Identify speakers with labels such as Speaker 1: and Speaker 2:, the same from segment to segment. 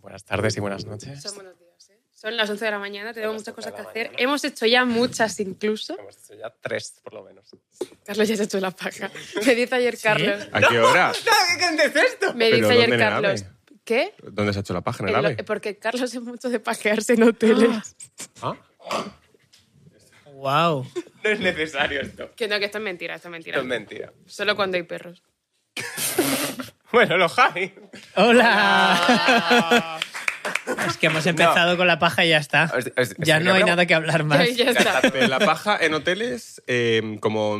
Speaker 1: Buenas tardes y buenas noches.
Speaker 2: Son buenos días, ¿eh? Son las 11 de la mañana, tenemos
Speaker 1: las 11 de
Speaker 2: muchas cosas que
Speaker 1: la
Speaker 2: hacer.
Speaker 1: mañana.
Speaker 2: Hemos hecho ya muchas incluso.
Speaker 1: Hemos hecho ya tres, por lo menos.
Speaker 2: Carlos ya se ha hecho la paja. Me dice ayer Carlos.
Speaker 3: ¿A qué hora?
Speaker 1: ¿Qué es esto?
Speaker 2: Me
Speaker 3: ¿Pero
Speaker 2: dice ayer
Speaker 3: dónde en el
Speaker 2: Carlos. ¿Qué?
Speaker 3: ¿Dónde se ha hecho la paja en el
Speaker 2: En lo-
Speaker 3: AVE?
Speaker 2: porque Carlos es mucho de pajearse en hoteles.
Speaker 3: Ah,
Speaker 4: Wow.
Speaker 1: No es necesario esto.
Speaker 2: Que no, que esto es mentira, esto es mentira.
Speaker 1: Esto es mentira.
Speaker 2: Solo cuando hay perros.
Speaker 1: Bueno, los hay.
Speaker 4: Hola. es que hemos empezado con la paja y ya está.
Speaker 1: Os- os- os
Speaker 4: ya no hay
Speaker 1: quería
Speaker 4: nada que hablar más.
Speaker 2: Ya está.
Speaker 3: de la paja en hoteles eh, como,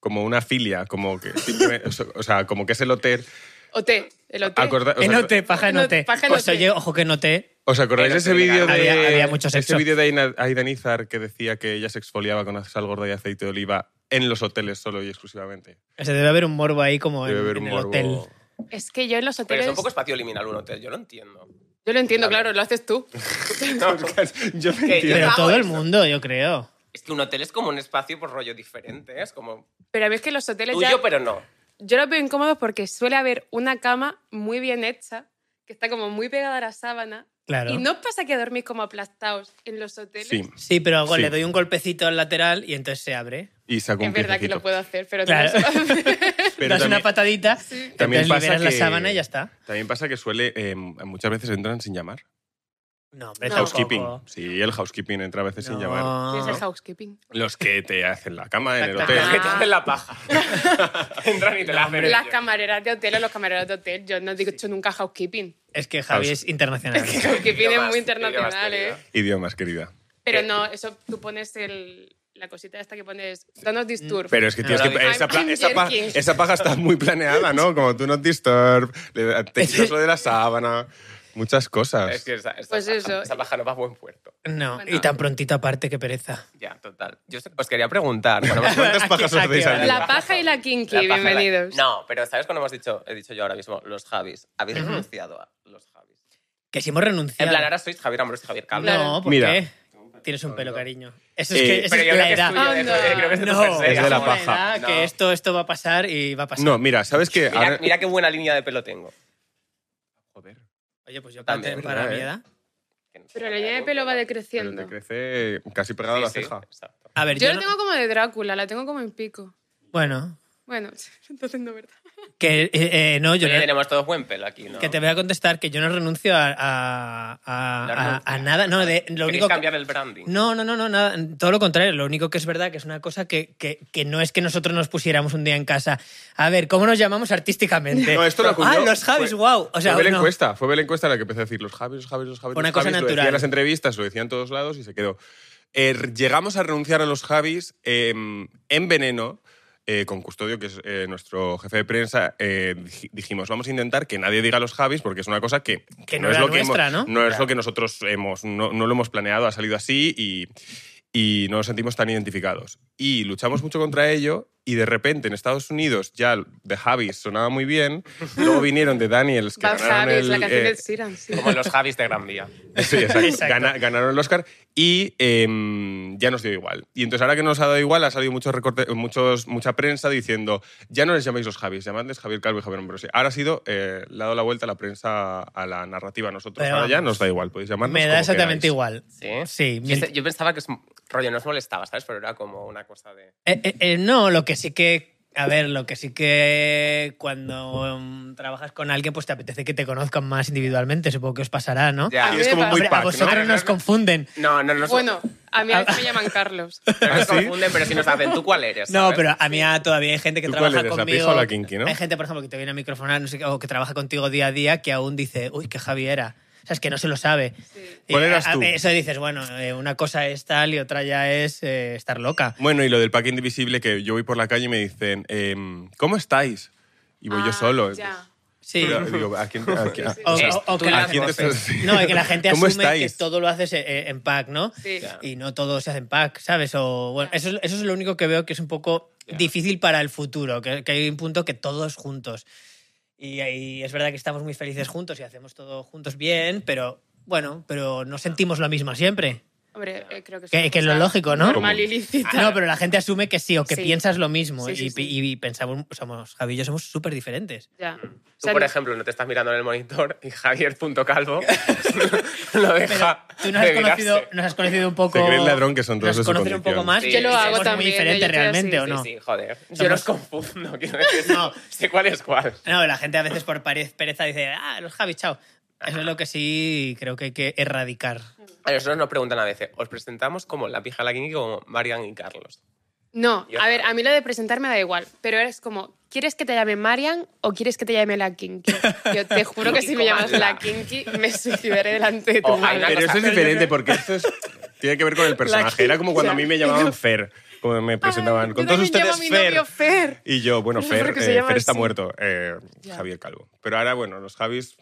Speaker 3: como una filia, como que, simplemente- o sea, como que es el hotel.
Speaker 2: OT, el OT.
Speaker 3: Acorda- o sea,
Speaker 4: Enote, paja
Speaker 2: No,
Speaker 4: enote.
Speaker 2: paja
Speaker 4: Pues
Speaker 2: enote.
Speaker 4: oye, ojo que noté.
Speaker 3: ¿Os acordáis de ese vídeo de,
Speaker 4: Había- había mucho
Speaker 3: ese
Speaker 4: sexo.
Speaker 3: vídeo de Aina- Aida Nizar que decía que ella se exfoliaba con sal gorda y aceite de oliva en los hoteles solo y exclusivamente?
Speaker 4: Se debe haber un morbo ahí como en,
Speaker 3: Debe haber
Speaker 4: en
Speaker 3: un
Speaker 4: el
Speaker 3: morbo.
Speaker 4: hotel.
Speaker 2: Es que yo en los
Speaker 1: Pero
Speaker 2: hoteles.
Speaker 1: es un poco espacio liminal un hotel, yo lo entiendo.
Speaker 2: Yo lo entiendo, claro, lo haces tú.
Speaker 1: No,
Speaker 3: Yo me
Speaker 1: Que yo
Speaker 3: entiendo.
Speaker 4: Pero
Speaker 1: hago
Speaker 4: todo el
Speaker 1: eso.
Speaker 4: mundo, yo creo.
Speaker 1: es que un hotel es como un espacio por rollo diferente, es como
Speaker 2: Pero a mí es que los hoteles ya.
Speaker 1: tuyo, pero no.
Speaker 2: Yo lo veo incómodo porque suele haber una cama muy bien hecha, que está como muy pegada a la sábana.
Speaker 4: Claro.
Speaker 2: Y no os pasa que dormís como aplastados en los hoteles.
Speaker 3: Sí,
Speaker 4: Sí, pero hago-
Speaker 3: Sí.
Speaker 4: le doy un golpecito al lateral y entonces se abre.
Speaker 3: y sacó un
Speaker 2: Es verdad que
Speaker 3: piececito.
Speaker 2: lo puedo hacer, pero
Speaker 4: Claro.
Speaker 2: tienes-
Speaker 3: Pero
Speaker 4: Das
Speaker 3: también-
Speaker 4: una patadita,
Speaker 3: También
Speaker 4: entonces
Speaker 3: pasa
Speaker 4: liberas la
Speaker 3: que-
Speaker 4: sábana y ya está.
Speaker 3: También pasa que suele, eh, muchas veces entran sin llamar.
Speaker 4: No, hombre,
Speaker 2: No.
Speaker 4: tampoco.
Speaker 3: Housekeeping. Sí, el housekeeping entra a veces sin llamar.
Speaker 4: No.
Speaker 2: tienes el housekeeping.
Speaker 3: Los que te hacen la cama en el
Speaker 4: Tac,
Speaker 3: hotel.
Speaker 4: tac,
Speaker 2: Ah.
Speaker 1: Es que te hacen la paja. Entran y te la hacen.
Speaker 2: Las camareras de hotel o los camareros de hotel. Yo no he dicho nunca housekeeping.
Speaker 4: Es que Javi
Speaker 3: House-
Speaker 4: es internacional.
Speaker 2: Housekeeping es
Speaker 1: Idiomas,
Speaker 2: muy
Speaker 1: idiomas,
Speaker 2: internacional, ¿eh?
Speaker 3: Idiomas, querida.
Speaker 2: Pero no, eso tú pones el, la cosita esta que pones. Donos disturb.
Speaker 3: Pero es que tienes
Speaker 1: Ah,
Speaker 3: que.
Speaker 1: lo digo.
Speaker 3: Esa, pla-
Speaker 2: I'm
Speaker 3: esa, pa-
Speaker 2: jerking.
Speaker 3: esa paja está muy planeada, ¿no? Como tú no te disturb, le- te quitas lo de la sábana, muchas cosas.
Speaker 1: Es que esa, esa
Speaker 2: Pues
Speaker 1: paja-
Speaker 2: eso.
Speaker 1: esa paja no va a buen puerto.
Speaker 4: No,
Speaker 2: Bueno.
Speaker 4: y tan prontito aparte, qué pereza.
Speaker 1: Ya, total. Yo os- os quería preguntar. cuando hemos-
Speaker 3: ¿Cuántas pajas
Speaker 4: ¿A qué- a
Speaker 3: hacéis
Speaker 4: qué
Speaker 3: al
Speaker 4: hora?
Speaker 3: día?
Speaker 2: la paja y la kinky,
Speaker 1: la paja de la-
Speaker 2: bienvenidos.
Speaker 1: No, pero ¿sabes cuando hemos dicho, he dicho yo ahora mismo, los Javis? Habéis renunciado a los Javis.
Speaker 4: Que si hemos
Speaker 1: En
Speaker 4: renunciado.
Speaker 1: plan, ahora sois Javier Ambrose y Javier Calvo.
Speaker 2: Claro.
Speaker 4: No, ¿por
Speaker 3: Mira.
Speaker 4: qué? Tienes un pelo, cariño. Eso es,
Speaker 3: Eh,
Speaker 4: que, eso
Speaker 1: Pero
Speaker 4: es
Speaker 1: yo creo
Speaker 4: la
Speaker 1: que es
Speaker 4: edad.
Speaker 1: tuyo, eh,
Speaker 2: Anda.
Speaker 1: creo que es de tu
Speaker 4: No,
Speaker 1: jersey,
Speaker 3: Es de la
Speaker 1: amor.
Speaker 3: paja.
Speaker 4: edad,
Speaker 1: No.
Speaker 4: que esto, esto va a pasar y va a pasar.
Speaker 3: No, mira, ¿sabes qué?
Speaker 1: Mira,
Speaker 3: Ahora-
Speaker 1: mira qué buena línea de pelo tengo. Joder.
Speaker 4: Oye, pues yo
Speaker 1: También,
Speaker 4: para, para
Speaker 3: ¿verdad,
Speaker 4: mi
Speaker 3: eh?
Speaker 4: edad.
Speaker 2: Pero la línea de pelo va
Speaker 3: Pero
Speaker 2: decreciendo.
Speaker 3: te crece casi pegado
Speaker 1: Sí,
Speaker 3: a la
Speaker 1: sí,
Speaker 3: ceja.
Speaker 1: exacto.
Speaker 4: A ver,
Speaker 2: Yo
Speaker 4: yo,
Speaker 2: la
Speaker 4: no-
Speaker 2: tengo como de Drácula, la tengo como en pico.
Speaker 4: Bueno,
Speaker 2: Bueno, entonces no, ¿verdad?
Speaker 4: que eh, eh, no, yo
Speaker 1: Oye,
Speaker 4: no-
Speaker 1: tenemos todos buen pelo aquí, ¿no?
Speaker 4: que te voy a contestar que yo no renuncio a, a- a-
Speaker 1: No
Speaker 4: a-
Speaker 1: renuncias.
Speaker 4: a nada. No, de, lo
Speaker 1: ¿Queréis
Speaker 4: único que-
Speaker 1: cambiar el branding?
Speaker 4: No, no, no, no, nada, todo lo contrario. Lo único que es verdad que es una cosa que, que, que no es que nosotros nos pusiéramos un día en casa. A ver, ¿cómo nos llamamos artísticamente?
Speaker 3: No, esto lo acuñó-
Speaker 4: Ah, los Javis,
Speaker 3: fue-
Speaker 4: wow. O sea,
Speaker 3: fue Bel
Speaker 4: no.
Speaker 3: encuesta, fue Bel encuesta la que empecé a decir los Javis, los Javis, los Javis.
Speaker 4: Fue una
Speaker 3: los
Speaker 4: cosa
Speaker 3: Javis, Lo decía
Speaker 4: natural.
Speaker 3: en las entrevistas, lo decía en todos lados y se quedó. Eh, llegamos a renunciar a los Javis eh, en veneno. eh, con Custodio, que es eh, nuestro jefe de prensa, eh, dij- dijimos, vamos a intentar que nadie diga los Javis, porque es una cosa que,
Speaker 4: Que no era nuestra,
Speaker 3: hemos-
Speaker 4: ¿no?
Speaker 3: es lo que nosotros hemos, no, no lo hemos planeado, ha salido así y, y no nos sentimos tan identificados. Y luchamos mucho contra ello y de repente en Estados Unidos ya The Javis sonaba muy bien, luego vinieron The Daniels que
Speaker 2: Bad
Speaker 3: ganaron
Speaker 2: Habits,
Speaker 3: el,
Speaker 2: la canción
Speaker 3: eh,
Speaker 2: del Siran, sí.
Speaker 1: Como los Javis de Gran Vía.
Speaker 3: sí, exacto,
Speaker 4: Exacto.
Speaker 3: gana- ganaron el Oscar y em, ya nos dio igual. Y entonces ahora que nos ha dado igual ha salido muchos recorte- muchos, mucha prensa diciendo ya no les llaméis los Javis, llamadles Javier Calvo y Javier Ambrosio. Ahora ha sido, eh, le ha dado la vuelta a la prensa a la narrativa a nosotros.
Speaker 4: Pero
Speaker 3: ahora ya
Speaker 4: vamos,
Speaker 3: nos da igual, podéis llamarnos
Speaker 4: Me da
Speaker 3: como
Speaker 4: exactamente
Speaker 3: queráis.
Speaker 4: igual.
Speaker 1: ¿Sí?
Speaker 4: Sí,
Speaker 1: Yo,
Speaker 4: mient-
Speaker 1: sé- yo pensaba que es rollo, no os molestaba, ¿sabes? Pero era como una cosa de.
Speaker 4: Eh, eh, eh, no, lo que sí que. A ver, lo que sí que cuando em, trabajas con alguien, pues te apetece que te conozcan más individualmente. Supongo que os pasará, ¿no?
Speaker 1: Ya.
Speaker 3: Y es como muy
Speaker 4: Hombre,
Speaker 3: pack,
Speaker 4: a
Speaker 3: ¿no?
Speaker 4: vosotros
Speaker 1: no,
Speaker 4: nos
Speaker 1: no.
Speaker 4: confunden.
Speaker 1: No, no, no.
Speaker 2: Bueno, a mí a veces me llaman Carlos.
Speaker 1: no
Speaker 3: ¿Ah,
Speaker 1: nos
Speaker 3: sí?
Speaker 1: confunden, pero si nos hacen, ¿tú cuál eres?
Speaker 4: No,
Speaker 1: ¿sabes?
Speaker 4: pero a mí ah, todavía hay gente que
Speaker 3: ¿Tú
Speaker 4: trabaja
Speaker 3: cuál eres, la
Speaker 4: conmigo.
Speaker 3: pija o la kinky, no?
Speaker 4: Hay gente, por ejemplo, que te viene a microfonar no sé, qué, o que trabaja contigo día a día que aún dice, uy, qué Javi era. O sea, es que no se lo sabe. Y,
Speaker 3: ¿Cuál eras
Speaker 4: a- a-
Speaker 3: tú?
Speaker 4: Eso dices, bueno, eh, una cosa es tal y otra ya es eh, estar loca.
Speaker 3: Bueno, y lo del pack indivisible que yo voy por la calle y me dicen, em, ¿cómo estáis? Y voy yo solo.
Speaker 2: Ah, Ya.
Speaker 4: Sí.
Speaker 3: Pero digo, ¿a quién, a quién- a-
Speaker 4: O-
Speaker 1: Es-
Speaker 4: o- o
Speaker 1: tú
Speaker 4: que la
Speaker 1: las
Speaker 3: a quién te
Speaker 1: conoces.
Speaker 4: No, y que la gente
Speaker 3: ¿Cómo
Speaker 4: asume
Speaker 3: estáis?
Speaker 4: que todo lo haces eh, en pack, ¿no?
Speaker 2: Sí.
Speaker 1: Ya.
Speaker 4: Y no todo se hace en pack, ¿sabes? O, bueno, eso, es- eso es lo único que veo que es un poco difícil para el futuro, que, que hay un punto que todos juntos. Y, y es verdad que estamos muy felices juntos y hacemos todo juntos bien, pero bueno, pero no sentimos lo mismo siempre.
Speaker 2: Hombre, eh, creo que es
Speaker 4: Que-
Speaker 2: una
Speaker 4: que es lo
Speaker 2: cosa
Speaker 4: lógico, ¿no?
Speaker 2: Normal y
Speaker 4: Ah,
Speaker 2: lícita.
Speaker 4: no, pero la gente asume que sí o que
Speaker 2: Sí.
Speaker 4: piensas lo mismo.
Speaker 2: Sí,
Speaker 4: y,
Speaker 2: sí, sí.
Speaker 4: y pensamos, somos, Javi y yo somos súper diferentes.
Speaker 2: Ya. O
Speaker 5: Tú,
Speaker 2: sea,
Speaker 5: por
Speaker 2: no-
Speaker 5: ejemplo, no te estás mirando en el monitor y Javier.calvo lo deja.
Speaker 4: Tú nos has,
Speaker 5: de mirarse.
Speaker 4: conocido, nos has conocido un poco.
Speaker 3: Se cree el ladrón que son todos
Speaker 4: nos
Speaker 3: de su
Speaker 4: conoces un
Speaker 3: condición.
Speaker 4: poco más.
Speaker 5: Sí,
Speaker 4: y
Speaker 5: yo lo
Speaker 4: somos
Speaker 5: hago
Speaker 4: muy
Speaker 2: también,
Speaker 4: diferentes
Speaker 2: yo creo que
Speaker 4: realmente,
Speaker 2: sí,
Speaker 4: ¿o
Speaker 5: Sí,
Speaker 4: no?
Speaker 5: sí, joder. Yo
Speaker 4: Somos-
Speaker 5: los confundo, quiero decir.
Speaker 4: No.
Speaker 5: Sé cuál es cuál.
Speaker 4: No, la gente a veces por pare- pereza dice, ah, los Javi, chao. Eso es lo que sí creo que hay que erradicar.
Speaker 5: A nosotros nos preguntan a veces, os presentamos como la pija la Kini como Marian y Carlos.
Speaker 2: No,
Speaker 5: Yo-
Speaker 2: a ver, a mí lo de presentar me da igual, pero eres como, ¿quieres que te llame Marian o quieres que te llame la Kinky? Yo te juro que si me llamas la Kinky, me suicidaré delante de tu
Speaker 5: O hay una
Speaker 2: madre.
Speaker 3: Pero eso
Speaker 5: cosa,
Speaker 3: es
Speaker 5: pero yo
Speaker 3: diferente porque esto es- tiene que ver con el personaje. Era como cuando a mí me llamaban Fer, como me presentaban.
Speaker 2: Ay,
Speaker 3: Con
Speaker 2: Ah, yo
Speaker 3: todos
Speaker 2: también
Speaker 3: ustedes,
Speaker 2: llamo a mi
Speaker 3: Fer.
Speaker 2: novio Fer.
Speaker 3: Y yo, bueno,
Speaker 2: No sé
Speaker 3: Fer,
Speaker 2: por qué se
Speaker 3: eh,
Speaker 2: llama
Speaker 3: Fer está
Speaker 2: así.
Speaker 3: muerto, eh, Javier Calvo. Pero ahora, bueno, los Javis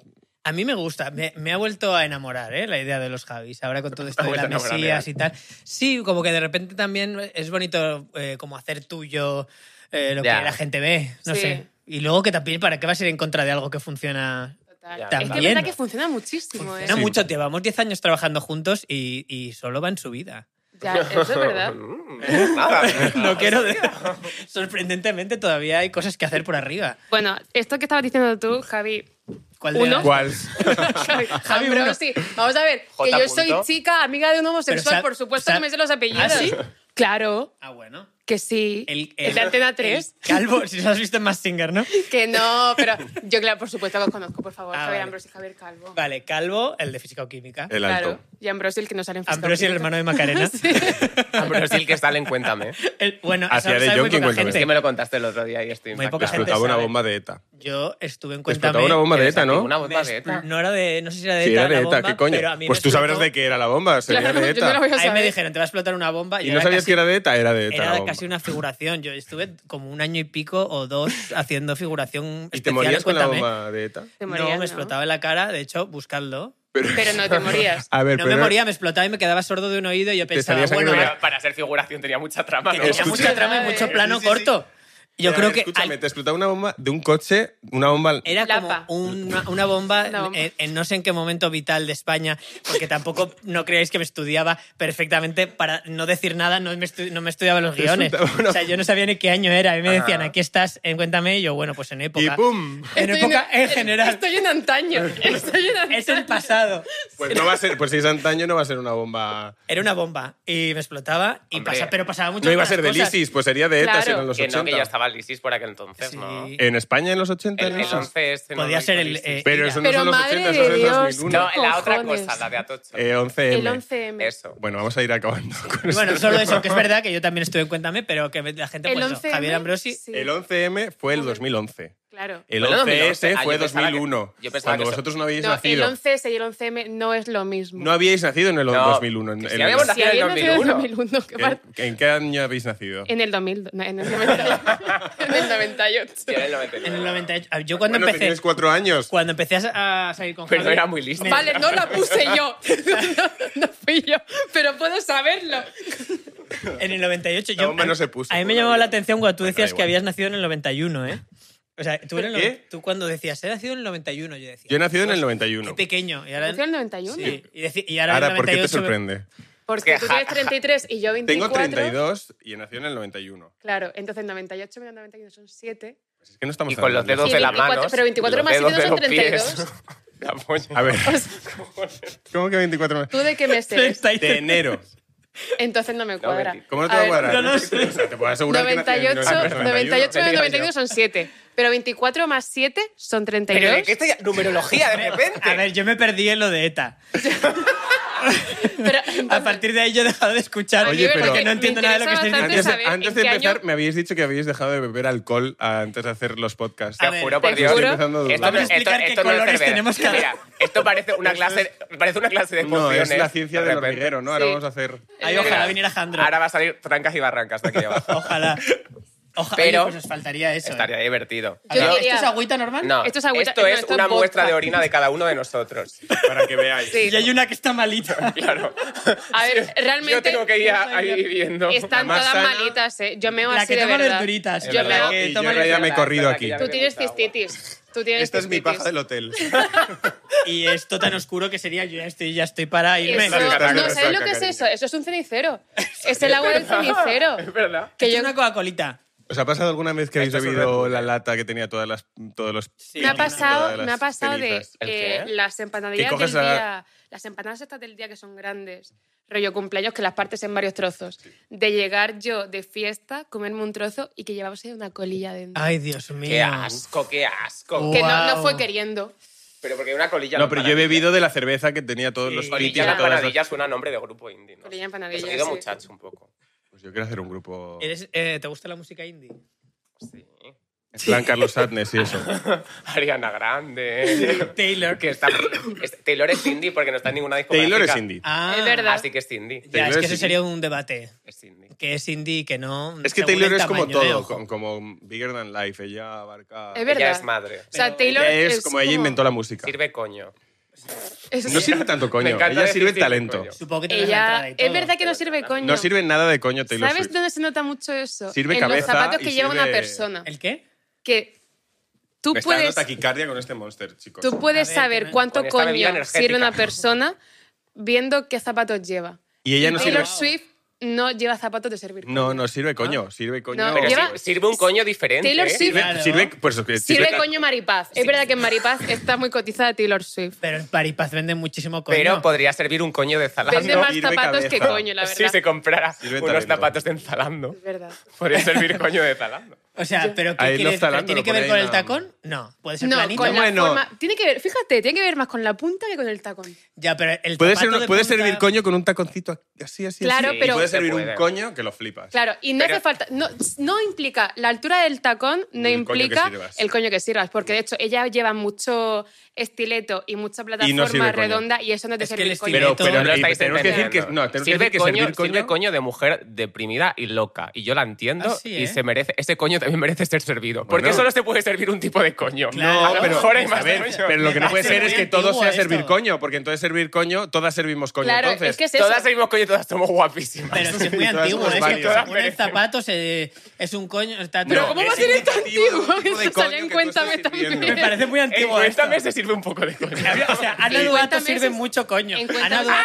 Speaker 4: A mí me gusta, me, me ha vuelto a enamorar ¿eh? la idea de los Javis, ahora con todo esto
Speaker 5: Ha
Speaker 4: de la
Speaker 5: vuelto a enamorar,
Speaker 4: Mesías y tal. Sí, como que de repente también es bonito eh, como hacer tuyo eh, lo
Speaker 5: Ya.
Speaker 4: que la gente ve, no
Speaker 2: Sí.
Speaker 4: sé. Y luego que también, ¿para qué vas a ir en contra de algo que funciona?
Speaker 2: Total.
Speaker 5: Ya,
Speaker 2: es que es
Speaker 4: también.
Speaker 2: verdad que funciona muchísimo, ¿eh?
Speaker 4: Funciona mucho, llevamos 10 años trabajando juntos y, y solo va en su vida.
Speaker 2: Ya, eso es verdad.
Speaker 5: Mm, nada.
Speaker 4: No quiero de- Sorprendentemente todavía hay cosas que hacer por arriba.
Speaker 2: Bueno, esto que estabas diciendo tú, Javi,
Speaker 4: ¿Cuál de
Speaker 2: Uno.
Speaker 4: las-
Speaker 3: ¿Cuál?
Speaker 2: Javi,
Speaker 4: Javi,
Speaker 2: Ambrosi.
Speaker 4: uno.
Speaker 2: Vamos a ver, que
Speaker 5: J.
Speaker 2: yo soy
Speaker 5: punto.
Speaker 2: chica, amiga de un
Speaker 4: Pero
Speaker 2: homosexual,
Speaker 4: sa-
Speaker 2: por supuesto
Speaker 4: sa-
Speaker 2: que me sé los apellidos.
Speaker 4: ¿Ah, sí?
Speaker 2: Claro,
Speaker 4: Ah, bueno.
Speaker 2: que sí.
Speaker 4: El,
Speaker 2: El, de Antena 3.
Speaker 4: el calvo, si lo has visto en Massinger, ¿no?
Speaker 2: Que no, pero yo, claro, por supuesto que os conozco, por favor,
Speaker 4: Ah,
Speaker 2: Javier
Speaker 4: vale.
Speaker 2: Ambrosi y Javier Calvo.
Speaker 4: Vale, calvo, el de física o química.
Speaker 3: El alto.
Speaker 2: Claro, y Ambrosi el que no sale en
Speaker 4: Ambrosio, el hermano de Macarena.
Speaker 5: Ambrosio, Ah, el que sale en Cuéntame.
Speaker 4: El- bueno,
Speaker 3: Hacía
Speaker 4: eso
Speaker 3: de
Speaker 4: sabe muy
Speaker 3: Yonki en
Speaker 4: poca
Speaker 3: Cuéntame.
Speaker 5: Es
Speaker 4: gente.
Speaker 5: que me lo contaste el otro día y estoy
Speaker 4: Muy
Speaker 5: impactado.
Speaker 4: poca gente
Speaker 3: Explotaba una
Speaker 4: sabe. Pues
Speaker 3: bomba de ETA.
Speaker 4: Yo estuve en
Speaker 3: Explotaba
Speaker 4: Cuéntame.
Speaker 3: una bomba de ETA, ¿no?
Speaker 5: Una voz
Speaker 4: me
Speaker 5: de ETA.
Speaker 4: expl- No, era de, no sé si era de
Speaker 3: Sí,
Speaker 4: ETA.
Speaker 3: era de
Speaker 4: la
Speaker 3: ETA,
Speaker 4: bomba,
Speaker 3: ¿qué coño?
Speaker 4: pero a mí me
Speaker 3: Pues tú sabrás
Speaker 4: explotó-
Speaker 3: de qué era la bomba, sería de
Speaker 2: Claro, yo no
Speaker 3: ETA.
Speaker 2: lo voy a
Speaker 4: Ahí me
Speaker 2: saber.
Speaker 4: dijeron, te va a explotar una bomba.
Speaker 3: Y
Speaker 4: era
Speaker 3: no sabías
Speaker 4: casi-
Speaker 3: que era de ETA, era de ETA la
Speaker 4: Era
Speaker 3: bomba.
Speaker 4: casi una figuración. Yo estuve como un año y pico o dos haciendo figuración.
Speaker 3: ¿Y te
Speaker 4: especial,
Speaker 3: morías con la
Speaker 4: cuéntame.
Speaker 3: bomba de ETA?
Speaker 2: Te
Speaker 4: No,
Speaker 2: morías,
Speaker 4: me explotaba en la cara. De hecho, buscadlo.
Speaker 2: Pero no te morías.
Speaker 3: A ver,
Speaker 4: no
Speaker 3: pero
Speaker 4: me moría, me explotaba y me quedaba sordo de un oído y yo pensaba,
Speaker 3: salía sangre
Speaker 4: bueno,
Speaker 3: de la-
Speaker 4: ahora-
Speaker 5: Para- Para ser figuración tenía mucha trama,
Speaker 4: que
Speaker 5: ¿no?
Speaker 4: tenía
Speaker 3: Escucha-
Speaker 4: mucha trama y mucho
Speaker 2: Sí,
Speaker 4: plano
Speaker 3: sí, sí.
Speaker 4: corto.
Speaker 3: Pero,
Speaker 4: Yo
Speaker 3: a
Speaker 4: creo
Speaker 3: ver,
Speaker 4: que
Speaker 3: Escúchame,
Speaker 4: al-
Speaker 3: te explotaba una bomba de un coche, una bomba...
Speaker 4: era
Speaker 2: Lapa.
Speaker 4: como una, una bomba,
Speaker 2: Una bomba.
Speaker 4: En, en no sé en qué momento vital de España, porque tampoco no creáis que me estudiaba perfectamente para no decir nada, no me, estu- no me estudiaba los guiones.
Speaker 3: Resulta- bueno.
Speaker 4: O sea, yo no sabía ni qué año era. A mí me decían, aquí estás, en cuéntame, y yo, bueno, pues en época.
Speaker 3: Y ¡pum!
Speaker 4: En
Speaker 2: Estoy
Speaker 4: época en general.
Speaker 2: Estoy en antaño. Estoy en antaño.
Speaker 4: Es el pasado.
Speaker 3: Pues no va a ser, pues si es antaño no va a ser una bomba...
Speaker 4: Era una bomba y me explotaba, y
Speaker 5: Hombre,
Speaker 4: pasa, pero pasaba mucho.
Speaker 3: No iba a ser del ISIS, pues sería de ETA,
Speaker 2: Claro.
Speaker 3: si eran los
Speaker 5: Que no,
Speaker 3: 80.
Speaker 5: que ya estaba el ISIS por aquel entonces,
Speaker 4: Sí.
Speaker 5: ¿no?
Speaker 4: El
Speaker 3: ¿En España en los 80?
Speaker 5: El,
Speaker 3: el
Speaker 5: el
Speaker 3: ISIS?
Speaker 5: 11 este
Speaker 4: Podía ser el,
Speaker 5: ISIS.
Speaker 4: eh,
Speaker 3: Pero
Speaker 4: Ira.
Speaker 3: eso no
Speaker 2: Pero
Speaker 3: son los
Speaker 2: madre
Speaker 3: 80,
Speaker 2: de
Speaker 3: eso es
Speaker 2: Dios.
Speaker 3: 2001.
Speaker 5: No, la otra
Speaker 2: cojones.
Speaker 5: cosa, la de AT8.
Speaker 3: Eh, 11M.
Speaker 2: El 11M.
Speaker 5: Eso.
Speaker 3: Bueno, vamos a ir acabando con
Speaker 4: Y Bueno,
Speaker 3: esto.
Speaker 4: solo eso, que es verdad que yo también estuve en Cuéntame, pero que la gente,
Speaker 2: El
Speaker 4: pues eso,
Speaker 2: 11
Speaker 4: Javier Ambrosi,
Speaker 2: sí,
Speaker 3: El 11M fue el 2011.
Speaker 2: Claro.
Speaker 3: El
Speaker 5: Bueno,
Speaker 3: 11S
Speaker 5: 2011. Ah,
Speaker 3: fue
Speaker 5: yo pensaba que-
Speaker 3: 2001.
Speaker 5: yo pensaba
Speaker 3: Cuando
Speaker 5: que eso-
Speaker 3: vosotros no habíais
Speaker 2: No, el
Speaker 3: nacido.
Speaker 2: 11S y el 11M no es lo mismo.
Speaker 3: No habíais nacido en el
Speaker 5: No,
Speaker 3: 2001. En,
Speaker 5: que si
Speaker 3: en el-
Speaker 5: habíamos
Speaker 2: si
Speaker 5: nacido en el
Speaker 2: habéis nacido en el
Speaker 5: 2001.
Speaker 2: 2001, ¿qué parte?
Speaker 3: ¿En, en qué año habéis nacido?
Speaker 2: En el 2000, no, en el 98. en el 98.
Speaker 5: Sí, era el
Speaker 4: en
Speaker 5: 99.
Speaker 4: el 98. Ah, Yo cuando
Speaker 3: bueno,
Speaker 4: empecé,
Speaker 3: teníais cuatro años.
Speaker 4: cuando empecé a a salir con
Speaker 5: Pero
Speaker 4: Javier,
Speaker 5: era muy listo.
Speaker 2: Vale, no la puse yo. No, no fui yo, pero puedo saberlo.
Speaker 4: en el 98
Speaker 3: La
Speaker 4: yo...
Speaker 3: bomba no se puso.
Speaker 4: a mí me llamaba la atención cuando tú
Speaker 3: Bueno,
Speaker 4: decías
Speaker 3: da
Speaker 4: que
Speaker 3: igual.
Speaker 4: habías nacido en el 91, ¿eh? O sea, tú, en el,
Speaker 3: ¿Qué?
Speaker 4: tú cuando decías, he nacido en el 91, yo decía. "Pues,
Speaker 3: Yo he nacido en el
Speaker 4: Qué
Speaker 3: 91.
Speaker 4: pequeño. Y ahora,
Speaker 2: Nació en el 91.
Speaker 4: sí, y, decí- y ahora, en
Speaker 3: Ahora,
Speaker 4: este el
Speaker 3: ¿por qué te
Speaker 4: 98
Speaker 3: sorprende?
Speaker 2: Porque
Speaker 5: Es que
Speaker 2: tú
Speaker 5: ja-
Speaker 2: tienes 33 y yo 24.
Speaker 3: Tengo 32 y he nacido en el 91.
Speaker 2: Claro, entonces 98 menos 91 son 7.
Speaker 3: Pues es que no estamos
Speaker 5: Y con los
Speaker 3: hablando.
Speaker 5: dedos
Speaker 2: Sí,
Speaker 5: de las
Speaker 2: 24,
Speaker 5: manos.
Speaker 2: pero 24
Speaker 5: los
Speaker 2: más
Speaker 5: dedos
Speaker 2: 7
Speaker 5: de
Speaker 2: son
Speaker 5: los pies.
Speaker 2: 32.
Speaker 5: La polla.
Speaker 3: A ver,
Speaker 2: O sea,
Speaker 3: ¿cómo que 24 más?
Speaker 2: ¿Tú de qué mes eres?
Speaker 4: 33.
Speaker 3: De enero.
Speaker 2: Entonces no me cuadra.
Speaker 5: mentira.
Speaker 3: ¿Cómo no te
Speaker 2: A
Speaker 3: va a
Speaker 2: ver,
Speaker 3: cuadrar?
Speaker 4: no, no
Speaker 3: O
Speaker 4: sé.
Speaker 3: sea, te puedo asegurar que nací en
Speaker 2: 98,
Speaker 3: 1991.
Speaker 2: 98 menos 91 son 7. Pero 24 más 7 son
Speaker 5: Pero ¿de
Speaker 2: 32.
Speaker 5: qué esta numerología de repente?
Speaker 4: A ver, yo me perdí en lo de ETA.
Speaker 2: Pero,
Speaker 4: A partir de ahí yo he dejado de escuchar.
Speaker 3: Oye, pero-
Speaker 4: porque no entiendo nada de lo que estáis
Speaker 2: Antes
Speaker 3: Antes,
Speaker 4: diciendo.
Speaker 3: de-
Speaker 2: saber
Speaker 3: antes
Speaker 2: en
Speaker 3: de
Speaker 2: qué
Speaker 3: empezar,
Speaker 2: año-
Speaker 3: me habéis dicho que habéis dejado de beber alcohol ah, antes de hacer los podcasts.
Speaker 4: A
Speaker 5: Te
Speaker 4: ver,
Speaker 5: juro por
Speaker 2: te
Speaker 5: Dios.
Speaker 2: juro.
Speaker 3: Estoy empezando a dudar.
Speaker 5: Esto, no-
Speaker 4: Vamos a
Speaker 5: esto-
Speaker 4: explicar qué
Speaker 5: esto no es
Speaker 4: colores
Speaker 5: cerveza.
Speaker 4: tenemos cada-
Speaker 5: Mira, esto parece una
Speaker 3: Eso
Speaker 5: clase, parece una clase de
Speaker 3: No, es
Speaker 5: pociones,
Speaker 3: la ciencia
Speaker 5: de
Speaker 3: del
Speaker 5: repente.
Speaker 3: hormiguero, ¿no? Ahora
Speaker 2: Sí.
Speaker 3: vamos a hacer.
Speaker 4: Ay, ojalá viniera Jandro.
Speaker 5: Ahora va a salir trancas y barrancas de aquí abajo.
Speaker 4: Ojalá. Ojalá.
Speaker 5: Pero-
Speaker 4: pues nos faltaría eso. ¿eh?
Speaker 5: Estaría divertido.
Speaker 4: A ver,
Speaker 2: Yo
Speaker 4: ¿Esto
Speaker 2: diría-
Speaker 4: es agüita normal?
Speaker 5: No,
Speaker 2: Esto
Speaker 5: esto
Speaker 2: es agüita- no,
Speaker 5: es
Speaker 2: esto es
Speaker 5: una
Speaker 2: vodka.
Speaker 5: muestra de orina de cada uno de nosotros.
Speaker 3: Para que veáis.
Speaker 2: Sí.
Speaker 4: Y hay una que está malita.
Speaker 5: Claro.
Speaker 2: A ver, realmente-
Speaker 5: Yo tengo que ir a- ahí viviendo.
Speaker 2: Están
Speaker 3: La más
Speaker 2: todas
Speaker 3: sana-
Speaker 2: malitas, ¿eh? Yo meo
Speaker 4: La
Speaker 2: así
Speaker 4: que
Speaker 2: de
Speaker 4: toma
Speaker 2: verdad.
Speaker 4: verduritas.
Speaker 2: Yo
Speaker 3: verdad.
Speaker 2: meo...
Speaker 3: Y yo en realidad me he corrido aquí.
Speaker 2: Tú tienes cistitis. Tú tienes
Speaker 3: Esta es mi
Speaker 2: gastritis.
Speaker 3: paja del hotel.
Speaker 4: Y esto tan oscuro que sería yo ya estoy, ya estoy para irme.
Speaker 2: Eso-
Speaker 3: Claro, claro,
Speaker 2: no,
Speaker 3: claro,
Speaker 2: ¿sabes lo
Speaker 3: claro,
Speaker 2: que es
Speaker 3: cariño.
Speaker 2: eso? Eso es un cenicero. es el agua del cenicero.
Speaker 5: Es verdad.
Speaker 2: Que
Speaker 4: Esto
Speaker 2: yo...
Speaker 4: es una Coca-Colita.
Speaker 3: ¿Os ha pasado alguna vez que habéis
Speaker 5: Esto es un
Speaker 3: bebido
Speaker 5: reto.
Speaker 3: la lata que tenía todas las, todos los...
Speaker 2: Me ha
Speaker 4: Sí,
Speaker 3: una
Speaker 2: pasado,
Speaker 3: de
Speaker 2: me ha
Speaker 3: las
Speaker 2: pasado de
Speaker 3: cenizas.
Speaker 5: ¿El
Speaker 2: eh,
Speaker 5: qué?
Speaker 2: las
Speaker 3: Que
Speaker 2: empanadillas
Speaker 3: coges
Speaker 2: del
Speaker 3: la-
Speaker 2: día, las empanadas estas del día que son grandes, rollo cumpleaños, que las partes en varios trozos, de llegar yo de fiesta, comerme un trozo y que llevase una colilla dentro.
Speaker 4: Ay, Dios mío.
Speaker 5: Qué asco, qué asco.
Speaker 4: Uh.
Speaker 2: que no, no
Speaker 4: guau.
Speaker 2: fue queriendo.
Speaker 5: Pero porque una colilla.
Speaker 3: No, pero yo he
Speaker 5: empanadilla.
Speaker 3: bebido de la cerveza que tenía todos
Speaker 4: Sí.
Speaker 3: los
Speaker 4: Colilla
Speaker 3: fritis
Speaker 5: Colilla
Speaker 3: y
Speaker 5: la
Speaker 3: todas
Speaker 5: empanadilla
Speaker 3: las...
Speaker 5: suena a nombre de grupo indie. ¿no?
Speaker 2: Colilla empanadilla.
Speaker 5: Sonido
Speaker 2: sí.
Speaker 5: muchacho un poco.
Speaker 3: Pues yo quiero hacer un grupo...
Speaker 4: ¿Eres, eh, ¿Te gusta la música indie?
Speaker 5: Sí.
Speaker 3: En plan Carlos Sadness y eso.
Speaker 5: Ariana Grande.
Speaker 4: Taylor.
Speaker 5: que está, es- Taylor es indie porque no está en ninguna discográfica.
Speaker 3: Taylor es indie.
Speaker 4: Ah,
Speaker 2: Es verdad.
Speaker 5: Así que es indie.
Speaker 4: Ya,
Speaker 3: Taylor
Speaker 4: es que
Speaker 3: es
Speaker 4: ese
Speaker 3: indie.
Speaker 4: sería un debate.
Speaker 5: Es indie.
Speaker 4: Que es indie y que no.
Speaker 3: Es que
Speaker 4: según
Speaker 3: Taylor
Speaker 4: el
Speaker 3: es como
Speaker 4: tamaño ¿eh? de
Speaker 3: todo,
Speaker 4: ojo.
Speaker 3: como, como Bigger Than Life. Ella abarca...
Speaker 2: Es
Speaker 5: Ella
Speaker 2: verdad.
Speaker 5: es madre.
Speaker 2: O sea,
Speaker 4: Pero
Speaker 2: Taylor
Speaker 3: Ella es como ella inventó la música.
Speaker 5: Sirve coño.
Speaker 2: es-
Speaker 3: No sirve tanto
Speaker 5: Me
Speaker 3: coño,
Speaker 5: encanta
Speaker 3: ella
Speaker 5: decir
Speaker 3: sirve
Speaker 5: sirve
Speaker 3: talento.
Speaker 5: coño.
Speaker 4: Supongo que tienes la entrada
Speaker 2: ella,
Speaker 4: y
Speaker 2: es
Speaker 4: todo.
Speaker 2: verdad que no sirve coño.
Speaker 3: No sirve nada de coño Taylor
Speaker 2: ¿Sabes
Speaker 3: Swift.
Speaker 2: dónde se nota mucho eso?
Speaker 3: Sirve
Speaker 2: en
Speaker 3: cabeza
Speaker 2: los zapatos
Speaker 3: y
Speaker 2: que lleva una
Speaker 3: sirve-
Speaker 2: persona.
Speaker 4: ¿El qué?
Speaker 2: Que tú
Speaker 3: Me está dando
Speaker 2: puedes
Speaker 3: taquicardia con este monster, chicos.
Speaker 2: Tú puedes
Speaker 4: ver,
Speaker 2: saber
Speaker 4: tiene-
Speaker 2: cuánto
Speaker 5: con esta bebida
Speaker 2: coño
Speaker 5: energética.
Speaker 2: sirve una persona viendo qué zapatos lleva.
Speaker 3: Y ella no sirve...
Speaker 2: Taylor Swift no lleva zapatos de servir.
Speaker 3: No, no sirve coño, sirve coño.
Speaker 2: No,
Speaker 5: Pero
Speaker 2: Lleva-
Speaker 5: sí, sirve un coño diferente.
Speaker 2: Taylor
Speaker 5: ¿eh?
Speaker 2: Swift-
Speaker 3: Sirve,
Speaker 4: Claro.
Speaker 3: sirve, pues, que
Speaker 2: Sirve
Speaker 3: sirve-
Speaker 2: coño Maripaz. Es verdad que en Maripaz está muy cotizada Taylor Swift.
Speaker 4: Pero en Paripaz venden muchísimo coño.
Speaker 5: Pero podría servir un coño de Zalando.
Speaker 2: Vende más
Speaker 3: sirve
Speaker 2: zapatos que
Speaker 3: cabeza.
Speaker 2: coño, la verdad.
Speaker 5: si se comprara
Speaker 3: Sirve
Speaker 5: unos
Speaker 3: talento.
Speaker 5: zapatos de Zalando.
Speaker 2: Es verdad.
Speaker 5: Podría servir coño de Zalando.
Speaker 4: O sea, ¿pero
Speaker 3: Ahí
Speaker 4: qué
Speaker 3: lo
Speaker 4: quieres?
Speaker 3: está
Speaker 4: ¿Pero
Speaker 3: hablando,
Speaker 4: ¿Tiene
Speaker 3: lo
Speaker 4: que
Speaker 3: pone
Speaker 4: ver con
Speaker 3: ahí
Speaker 4: el
Speaker 3: en la-
Speaker 4: tacón? No, puede ser
Speaker 2: No,
Speaker 4: planito.
Speaker 2: con la
Speaker 3: Bueno.
Speaker 2: forma... Tiene que ver, fíjate, tiene que ver más con la punta que con el tacón.
Speaker 4: Ya, pero el
Speaker 3: Puede,
Speaker 4: zapato
Speaker 3: ser-
Speaker 4: de
Speaker 3: puede
Speaker 4: punta-
Speaker 3: servir coño con un taconcito así, así,
Speaker 2: Claro,
Speaker 3: así. Y
Speaker 2: pero-
Speaker 3: puede
Speaker 5: Se
Speaker 3: servir un
Speaker 5: puede.
Speaker 3: coño que lo flipas.
Speaker 2: Claro, y no
Speaker 5: Pero-
Speaker 2: hace falta... No, no implica... La altura del tacón no
Speaker 3: Ni el coño que
Speaker 2: implica
Speaker 3: sirvas.
Speaker 2: el coño que sirvas. Porque, de hecho, ella lleva mucho estileto y mucha plataforma
Speaker 3: sirve coño.
Speaker 2: redonda y eso no te
Speaker 4: Es que
Speaker 2: sirve
Speaker 4: el
Speaker 2: el coño.
Speaker 3: Pero,
Speaker 4: Todo
Speaker 3: pero,
Speaker 5: No lo
Speaker 3: eh,
Speaker 5: estáis
Speaker 3: tenemos que decir que,
Speaker 5: entendiendo.
Speaker 3: no, tenemos que
Speaker 5: sirve
Speaker 3: decir que
Speaker 5: coño,
Speaker 3: servir coño,
Speaker 5: sirve coño de mujer deprimida y loca. Y yo la entiendo
Speaker 4: Ah, sí,
Speaker 5: y
Speaker 4: ¿eh?
Speaker 5: se merece, ese coño también merece ser servido. Porque
Speaker 3: Bueno.
Speaker 5: solo se puede servir un tipo de coño.
Speaker 4: Claro.
Speaker 3: No,
Speaker 5: a lo
Speaker 3: pero, pues,
Speaker 5: mejor hay más
Speaker 3: a ver,
Speaker 5: coño.
Speaker 3: pero lo que no
Speaker 4: Me
Speaker 3: puede
Speaker 4: parece
Speaker 3: ser es
Speaker 4: muy
Speaker 3: que todo
Speaker 4: antiguo
Speaker 3: sea
Speaker 4: esto.
Speaker 3: servir coño, porque entonces servir coño, todas servimos coño.
Speaker 2: Claro,
Speaker 3: entonces,
Speaker 2: es que es eso.
Speaker 5: Todas seguimos coño y todas somos guapísimas.
Speaker 4: Pero es que es muy
Speaker 3: Y todas
Speaker 4: antiguo.
Speaker 3: somos
Speaker 4: Es que
Speaker 3: varios.
Speaker 4: según el zapato se- es un coño. está-
Speaker 2: Pero
Speaker 4: No,
Speaker 2: ¿cómo
Speaker 4: es-
Speaker 2: va a ser esto
Speaker 3: indicativo
Speaker 2: antiguo?
Speaker 3: de
Speaker 2: Eso
Speaker 3: coño
Speaker 2: sale en
Speaker 3: que tú
Speaker 2: cuéntame
Speaker 3: estás
Speaker 2: también.
Speaker 3: sirviendo.
Speaker 4: Me parece muy
Speaker 5: en
Speaker 3: eh,
Speaker 4: antiguo esto.
Speaker 5: Cuéntame se sirve un poco de coño.
Speaker 4: O sea, Ana
Speaker 2: En
Speaker 4: Duato
Speaker 2: cuéntame
Speaker 4: sirve
Speaker 2: esos-
Speaker 4: mucho coño.
Speaker 2: en Ah, cuéntame-
Speaker 4: Ana Duato.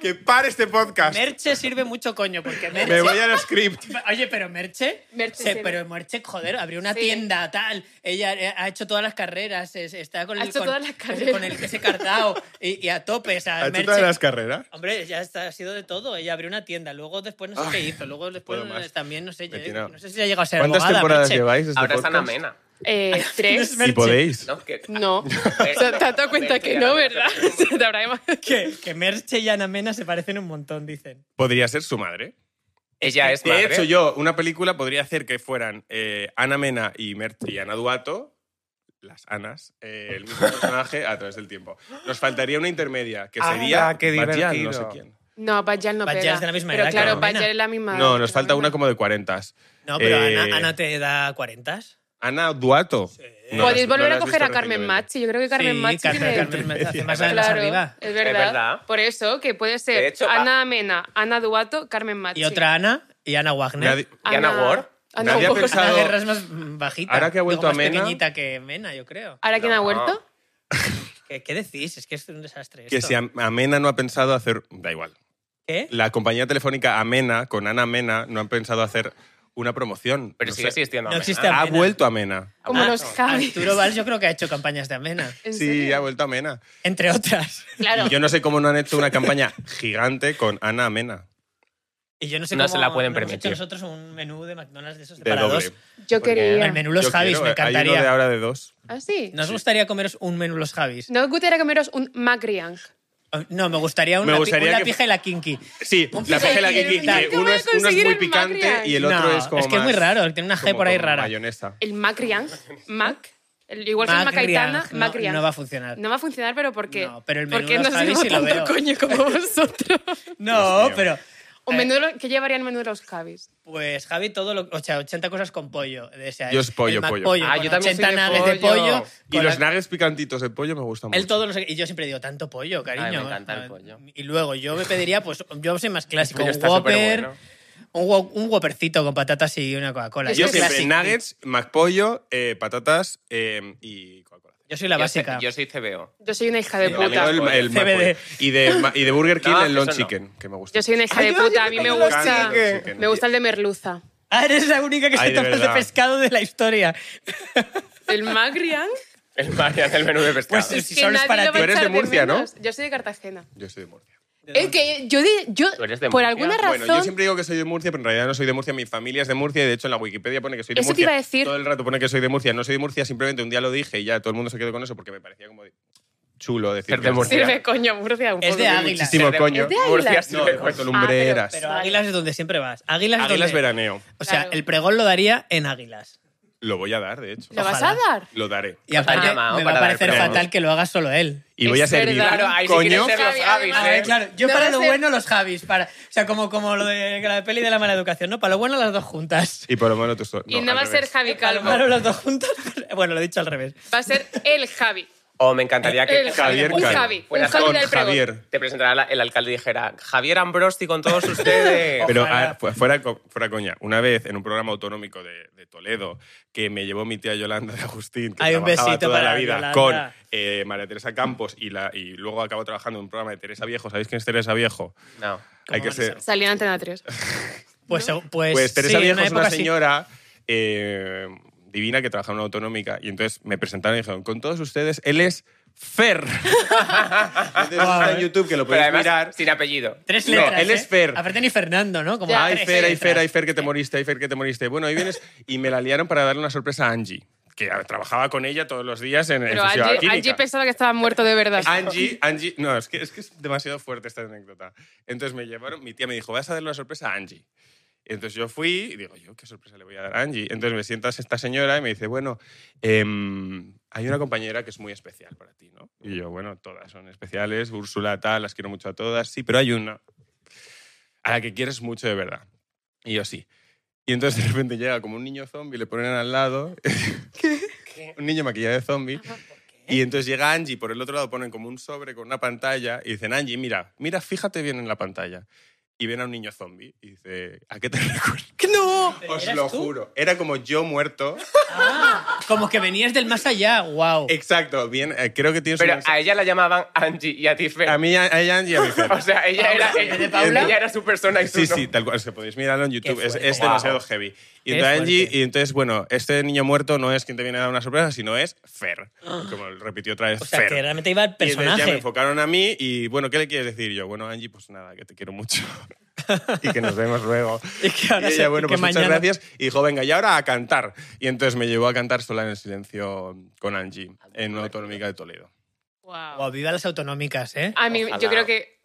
Speaker 3: Que pare este podcast.
Speaker 4: Merche sirve mucho coño, porque Merche...
Speaker 3: Me voy al script.
Speaker 4: Oye, pero Merche,
Speaker 2: Merche
Speaker 4: se-
Speaker 2: sirve.
Speaker 4: pero Merche, joder, abrió una
Speaker 2: Sí.
Speaker 4: tienda, tal. Ella eh, ha hecho todas las carreras, es- está con
Speaker 2: Ha
Speaker 4: el,
Speaker 2: hecho
Speaker 4: con,
Speaker 2: todas las carreras.
Speaker 4: con el ese cartao y, y a tope, o sea,
Speaker 3: ¿Has hecho
Speaker 4: Merche-
Speaker 3: todas las carreras?
Speaker 4: Hombre, ya está, ha sido de todo. Ella abrió una tienda, luego después no sé qué hizo, luego después
Speaker 3: puedo más.
Speaker 4: también no sé,
Speaker 3: Me
Speaker 4: ya-
Speaker 3: tira-
Speaker 4: no sé si ha llegado a ser
Speaker 3: ¿Cuántas
Speaker 4: abogada,
Speaker 3: temporadas
Speaker 4: Merche.
Speaker 3: lleváis desde
Speaker 5: Ahora están
Speaker 3: Este podcast?
Speaker 5: amena.
Speaker 2: Eh, tres.
Speaker 4: Merche.
Speaker 3: Si podéis.
Speaker 5: ¿no? Que-
Speaker 2: No. O sea, te has dado cuenta que no, ¿verdad? Te habrá imaginado.
Speaker 4: Que, que Merche y Ana Mena se parecen un montón, dicen.
Speaker 3: Podría ser su madre.
Speaker 5: Ella es
Speaker 3: De
Speaker 5: madre.
Speaker 3: hecho, yo, una película podría hacer que fueran eh, Ana Mena y Merche y Ana Duato, las Anas, eh, el mismo personaje a través del tiempo. Nos faltaría una intermedia, que
Speaker 5: Ah,
Speaker 3: sería
Speaker 5: qué
Speaker 3: Batial,
Speaker 5: divertido.
Speaker 3: no sé quién.
Speaker 2: No, Bajal no
Speaker 4: Bajal
Speaker 2: pega.
Speaker 4: es de la misma
Speaker 2: Pero
Speaker 4: edad que
Speaker 2: claro,
Speaker 4: Ana Mena.
Speaker 2: Bajal es la misma
Speaker 3: No,
Speaker 2: edad
Speaker 3: nos
Speaker 2: que
Speaker 3: falta
Speaker 2: Ana
Speaker 3: una
Speaker 2: Mena.
Speaker 3: como de cuarentas.
Speaker 4: No, pero
Speaker 3: Eh,
Speaker 4: Ana, Ana te da cuarentas.
Speaker 3: Ana Duato. No,
Speaker 2: Podéis
Speaker 3: no
Speaker 2: volver
Speaker 3: la
Speaker 2: a
Speaker 3: has
Speaker 2: coger
Speaker 3: visto
Speaker 2: a Carmen
Speaker 3: recientemente.
Speaker 2: Machi. Yo creo que Carmen
Speaker 4: sí,
Speaker 2: Machi
Speaker 4: Carmen,
Speaker 2: tiene...
Speaker 4: Carmen Machi hace más años
Speaker 2: Claro,
Speaker 4: arriba.
Speaker 2: es verdad.
Speaker 5: Es verdad.
Speaker 2: Por eso, que puede ser
Speaker 5: De hecho, va-
Speaker 2: Ana Mena, Ana Duato, Carmen Machi.
Speaker 4: Y otra Ana y Ana Wagner.
Speaker 3: Nadie-
Speaker 5: ¿Y Ana Ward?
Speaker 2: Ana
Speaker 3: Nadie ha
Speaker 2: Ward.
Speaker 3: pensado-
Speaker 4: Ana Guerra es más mm, bajita.
Speaker 3: Pues Ahora que ha vuelto
Speaker 4: Digo,
Speaker 3: a
Speaker 4: más
Speaker 3: Mena-
Speaker 4: pequeñita que Mena, yo creo.
Speaker 2: ¿Ahora quién ha
Speaker 5: No.
Speaker 2: vuelto?
Speaker 4: ¿Qué, qué decís? Es que es un desastre
Speaker 3: Que
Speaker 4: esto.
Speaker 3: si Am- Amena no ha pensado hacer. Da igual.
Speaker 4: ¿Qué?
Speaker 3: La compañía telefónica Amena, con Ana Amena, no han pensado hacer una promoción.
Speaker 5: Pero
Speaker 3: No
Speaker 5: sigue
Speaker 3: sé.
Speaker 5: existiendo.
Speaker 4: No
Speaker 5: amena.
Speaker 4: existe
Speaker 3: Ha
Speaker 4: Amena.
Speaker 3: vuelto Amena.
Speaker 2: Como
Speaker 4: Ah,
Speaker 2: los Javis.
Speaker 4: Arturo Valls yo creo que ha hecho campañas de Amena,
Speaker 2: ¿En
Speaker 3: Sí,
Speaker 2: serio?
Speaker 3: ha vuelto Amena.
Speaker 4: entre otras.
Speaker 2: Claro.
Speaker 3: Y yo no sé cómo no han hecho una campaña gigante con Ana Amena.
Speaker 4: Y yo no sé
Speaker 5: No
Speaker 4: cómo
Speaker 5: se la pueden
Speaker 4: no hemos
Speaker 5: permitir.
Speaker 4: hecho nosotros un menú de McDonald's de esos de,
Speaker 3: De
Speaker 4: para
Speaker 3: doble.
Speaker 4: dos.
Speaker 2: Yo
Speaker 5: Porque
Speaker 2: quería.
Speaker 4: El menú Los
Speaker 3: Yo
Speaker 4: Javis,
Speaker 3: quiero, eh,
Speaker 4: me
Speaker 3: Hay uno de
Speaker 4: encantaría.
Speaker 3: ahora de dos.
Speaker 2: ¿Ah, sí?
Speaker 4: ¿Nos gustaría comeros un menú Los Javis?
Speaker 2: No os gustaría comeros un Macriang.
Speaker 4: Oh, No, me gustaría
Speaker 3: Me
Speaker 4: una, pi-
Speaker 3: gustaría
Speaker 4: una
Speaker 3: que-
Speaker 4: pija y la kinky.
Speaker 3: Sí,
Speaker 4: Un
Speaker 3: la
Speaker 4: pico
Speaker 3: pijela
Speaker 4: y
Speaker 3: que
Speaker 4: el-
Speaker 3: que uno
Speaker 2: ¿Cómo voy a
Speaker 3: es, uno es
Speaker 2: conseguir
Speaker 3: muy
Speaker 2: el
Speaker 3: picante
Speaker 2: Macrian?
Speaker 3: y el otro
Speaker 4: No,
Speaker 3: es como
Speaker 4: es que es
Speaker 3: más
Speaker 4: muy raro, tiene una G
Speaker 3: como
Speaker 4: por ahí
Speaker 3: con
Speaker 4: rara.
Speaker 3: Mayonesa.
Speaker 2: El Macriang. Mac. El- igual que Pues el Macaitana,
Speaker 4: Macriang, no,
Speaker 2: Macriang.
Speaker 4: no va a funcionar.
Speaker 2: no va a funcionar, pero ¿por qué?
Speaker 4: No, pero el menú
Speaker 2: Porque
Speaker 4: de
Speaker 2: no
Speaker 4: los Javis
Speaker 2: sirvo
Speaker 4: sí lo
Speaker 2: tanto
Speaker 4: veo.
Speaker 2: coño como vosotros.
Speaker 4: No,
Speaker 3: mío.
Speaker 4: pero...
Speaker 2: o menú de los- ¿Qué llevaría el menú de los Javis?
Speaker 4: Pues Javi, todo lo, o sea, 80 cosas con pollo. O sea,
Speaker 3: Yo
Speaker 4: el-
Speaker 3: es pollo,
Speaker 4: el Mac
Speaker 3: pollo.
Speaker 5: Ah,
Speaker 4: con
Speaker 5: yo también
Speaker 4: 80
Speaker 5: soy de
Speaker 4: nuggets de
Speaker 5: pollo.
Speaker 4: pollo.
Speaker 3: Y
Speaker 4: con
Speaker 3: los
Speaker 4: la-
Speaker 3: nuggets picantitos de pollo me gustan mucho.
Speaker 4: Él todo lo sé. Y yo siempre digo, tanto pollo, cariño.
Speaker 5: Ay, me encanta el
Speaker 4: Ah,
Speaker 5: pollo.
Speaker 4: Y luego yo me pediría, pues, yo soy más clásico,
Speaker 5: Pero
Speaker 4: un
Speaker 5: está súper
Speaker 4: Whopper,
Speaker 5: bueno.
Speaker 4: Un, wo- un Whoppercito con patatas y una Coca-Cola.
Speaker 2: Es
Speaker 3: Yo
Speaker 2: que
Speaker 3: siempre
Speaker 2: clásico.
Speaker 3: nuggets, macpollo, eh, patatas eh, y Coca-Cola.
Speaker 4: Yo soy la
Speaker 5: Yo sé-
Speaker 4: básica.
Speaker 5: Yo soy CBO.
Speaker 2: Yo soy una hija de
Speaker 5: Sí,
Speaker 3: Y luego
Speaker 2: puta.
Speaker 3: el- el
Speaker 4: CBD.
Speaker 3: McPollo. Y de, ma- y de Burger King
Speaker 5: No,
Speaker 3: el Long
Speaker 5: eso no.
Speaker 3: Chicken, que me gusta.
Speaker 2: Yo soy una hija de
Speaker 4: yo- yo
Speaker 2: puta. A mí me
Speaker 4: también
Speaker 3: Me encanta
Speaker 2: gusta.
Speaker 3: el Long Chicken.
Speaker 2: Me gusta el de merluza.
Speaker 4: Ah, eres la única que
Speaker 3: Ay,
Speaker 4: se
Speaker 3: de
Speaker 4: toma el de
Speaker 3: verdad.
Speaker 4: pescado de la historia.
Speaker 2: El magrián.
Speaker 5: El Marian del menú de pescado.
Speaker 4: Pues sí. Si
Speaker 2: que
Speaker 4: solo
Speaker 2: nadie
Speaker 4: es para
Speaker 2: lo
Speaker 4: ti.
Speaker 2: va a
Speaker 3: Tú eres
Speaker 2: echar
Speaker 3: de Murcia, ¿no?
Speaker 2: menos. Yo soy de Cartagena.
Speaker 3: Yo soy de Murcia.
Speaker 2: Es que yo, de- yo
Speaker 5: Tú eres de
Speaker 2: por
Speaker 5: Murcia.
Speaker 2: alguna razón,
Speaker 3: Ah, Bueno, yo siempre digo que soy de Murcia, pero en realidad no soy de Murcia. Mi familia es de Murcia y de hecho en la Wikipedia pone que soy de
Speaker 2: Eso te
Speaker 3: Murcia.
Speaker 2: iba a decir.
Speaker 3: Todo el rato pone que soy de Murcia. No soy de Murcia, simplemente un día lo dije y ya todo el mundo se quedó con eso porque me parecía como de- chulo decir
Speaker 5: Ser de
Speaker 3: que-
Speaker 5: Murcia.
Speaker 2: sirve coño Murcia un
Speaker 4: Es
Speaker 2: poco.
Speaker 4: de águila.
Speaker 3: Muchísimo
Speaker 5: Ser de-
Speaker 3: coño.
Speaker 2: ¿Es de águilas?
Speaker 5: Murcia Ah,
Speaker 3: No,
Speaker 5: sirve
Speaker 3: de
Speaker 5: coño.
Speaker 3: Puerto Lumbreras.
Speaker 4: Pero
Speaker 2: Vale.
Speaker 4: Águilas es donde siempre vas. Águilas,
Speaker 3: Águilas
Speaker 4: donde-
Speaker 3: veraneo.
Speaker 4: O sea,
Speaker 2: Claro.
Speaker 4: el pregón lo daría en Águilas.
Speaker 3: Lo voy a dar, de hecho.
Speaker 2: ¿Lo vas
Speaker 4: Ojalá.
Speaker 2: a dar?
Speaker 3: Lo daré.
Speaker 4: Y
Speaker 5: Nos han
Speaker 4: aparte,
Speaker 5: llamado
Speaker 4: me va a
Speaker 5: para dar
Speaker 4: parecer
Speaker 5: pregón.
Speaker 4: fatal que lo haga solo él.
Speaker 3: Y voy a
Speaker 2: Es
Speaker 3: servir.
Speaker 2: verdad.
Speaker 5: Claro, ahí sí
Speaker 3: coño.
Speaker 5: quieren ser los
Speaker 2: Javi,
Speaker 5: Javis,
Speaker 2: además.
Speaker 4: A
Speaker 5: ¿eh?
Speaker 4: ver, claro, yo
Speaker 2: No va
Speaker 4: para
Speaker 2: a
Speaker 4: lo
Speaker 2: ser-
Speaker 4: bueno los Javis, para, o sea, como, como lo de la peli de la mala educación, ¿no? Para lo bueno las dos juntas.
Speaker 3: Y por lo menos tú so-
Speaker 2: Y no,
Speaker 3: al
Speaker 2: va a ser
Speaker 3: revés.
Speaker 2: Javi
Speaker 4: Para lo
Speaker 2: Calvo.
Speaker 4: malo las dos juntas, bueno, lo he dicho al revés.
Speaker 2: Va a ser el Javi.
Speaker 5: O Oh, me encantaría que
Speaker 2: El
Speaker 3: Javier
Speaker 2: un
Speaker 3: Calvo.
Speaker 2: Javi. Un
Speaker 5: Buenas
Speaker 2: Javi
Speaker 3: Con
Speaker 2: del pregón.
Speaker 3: Javier.
Speaker 5: te presentara la- el alcalde y dijera Javier Ambrosti con todos ustedes.
Speaker 3: Pero
Speaker 4: Ojalá.
Speaker 3: ah, fu- fuera, co- fuera coña, una vez en un programa autonómico de, de Toledo que me llevó mi tía Yolanda de Agustín, que
Speaker 4: Hay un
Speaker 3: trabajaba
Speaker 4: besito
Speaker 3: toda
Speaker 4: para
Speaker 3: la vida
Speaker 4: Yolanda.
Speaker 3: con eh, María Teresa Campos y, la, y luego acabo trabajando en un programa de Teresa Viejo. ¿Sabéis quién es Teresa Viejo?
Speaker 5: no.
Speaker 3: Hay que
Speaker 4: van a
Speaker 3: ser.
Speaker 2: Salió en Antena 3.
Speaker 4: Pues, pues,
Speaker 3: Pues
Speaker 4: sí,
Speaker 3: Teresa
Speaker 4: en
Speaker 3: Viejo es
Speaker 4: época
Speaker 3: una
Speaker 4: sí.
Speaker 3: señora eh, divina que trabaja en una autonómica y entonces me presentaron y dijeron, con todos ustedes, él es Fer. entonces está
Speaker 4: eh.
Speaker 3: en YouTube que lo
Speaker 5: Pero
Speaker 3: podéis
Speaker 5: además,
Speaker 3: mirar.
Speaker 5: sin apellido.
Speaker 4: Tres
Speaker 3: No,
Speaker 4: letras.
Speaker 3: él
Speaker 4: ¿eh?
Speaker 3: es Fer.
Speaker 4: Aparte ni Fernando, ¿no? Como
Speaker 2: Ya.
Speaker 3: Ay,
Speaker 4: tres
Speaker 3: Fer, ay, Fer,
Speaker 4: letras.
Speaker 3: ay, Fer, que te moriste, ay, Fer, que te moriste. Bueno, ahí vienes y me la liaron para darle una sorpresa a Angie, que trabajaba con ella todos los días en, en
Speaker 2: Pero
Speaker 3: Fusión
Speaker 2: Angie,
Speaker 3: Química.
Speaker 2: Angie pensaba que estaba muerto de verdad.
Speaker 3: Angie, Angie- no, es que, es que es demasiado fuerte esta anécdota. Entonces me llevaron, mi tía me dijo, vas a darle una sorpresa a Angie. Entonces yo fui y digo, yo, ¿qué sorpresa le voy a dar a Angie? Entonces me sientas esta señora y me dice, bueno, em, hay una compañera que es muy especial para ti, ¿no? Y yo, bueno, todas son especiales, Úrsula, tal, las quiero mucho a todas, sí, pero hay una a la que quieres mucho de verdad. Y yo, sí. Y entonces de repente llega como un niño zombie, le ponen al lado, un niño maquillado de zombie, y entonces llega Angie, por el otro lado ponen como un sobre con una pantalla y dicen, Angie, mira, mira, fíjate bien en la pantalla. Y ven a un niño zombie y dice, ¿a qué te recuerda?
Speaker 4: ¡No!
Speaker 3: Os
Speaker 4: ¿Eras
Speaker 3: lo
Speaker 4: tú?
Speaker 3: juro. Era como yo muerto.
Speaker 4: Ah, como que venías del más allá, wow.
Speaker 3: Exacto, bien, eh, creo que tienes
Speaker 5: Pero
Speaker 3: una-
Speaker 5: a ella la llamaban Angie y a ti Fer.
Speaker 3: A mí, a, a ella, Angie, a mí, Fer.
Speaker 5: O sea, ella era,
Speaker 4: Paula,
Speaker 5: ella,
Speaker 4: Ah, ¿de Paula?
Speaker 5: ella era su persona y tú
Speaker 3: Sí,
Speaker 5: no.
Speaker 3: sí, tal cual. Es que podéis mirarlo en YouTube.
Speaker 4: Qué
Speaker 3: Es,
Speaker 4: fuerte.
Speaker 3: es
Speaker 5: Wow.
Speaker 3: demasiado heavy. Y
Speaker 4: Qué
Speaker 3: entonces, Angie,
Speaker 4: fuerte.
Speaker 3: y entonces, bueno, este niño muerto no es quien te viene a dar una sorpresa, sino es Fer. Como repitió otra vez,
Speaker 4: O sea,
Speaker 3: Fer.
Speaker 4: que realmente iba el
Speaker 3: Y entonces ya me
Speaker 4: personaje.
Speaker 3: enfocaron a mí y, bueno, ¿qué le quieres decir? Yo, bueno, Angie, pues nada, que te quiero mucho. y que nos vemos luego.
Speaker 4: Y que ahora
Speaker 3: Y
Speaker 4: se-
Speaker 3: ella, bueno,
Speaker 4: que
Speaker 3: pues muchas
Speaker 4: mañana-
Speaker 3: gracias. Y dijo, venga, y ahora a cantar. Y entonces me llevó a cantar sola en el silencio con Angie, en una autonómica de Toledo.
Speaker 2: Guau.
Speaker 4: Guau, viva las autonómicas, ¿eh?
Speaker 2: A mí,
Speaker 5: Ojalá.
Speaker 2: yo creo que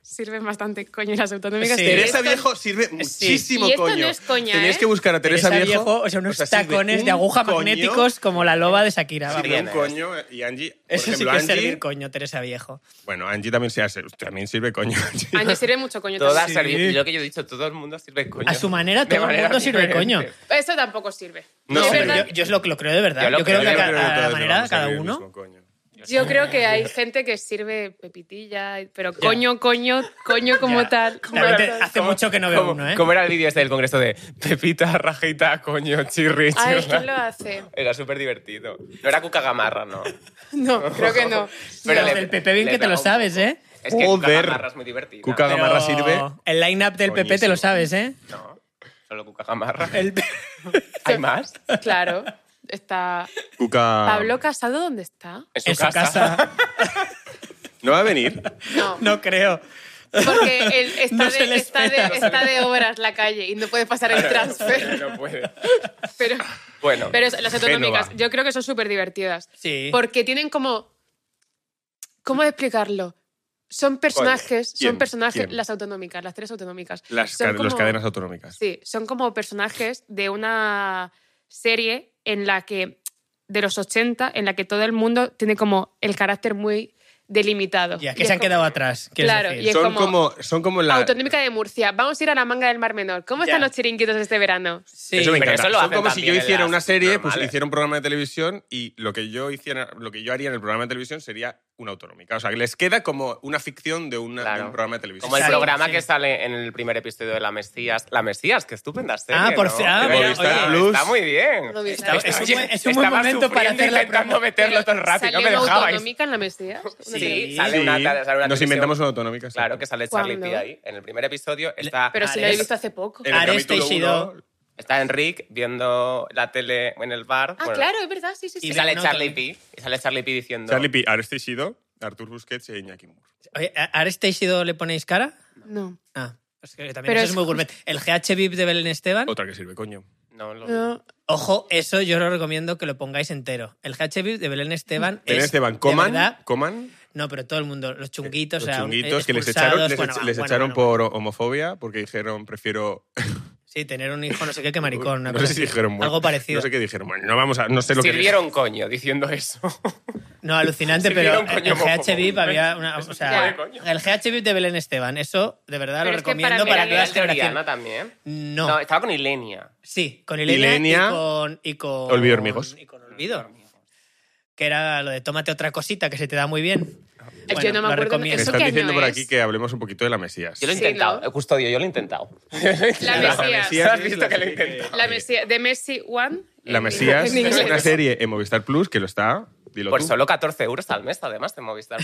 Speaker 2: sirven bastante coño las autonómicas.
Speaker 4: Sí.
Speaker 2: Y
Speaker 3: Teresa
Speaker 2: esto-
Speaker 3: Viejo sirve muchísimo,
Speaker 2: Y esto
Speaker 3: coño.
Speaker 2: no es coña,
Speaker 3: Tenéis
Speaker 2: ¿eh?
Speaker 3: que buscar a Teresa, Viejo.
Speaker 4: o sea, unos
Speaker 3: sirve
Speaker 4: tacones
Speaker 3: un
Speaker 4: de aguja
Speaker 3: coño,
Speaker 4: magnéticos como la loba de Shakira. vamos.
Speaker 3: sirve un
Speaker 5: Bien,
Speaker 3: coño y Angie, por
Speaker 4: Eso sí
Speaker 3: ejemplo,
Speaker 4: que es
Speaker 3: Angie,
Speaker 4: servir coño, Teresa Viejo.
Speaker 3: bueno, Angie también, se hace- también sirve coño. Angie.
Speaker 2: Angie sirve mucho coño.
Speaker 5: Todas
Speaker 2: también.
Speaker 5: servi- Lo que yo he dicho, todo el mundo sirve coño.
Speaker 4: A su manera,
Speaker 5: De
Speaker 4: todo el mundo sirve
Speaker 5: diferente.
Speaker 4: coño.
Speaker 2: Eso tampoco sirve.
Speaker 3: No,
Speaker 2: Es
Speaker 3: hombre,
Speaker 2: verdad,
Speaker 4: Yo, yo es lo que lo creo de verdad. Yo,
Speaker 5: Yo lo
Speaker 4: creo,
Speaker 5: creo,
Speaker 4: que
Speaker 5: yo
Speaker 4: a,
Speaker 5: creo
Speaker 3: que
Speaker 4: a la
Speaker 3: todas
Speaker 4: manera
Speaker 3: vamos
Speaker 4: de
Speaker 3: a
Speaker 4: cada
Speaker 3: servir el
Speaker 4: uno.
Speaker 3: mismo coño.
Speaker 2: Yo creo que hay gente que sirve pepitilla, pero coño, coño, coño como
Speaker 4: Ya.
Speaker 2: tal.
Speaker 4: También te- hace mucho que no veo
Speaker 5: ¿Cómo,
Speaker 4: uno, ¿eh?
Speaker 5: cómo era el vídeo este del congreso de Pepita, Rajita, coño, chirri,
Speaker 2: Ay,
Speaker 5: chirra?
Speaker 2: ¿quién Ah, lo hace?
Speaker 5: Era súper divertido. No era Cuca Gamarra, no.
Speaker 2: No, creo que no.
Speaker 5: Pero
Speaker 4: Los
Speaker 5: le-
Speaker 4: del PP bien
Speaker 5: le
Speaker 4: que te lo
Speaker 5: pega un
Speaker 4: sabes,
Speaker 5: poco.
Speaker 4: ¿eh?
Speaker 5: Es que Cuca
Speaker 3: Joder.
Speaker 5: Gamarra es muy divertida.
Speaker 3: Cuca
Speaker 4: Pero
Speaker 3: Gamarra sirve.
Speaker 4: El line-up del PP te lo
Speaker 3: Coñísimo.
Speaker 4: sabes, ¿eh?
Speaker 5: No, solo Cuca Gamarra.
Speaker 4: El-
Speaker 5: ¿Hay más?
Speaker 2: Claro.
Speaker 4: Ah.
Speaker 2: Está.
Speaker 3: Cuca-
Speaker 2: ¿Pablo Casado dónde está?
Speaker 4: en su casa.
Speaker 3: ¿No va a venir?
Speaker 2: No.
Speaker 4: No creo.
Speaker 2: Porque él está,
Speaker 4: No se
Speaker 2: de,
Speaker 4: le
Speaker 2: está, de,
Speaker 4: espera.
Speaker 2: está de obras la calle y no puede pasar el transfer.
Speaker 5: No puede.
Speaker 2: Pero,
Speaker 5: Bueno,
Speaker 2: pero es- las autonómicas,
Speaker 3: Génova.
Speaker 2: yo creo que son súper divertidas.
Speaker 4: Sí.
Speaker 2: Porque tienen como. ¿Cómo explicarlo? Son personajes,
Speaker 3: ¿Quién?
Speaker 2: son personajes,
Speaker 3: ¿Quién?
Speaker 2: las autonómicas, las tres autonómicas.
Speaker 3: Las,
Speaker 2: Son
Speaker 3: ca- las
Speaker 2: como-
Speaker 3: cadenas autonómicas.
Speaker 2: Sí, son como personajes de una serie en la que, de los 80, en la que todo el mundo tiene como el carácter muy delimitado.
Speaker 4: Ya,
Speaker 2: Y
Speaker 4: que
Speaker 2: es
Speaker 4: se han
Speaker 2: como-
Speaker 4: quedado atrás. quieres
Speaker 2: Claro,
Speaker 4: decir.
Speaker 2: y es
Speaker 3: Son
Speaker 2: como-
Speaker 3: como, son como la...
Speaker 2: Autonómica de Murcia, vamos a ir a la manga del Mar Menor. ¿Cómo
Speaker 4: Ya.
Speaker 2: están los chiringuitos este verano?
Speaker 4: Sí.
Speaker 3: Eso me
Speaker 5: Pero
Speaker 3: encanta.
Speaker 5: eso lo
Speaker 3: Son
Speaker 5: hacen
Speaker 3: como si
Speaker 5: también
Speaker 3: yo
Speaker 5: en
Speaker 3: hiciera
Speaker 5: las
Speaker 3: una serie, pues
Speaker 5: normales.
Speaker 3: hiciera un programa de televisión y lo que yo hiciera, lo que yo haría en el programa de televisión sería una autonómica. O sea, que les queda como una ficción de, una- de
Speaker 5: Claro.
Speaker 3: un programa de televisión.
Speaker 5: Como el
Speaker 4: Sí,
Speaker 5: programa
Speaker 4: sí.
Speaker 5: que sale en el primer episodio de La Mesías. La Mesías, qué estupenda serie,
Speaker 4: Ah, por
Speaker 5: ¿no?
Speaker 4: fin. Ah,
Speaker 5: De
Speaker 4: mira,
Speaker 5: Movistar
Speaker 3: oye.
Speaker 5: Plus. Está muy bien.
Speaker 2: No vi
Speaker 4: Está-
Speaker 2: nada.
Speaker 4: es un
Speaker 5: Oye,
Speaker 4: buen- es un buen
Speaker 5: estaba
Speaker 4: momento para
Speaker 5: sufriendo
Speaker 4: hacer la
Speaker 5: intentando
Speaker 4: promo.
Speaker 5: meterlo todo el rato y no
Speaker 2: ¿Salió
Speaker 5: me
Speaker 2: una
Speaker 5: dejabais.
Speaker 2: autonómica en la Mesías? Una
Speaker 5: Sí,
Speaker 4: televisión.
Speaker 5: sale una,
Speaker 3: Sí,
Speaker 5: sale una
Speaker 3: Nos
Speaker 5: televisión.
Speaker 3: inventamos una autonómica. exacto.
Speaker 5: Claro que sale Charlie P
Speaker 2: ¿Cuándo?
Speaker 5: ahí. En el primer episodio está,
Speaker 2: Pero si
Speaker 4: Vale,
Speaker 2: lo he
Speaker 4: es-
Speaker 2: visto hace poco.
Speaker 5: Eh,
Speaker 3: En el
Speaker 4: Aresta y
Speaker 3: capítulo
Speaker 4: Shidó.
Speaker 3: uno,
Speaker 5: está Enric viendo la tele en el bar.
Speaker 2: Ah,
Speaker 5: Bueno,
Speaker 2: claro, es verdad, sí, sí,
Speaker 5: Y
Speaker 2: sí.
Speaker 5: sale
Speaker 4: no,
Speaker 5: Charlie
Speaker 4: también.
Speaker 5: P. Y sale Charlie P diciendo.
Speaker 3: Charlie P. Aresta y Shidó, Artur Busquets e Iñaki Moore.
Speaker 4: Oye, ¿a a Aresta y Sido le ponéis cara?
Speaker 2: No.
Speaker 4: Ah, es que también
Speaker 2: Pero
Speaker 4: eso
Speaker 2: es
Speaker 4: es muy gourmet. El GH VIP de Belén Esteban.
Speaker 3: Otra que sirve, coño.
Speaker 5: No, lo-
Speaker 2: No.
Speaker 4: Ojo, eso yo lo recomiendo que lo pongáis entero. El GH VIP de Belén Esteban
Speaker 3: Belén
Speaker 4: es,
Speaker 3: Esteban,
Speaker 4: de
Speaker 3: este coman,
Speaker 4: verdad-
Speaker 3: coman
Speaker 4: no, pero todo el mundo, los chunguitos,
Speaker 3: los
Speaker 4: o sea, eh,
Speaker 3: chunguitos que les
Speaker 4: expulsados,
Speaker 3: echaron, les,
Speaker 4: bueno,
Speaker 3: ech-
Speaker 4: va,
Speaker 3: les
Speaker 4: bueno,
Speaker 3: echaron
Speaker 4: bueno,
Speaker 3: por homofobia porque dijeron prefiero
Speaker 4: Sí, tener un hijo no sé qué que maricón. una
Speaker 3: no sé
Speaker 4: cosa
Speaker 3: si
Speaker 4: así.
Speaker 3: dijeron bueno,
Speaker 4: Algo parecido.
Speaker 3: No sé qué dijeron. Bueno, no vamos a no sé lo que
Speaker 5: Sirvieron coño diciendo eso.
Speaker 4: No, alucinante,
Speaker 5: Sí,
Speaker 4: pero
Speaker 5: vieron, coño,
Speaker 4: el GH
Speaker 5: homófobo.
Speaker 4: VIP había una. O sea,
Speaker 2: Ya.
Speaker 5: coño.
Speaker 4: el GH VIP de Belén Esteban, eso de verdad
Speaker 2: ¿eh, Pero
Speaker 4: lo
Speaker 2: es que
Speaker 4: recomiendo
Speaker 2: para
Speaker 4: para
Speaker 2: mí
Speaker 5: Era
Speaker 4: todas
Speaker 5: el
Speaker 4: las
Speaker 5: de
Speaker 4: generaciones.
Speaker 5: Oriana también.
Speaker 4: No,
Speaker 5: estaba con Ilenia.
Speaker 4: sí, con Ilenia,
Speaker 3: Ilenia,
Speaker 4: y con. Y con
Speaker 3: Olvido Hormigos.
Speaker 4: Y con Olvido. Que era lo de tómate otra cosita que se te da muy bien. Bueno,
Speaker 2: Yo no me
Speaker 4: lo
Speaker 2: acuerdo.
Speaker 4: recomiendo.
Speaker 3: me
Speaker 2: Eso
Speaker 3: están
Speaker 2: que
Speaker 3: diciendo
Speaker 2: no
Speaker 3: por
Speaker 2: es.
Speaker 3: aquí que hablemos un poquito de la Mesías.
Speaker 5: Yo lo he
Speaker 2: Sí,
Speaker 5: intentado.
Speaker 2: ¿no?
Speaker 5: Eh, Custodio, yo lo he intentado.
Speaker 2: La
Speaker 3: La
Speaker 2: Mesías.
Speaker 3: Mesías
Speaker 5: Has visto
Speaker 3: es
Speaker 5: que lo he
Speaker 3: serie
Speaker 5: intentado.
Speaker 2: La Mesías. De Messi One.
Speaker 3: La
Speaker 2: en-
Speaker 3: Mesías
Speaker 2: en inglés.
Speaker 3: es una serie en Movistar Plus que lo está. Dilo
Speaker 5: Por
Speaker 3: tú.
Speaker 5: solo 14 euros al mes, además, de Movistar.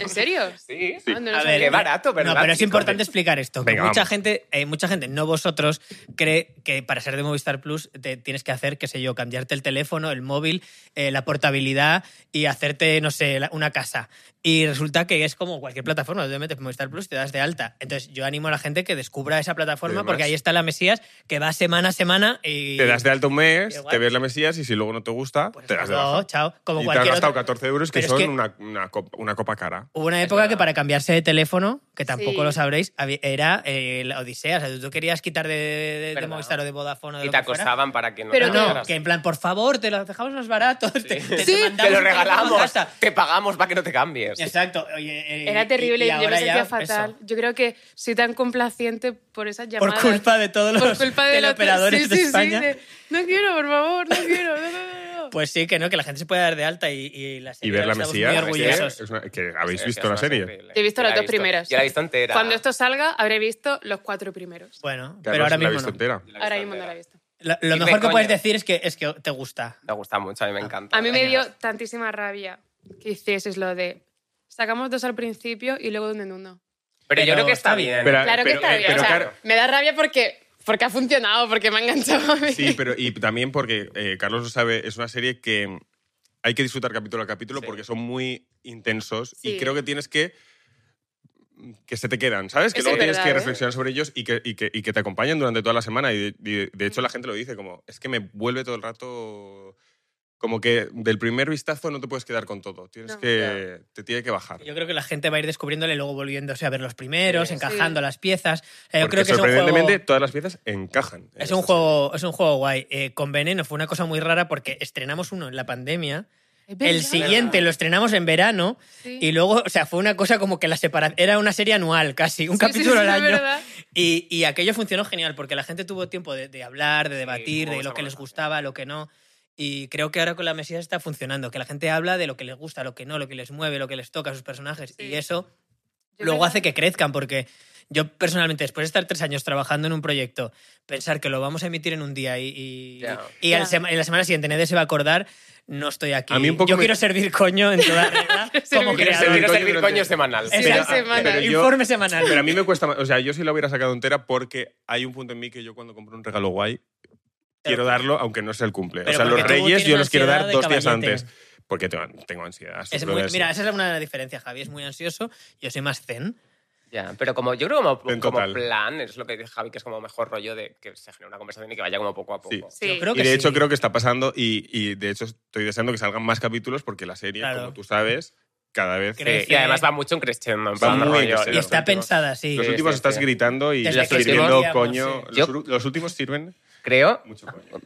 Speaker 2: ¿En serio?
Speaker 5: sí.
Speaker 2: Ah, no lo
Speaker 4: A
Speaker 2: sabía.
Speaker 4: ver,
Speaker 5: Qué barato, ¿verdad,
Speaker 4: No, pero es
Speaker 5: chicos?
Speaker 4: importante explicar esto. que
Speaker 3: Venga,
Speaker 4: mucha
Speaker 3: vamos.
Speaker 4: gente, eh, mucha gente, no vosotros, cree que para ser de Movistar Plus te tienes que hacer, qué sé yo, cambiarte el teléfono, el móvil, eh, la portabilidad y hacerte, no sé, la- una casa. Y resulta que es como cualquier plataforma, te metes en Movistar Plus, te das de alta. Entonces yo animo a la gente que descubra esa plataforma
Speaker 3: Además-
Speaker 4: porque ahí está la Mesías que va semana a semana y...
Speaker 3: Te das de alto un mes,
Speaker 4: Qué guay.
Speaker 3: te ves la Mesías y si luego no te gusta,
Speaker 4: Pues
Speaker 3: te das de
Speaker 4: no,
Speaker 3: baja.
Speaker 4: chao. Como
Speaker 3: y te has
Speaker 4: cualquier
Speaker 3: gastado
Speaker 4: otro-
Speaker 3: 14 euros que
Speaker 4: Pero es
Speaker 3: son
Speaker 4: que-
Speaker 3: Una, una copa, una copa cara.
Speaker 4: Hubo una época que para cambiarse de teléfono, que tampoco
Speaker 2: Sí.
Speaker 4: lo sabréis, había- era eh, la odisea. O sea, tú te querías quitar de, de- de
Speaker 5: Verdad.
Speaker 4: Movistar o de Vodafone o
Speaker 5: Y
Speaker 4: de lo
Speaker 5: te
Speaker 4: que fuera.
Speaker 5: acosaban para que no
Speaker 2: Pero
Speaker 5: te
Speaker 4: No, no,
Speaker 5: cambiaras.
Speaker 4: que en plan, por favor, te lo dejamos más barato. Te, te- te
Speaker 5: Sí, te
Speaker 4: mandamos
Speaker 5: lo
Speaker 4: un teléfono a
Speaker 5: regalamos.
Speaker 4: casa.
Speaker 5: Te pagamos para que no te cambies.
Speaker 4: Exacto. oye, eh,
Speaker 2: Era
Speaker 4: y-
Speaker 2: terrible,
Speaker 4: y
Speaker 2: yo
Speaker 4: ahora
Speaker 2: me sentía
Speaker 4: ya,
Speaker 2: fatal.
Speaker 4: eso.
Speaker 2: Yo creo que soy tan complaciente por esas
Speaker 4: Por
Speaker 2: llamadas.
Speaker 4: culpa de todos los
Speaker 2: Por culpa de los
Speaker 4: teleoperadores
Speaker 2: sí,
Speaker 4: de
Speaker 2: sí, sí,
Speaker 4: España.
Speaker 2: de, no quiero, por favor, no quiero. No, no, no, no".
Speaker 4: Pues sí, que no, que la gente se puede dar de alta y, y la
Speaker 3: Y
Speaker 4: señora
Speaker 3: ver la
Speaker 4: estamos
Speaker 3: Mesías.
Speaker 4: Muy
Speaker 3: que,
Speaker 4: orgullosos.
Speaker 3: es una- que habéis
Speaker 5: Sí,
Speaker 3: visto
Speaker 5: es
Speaker 3: la
Speaker 5: más
Speaker 3: serie.
Speaker 5: horrible.
Speaker 2: Yo he visto
Speaker 5: Yo
Speaker 2: las
Speaker 5: la
Speaker 2: dos primeras.
Speaker 5: Yo la he visto entera.
Speaker 2: Cuando esto salga, habré visto los cuatro primeros.
Speaker 4: Bueno,
Speaker 3: Carlos,
Speaker 4: pero ahora
Speaker 3: la he
Speaker 4: mismo
Speaker 3: visto
Speaker 4: no.
Speaker 3: entera.
Speaker 5: Yo la he
Speaker 2: Ahora
Speaker 5: visto
Speaker 2: mismo no la
Speaker 5: entera.
Speaker 2: he visto.
Speaker 4: Lo, lo
Speaker 5: Y
Speaker 4: mejor que
Speaker 5: coño.
Speaker 4: puedes decir es que, es que te gusta.
Speaker 5: Me gusta mucho, a mí me encanta.
Speaker 2: Ah. A mí me dio tantísima rabia que hicieses lo de sacamos dos al principio y luego uno en uno.
Speaker 5: Pero yo
Speaker 4: Pero
Speaker 5: creo que
Speaker 4: está
Speaker 5: está
Speaker 4: bien.
Speaker 5: bien.
Speaker 3: Pero-
Speaker 2: Claro que está bien.
Speaker 3: pero
Speaker 2: o sea,
Speaker 3: claro-
Speaker 2: Me da rabia porque, porque ha funcionado, porque me ha enganchado a mí.
Speaker 3: Sí, pero y también porque eh, Carlos lo sabe, es una serie que hay que disfrutar capítulo a capítulo
Speaker 5: Sí.
Speaker 3: porque son muy intensos y
Speaker 2: Sí.
Speaker 3: creo que tienes que mm, que se te quedan, ¿sabes? Que
Speaker 2: Eso
Speaker 3: luego
Speaker 2: es
Speaker 3: tienes
Speaker 2: verdad,
Speaker 3: que
Speaker 2: ¿eh?
Speaker 3: reflexionar sobre ellos y que, y que- y que te acompañan durante toda la semana. Y de, y de hecho la gente lo dice, como, es que me vuelve todo el rato... Como que del primer vistazo no te puedes quedar con todo, tienes
Speaker 2: No.
Speaker 3: que... Te tiene que bajar.
Speaker 4: Yo creo que la gente va a ir descubriéndole y luego volviéndose a ver los primeros,
Speaker 5: Sí,
Speaker 4: encajando las piezas. Eh, Yo
Speaker 3: Porque
Speaker 4: creo que es un juego,
Speaker 3: sorprendentemente todas las piezas encajan. en
Speaker 4: es
Speaker 3: esta
Speaker 4: un juego, es un juego guay. Eh, con Veneno fue una cosa muy rara porque estrenamos uno en la pandemia,
Speaker 2: Es verdad.
Speaker 4: el siguiente lo estrenamos en verano
Speaker 2: Sí.
Speaker 4: y luego, o sea, fue una cosa como que la separa era una serie anual casi, un
Speaker 2: Sí, sí,
Speaker 4: capítulo
Speaker 2: sí,
Speaker 4: al
Speaker 2: es
Speaker 4: año.
Speaker 2: verdad.
Speaker 4: Y, y aquello funcionó genial porque la gente tuvo tiempo de, de hablar, de debatir,
Speaker 5: hubo
Speaker 4: de lo
Speaker 5: esa
Speaker 4: que les
Speaker 5: conversación.
Speaker 4: gustaba, lo que no. Y creo que ahora con la Mesías está funcionando, que la gente habla de lo que les gusta, lo que no, lo que les mueve, lo que les toca a sus personajes.
Speaker 2: Sí.
Speaker 4: Y eso
Speaker 2: Yo
Speaker 4: luego
Speaker 2: creo-
Speaker 4: hace que crezcan, porque yo personalmente, después de estar tres años trabajando en un proyecto, pensar que lo vamos a emitir en un día y, y,
Speaker 5: Ya.
Speaker 4: y al
Speaker 2: Ya.
Speaker 4: sema- en la semana siguiente nadie se va a acordar, no estoy aquí.
Speaker 3: A mí un poco
Speaker 4: yo
Speaker 3: me-
Speaker 4: quiero servir coño en toda regla como
Speaker 2: servir-
Speaker 5: Quiero ser-
Speaker 4: creador.
Speaker 5: quiero
Speaker 3: coño
Speaker 5: servir
Speaker 3: durante-
Speaker 5: coño semanal.
Speaker 2: Sí,
Speaker 4: Exacto.
Speaker 2: la semana.
Speaker 3: pero yo-
Speaker 4: Informe semanal.
Speaker 3: Ah, Pero a mí me cuesta más. O sea, yo sí la hubiera sacado entera porque hay un punto en mí que yo cuando compro un regalo guay quiero darlo aunque no sea el cumple. O
Speaker 4: Pero
Speaker 3: sea, los
Speaker 4: porque tú
Speaker 3: reyes
Speaker 4: tienes
Speaker 3: yo los quiero
Speaker 4: ansiedad
Speaker 3: dar
Speaker 4: de
Speaker 3: dos días
Speaker 4: caballete.
Speaker 3: antes. Porque tengo, tengo ansiedad.
Speaker 4: Es
Speaker 3: sufro
Speaker 4: muy-
Speaker 3: de eso.
Speaker 4: mira, esa es una de las diferencias, Javi. Es muy ansioso, yo soy más zen.
Speaker 5: Ya, pero como yo creo como,
Speaker 3: En
Speaker 5: como
Speaker 3: total.
Speaker 5: plan, es lo que dice Javi, que es como mejor rollo de que se genere una conversación y que vaya como poco a poco.
Speaker 3: Sí.
Speaker 2: Sí.
Speaker 4: Yo creo
Speaker 3: y
Speaker 4: que
Speaker 3: de hecho
Speaker 4: sí.
Speaker 3: creo que está pasando y, y de hecho estoy deseando que salgan más capítulos porque la serie,
Speaker 4: Claro.
Speaker 3: como tú sabes, cada vez...
Speaker 5: Sí,
Speaker 4: Creo- Crece.
Speaker 5: Y además va mucho en crescendo. en
Speaker 3: Va
Speaker 5: plan
Speaker 3: muy
Speaker 5: rollo,
Speaker 3: en crescendo.
Speaker 4: Y
Speaker 5: los
Speaker 4: está
Speaker 5: últimos-
Speaker 4: pensada, sí.
Speaker 3: los
Speaker 5: Sí,
Speaker 3: últimos
Speaker 5: sí,
Speaker 3: estás
Speaker 5: sí.
Speaker 3: gritando y
Speaker 4: Desde
Speaker 3: ya
Speaker 4: que pues,
Speaker 3: estoy diciendo
Speaker 4: escribíamos,
Speaker 3: coño.
Speaker 5: sí. Yo-
Speaker 3: Los, los últimos sirven
Speaker 5: Creo
Speaker 3: mucho coño.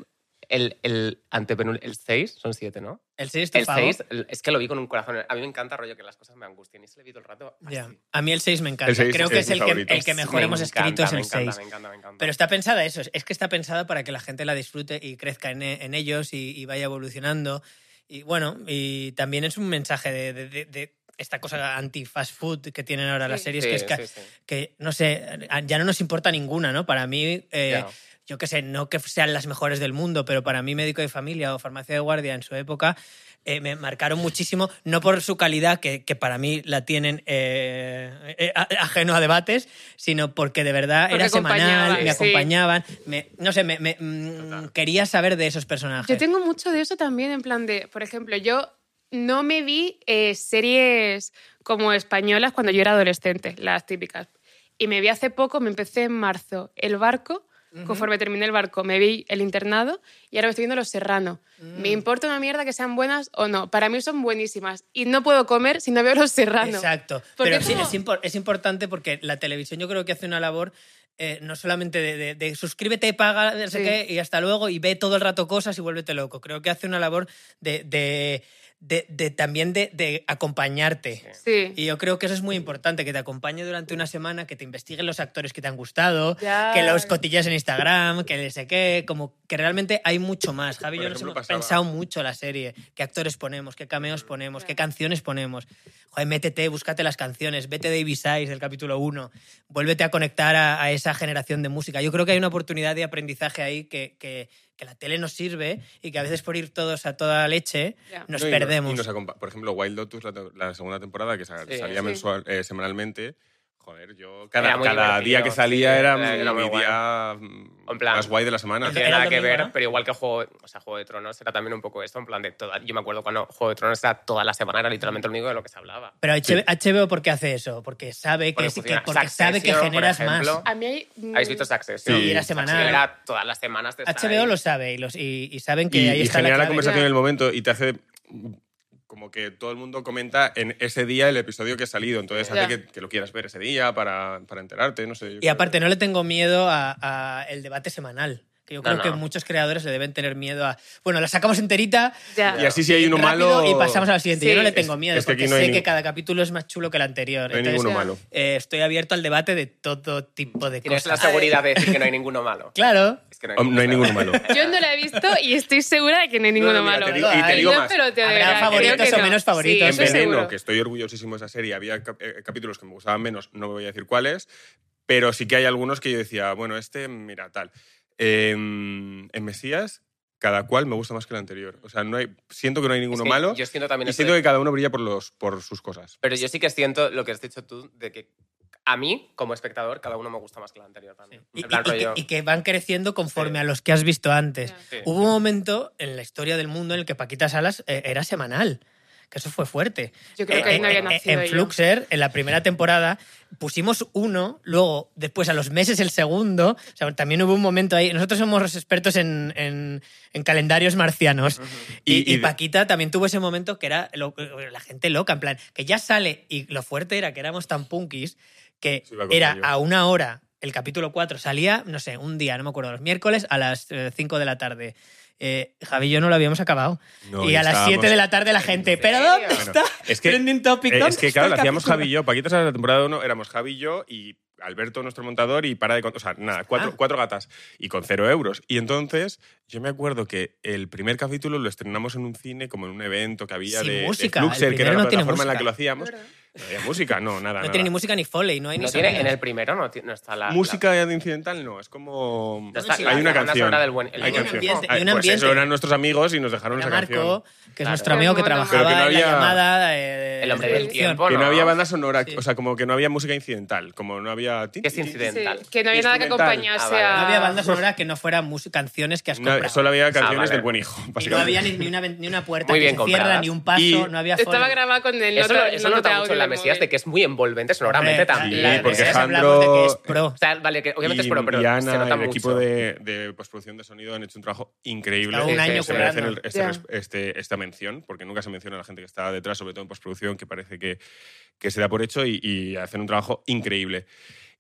Speaker 5: el, el antepenúl- el 6, son 7, ¿no?
Speaker 4: El 6
Speaker 5: El 6, es que lo vi con un corazón. A mí me encanta rollo que las cosas me angustien y se le vi todo el rato así.
Speaker 4: A mí el 6 me encanta.
Speaker 3: El seis
Speaker 4: creo
Speaker 3: es
Speaker 4: que es
Speaker 3: mi
Speaker 4: el que,
Speaker 3: favorito.
Speaker 4: el que mejor
Speaker 5: Me
Speaker 4: hemos
Speaker 5: encanta,
Speaker 4: escrito es
Speaker 5: me
Speaker 4: el
Speaker 5: encanta,
Speaker 4: 6.
Speaker 5: Me encanta, me encanta.
Speaker 4: Pero está pensada eso, es que está pensada para que la gente la disfrute y crezca en, e, en ellos y, y vaya evolucionando. Y bueno, y también es un mensaje de, de- de- de esta cosa anti-fast food que tienen ahora las
Speaker 2: Sí.
Speaker 4: series,
Speaker 5: Sí,
Speaker 4: que es ca-
Speaker 5: sí, sí.
Speaker 4: que, no sé, a- ya no nos importa ninguna, ¿no? Para mí, eh,
Speaker 5: Ya.
Speaker 4: yo qué sé, no que sean las mejores del mundo, pero para mí médico de familia o farmacia de guardia en su época eh, me marcaron muchísimo, no por su calidad, que, que para mí la tienen eh, eh, a- ajeno a debates, sino porque de verdad
Speaker 2: Porque
Speaker 4: era semanal,
Speaker 2: acompañaba,
Speaker 4: me
Speaker 2: sí.
Speaker 4: acompañaban, me- no sé, me, me- mm, quería saber de esos personajes.
Speaker 2: Yo tengo mucho de eso también, en plan de, por ejemplo, yo no me vi eh, series como españolas cuando yo era adolescente, las típicas. Y me vi hace poco, me empecé en marzo, El Barco, conforme terminé El Barco, me vi El Internado y ahora me estoy viendo Los Serranos.
Speaker 4: Mm.
Speaker 2: Me importa una mierda que sean buenas o no, para mí son buenísimas. Y no puedo comer si Ah, no veo Los Serranos.
Speaker 4: Exacto.
Speaker 2: Porque
Speaker 4: Pero
Speaker 2: es
Speaker 4: sí,
Speaker 2: como-
Speaker 4: es, impor- es importante porque la televisión yo creo que hace una labor eh, no solamente de, de- de suscríbete, paga, no sé
Speaker 2: Sí.
Speaker 4: qué, y hasta luego, y ve todo el rato cosas y vuélvete loco. Creo que hace una labor de, de- de- de- también de, de acompañarte.
Speaker 2: Sí.
Speaker 4: Y yo creo que eso es muy importante, que te acompañe durante una semana, que te investiguen los actores que te han gustado,
Speaker 2: Ya.
Speaker 4: que los cotillas en Instagram, que no sé qué, como que realmente hay mucho más. Javi y
Speaker 3: Por
Speaker 4: yo nos
Speaker 3: ejemplo,
Speaker 4: hemos
Speaker 3: pasaba-
Speaker 4: pensado mucho la serie, qué actores ponemos, qué cameos ponemos, qué canciones ponemos. Joder, métete, búscate las canciones, vete de Ibisáis del capítulo 1, vuélvete a conectar a, a esa generación de música. Yo creo que hay una oportunidad de aprendizaje ahí que, que- que la tele nos sirve y que a veces por ir todos a toda leche
Speaker 2: Ya.
Speaker 4: nos
Speaker 3: No, y
Speaker 4: perdemos.
Speaker 3: y nos acompa- por ejemplo, Wild Lotus, la, to- la segunda temporada que sa-
Speaker 5: Sí.
Speaker 3: salía
Speaker 2: Sí.
Speaker 3: mensual, eh, semanalmente. Joder, yo cada,
Speaker 5: muy
Speaker 3: cada
Speaker 5: divertido,
Speaker 3: día que salía
Speaker 5: sí,
Speaker 3: era,
Speaker 5: era- era muy
Speaker 3: mi
Speaker 5: guay.
Speaker 3: día mm,
Speaker 5: En plan,
Speaker 3: más guay de la semana.
Speaker 5: No tiene
Speaker 4: Era
Speaker 5: nada
Speaker 4: el
Speaker 5: que
Speaker 4: domingo,
Speaker 5: ver,
Speaker 4: ¿no?
Speaker 5: pero igual que Juego, o sea, Juego de Tronos era también un poco esto, en plan de toda... Yo me acuerdo cuando Juego de Tronos era toda la semana, era literalmente lo único de lo que se hablaba.
Speaker 4: Pero H- HBO, ¿por qué hace eso? Porque sabe que,
Speaker 5: Porque
Speaker 3: pues
Speaker 4: sí que-
Speaker 5: funciona.
Speaker 4: porque sabe que
Speaker 5: Succession, por
Speaker 4: generas más.
Speaker 5: ejemplo.
Speaker 2: A mí hay-
Speaker 5: ¿Habéis visto Succession?
Speaker 3: Sí, era
Speaker 4: semanal.
Speaker 5: Succession Era todas las semanas de estar
Speaker 4: HBO
Speaker 5: ahí.
Speaker 4: lo sabe y, los, y, y saben que
Speaker 3: Y,
Speaker 4: ahí
Speaker 3: y
Speaker 4: está la,
Speaker 3: genera la,
Speaker 4: clave.
Speaker 3: conversación
Speaker 2: Ya.
Speaker 3: en el momento y te hace mm, como que todo el mundo comenta en ese día el episodio que ha salido. Entonces
Speaker 2: Ya.
Speaker 3: hace que, que lo quieras ver ese día para, para enterarte, no sé. yo
Speaker 4: Y
Speaker 3: creo
Speaker 4: aparte, no le tengo miedo al a el debate semanal. Que yo
Speaker 5: No,
Speaker 4: creo que
Speaker 5: no.
Speaker 4: muchos creadores le deben tener miedo a. Bueno, la sacamos enterita.
Speaker 2: Ya.
Speaker 3: que- Y así si hay uno
Speaker 4: rápido,
Speaker 3: malo...
Speaker 4: Y pasamos al siguiente.
Speaker 2: Sí.
Speaker 4: Yo no le tengo miedo,
Speaker 3: es que aquí
Speaker 4: porque
Speaker 3: no hay
Speaker 4: sé
Speaker 3: ni-
Speaker 4: que cada capítulo es más chulo que el anterior.
Speaker 3: No hay
Speaker 4: Entonces,
Speaker 3: ninguno
Speaker 2: ya.
Speaker 3: malo.
Speaker 4: eh, estoy abierto al debate de todo tipo de
Speaker 5: Tienes la
Speaker 4: cosas.
Speaker 5: seguridad de decir que no hay ninguno malo.
Speaker 4: Claro.
Speaker 5: Es que
Speaker 3: Hom- No hay ninguno malo.
Speaker 2: Yo no la he visto y estoy segura de que no hay ninguno
Speaker 3: No, mira,
Speaker 2: malo.
Speaker 3: te digo- y te
Speaker 2: Hay
Speaker 3: digo
Speaker 2: una
Speaker 3: más.
Speaker 2: pelotera,
Speaker 4: Habrá
Speaker 2: creo
Speaker 4: favoritos
Speaker 2: que
Speaker 4: o
Speaker 2: no.
Speaker 4: menos favoritos.
Speaker 2: Sí,
Speaker 3: en
Speaker 2: eso
Speaker 3: Veneno,
Speaker 2: seguro.
Speaker 3: que estoy orgullosísimo de esa serie, había cap- eh, capítulos que me gustaban menos, no voy a decir cuáles, pero sí que hay algunos que yo decía, bueno, este, mira, tal. Eh, en Mesías, cada cual me gusta más que el anterior. O sea, no hay, siento que no hay ninguno
Speaker 5: que
Speaker 3: malo
Speaker 5: Yo siento también
Speaker 3: y
Speaker 5: esto
Speaker 3: siento
Speaker 5: de-
Speaker 3: que cada uno brilla por, los, por sus cosas.
Speaker 5: Pero yo sí que siento lo que has dicho tú, de que a mí, como espectador, cada uno me gusta más que el anterior. Para mí.
Speaker 4: Y,
Speaker 5: En plan
Speaker 4: y- y que-
Speaker 5: rollo.
Speaker 4: y que van creciendo conforme
Speaker 5: Sí.
Speaker 4: a los que has visto antes.
Speaker 2: Ya.
Speaker 5: Sí.
Speaker 4: Hubo un momento en la historia del mundo en el que Paquita Salas eh, era semanal. Que eso fue fuerte.
Speaker 2: Yo creo que ahí no había nacido
Speaker 4: Eh, En
Speaker 2: yo.
Speaker 4: Fluxer, en la primera temporada, pusimos uno, luego, después a los meses, el segundo. O sea, también hubo un momento ahí. Nosotros somos los expertos en, en- en calendarios marcianos.
Speaker 3: Y-
Speaker 4: y,
Speaker 3: y
Speaker 4: y
Speaker 3: de-
Speaker 4: Paquita también tuvo ese momento que era lo- la gente loca, en plan, que ya sale. Y lo fuerte era que éramos tan punkis que
Speaker 3: Sí, me acuerdo
Speaker 4: era
Speaker 3: yo.
Speaker 4: a una hora. El capítulo 4 salía, no sé, un día, no me acuerdo, los miércoles a las 5 de la tarde. Eh, Javi y yo no lo habíamos acabado.
Speaker 3: No,
Speaker 4: y
Speaker 3: ya
Speaker 4: a las
Speaker 3: estábamos-
Speaker 4: 7 de la tarde la gente, ¿pero dónde
Speaker 5: serio?
Speaker 4: está?
Speaker 3: Es que-
Speaker 4: Trending topic,
Speaker 3: Eh,
Speaker 4: ¿dónde
Speaker 3: es que,
Speaker 4: está
Speaker 3: claro,
Speaker 4: el
Speaker 3: la hacíamos
Speaker 4: capítulo?
Speaker 3: Javi y yo. Paquitas en la temporada 1 éramos Javi y yo y Alberto, nuestro montador, y para de cont- O sea, nada, cuatro,
Speaker 4: Ah.
Speaker 3: cuatro gatas y con cero euros. Y entonces yo me acuerdo que el primer capítulo lo estrenamos en un cine, como en un evento que había
Speaker 4: Sin
Speaker 3: de, de
Speaker 4: música,
Speaker 3: Fluxer,
Speaker 4: el
Speaker 3: que era
Speaker 4: primero
Speaker 3: la
Speaker 4: no tiene
Speaker 3: plataforma en la
Speaker 4: música.
Speaker 3: que lo hacíamos.
Speaker 2: Es verdad.
Speaker 3: No había música, no, nada.
Speaker 4: No
Speaker 3: nada.
Speaker 4: tiene ni música ni foley, no hay
Speaker 5: No
Speaker 4: ni
Speaker 5: tiene,
Speaker 4: sonido.
Speaker 5: en el primero no, ti- no está la.
Speaker 3: música incidental, no, es como.
Speaker 5: No está-
Speaker 3: hay
Speaker 5: la-
Speaker 3: una
Speaker 5: la banda
Speaker 3: canción.
Speaker 5: sonora del buen- el
Speaker 3: hay
Speaker 4: buen
Speaker 3: canción.
Speaker 4: ambiente,
Speaker 3: Ay,
Speaker 4: y un
Speaker 3: pues eso
Speaker 4: ambiente.
Speaker 3: eran nuestros amigos y nos dejaron
Speaker 4: Era
Speaker 3: esa canción.
Speaker 4: Marco, que es
Speaker 5: Claro.
Speaker 4: nuestro amigo que
Speaker 2: Pero que no
Speaker 4: trabajaba en
Speaker 3: había-
Speaker 4: la llamada. eh,
Speaker 5: El hombre
Speaker 4: de
Speaker 5: del
Speaker 4: producción.
Speaker 5: tiempo,
Speaker 3: Que no
Speaker 5: no.
Speaker 3: había banda sonora,
Speaker 4: Sí.
Speaker 3: o sea, como que no había música incidental, como no había. tin,
Speaker 5: Que es
Speaker 3: tin, tin, tin,
Speaker 2: Sí,
Speaker 5: incidental.
Speaker 2: que no había nada que
Speaker 3: Instrumental.
Speaker 5: Ah,
Speaker 2: acompañase
Speaker 5: vale.
Speaker 2: a...
Speaker 4: No había banda sonora que no fuera mus- canciones que has
Speaker 3: No,
Speaker 4: comprado.
Speaker 3: solo había canciones
Speaker 5: vale.
Speaker 3: del buen hijo,
Speaker 4: y no
Speaker 3: básicamente.
Speaker 4: había ni, ni una, ven- ni una puerta
Speaker 5: Muy
Speaker 4: que
Speaker 5: bien
Speaker 4: se cierra,
Speaker 5: compradas.
Speaker 4: ni un paso,
Speaker 3: Y
Speaker 4: no había
Speaker 2: Estaba
Speaker 4: foley.
Speaker 2: grabado con el
Speaker 5: Eso,
Speaker 2: otro,
Speaker 5: eso
Speaker 2: el otro
Speaker 5: nota mucho en la
Speaker 2: audio del
Speaker 5: Mesías de
Speaker 2: móvil.
Speaker 5: que es muy envolvente sonoradamente
Speaker 4: Hombre,
Speaker 5: también.
Speaker 3: Sí,
Speaker 4: la- la-
Speaker 3: porque
Speaker 4: la-
Speaker 5: es-
Speaker 3: Jandro-
Speaker 4: hablamos de que es pro.
Speaker 5: o sea, vale, que obviamente es
Speaker 3: y,
Speaker 5: pro, pero
Speaker 3: y Ana
Speaker 5: se nota
Speaker 3: y el
Speaker 5: mucho.
Speaker 3: equipo de, de postproducción de sonido han hecho un trabajo increíble.
Speaker 4: Está
Speaker 5: un
Speaker 3: Eh,
Speaker 5: año
Speaker 3: se merecen el-
Speaker 4: currando.
Speaker 3: este
Speaker 2: Ya.
Speaker 3: res- este- esta mención, porque nunca se menciona a la gente que está detrás, sobre todo en postproducción, que parece que, que se da por hecho y, y hacen un trabajo increíble.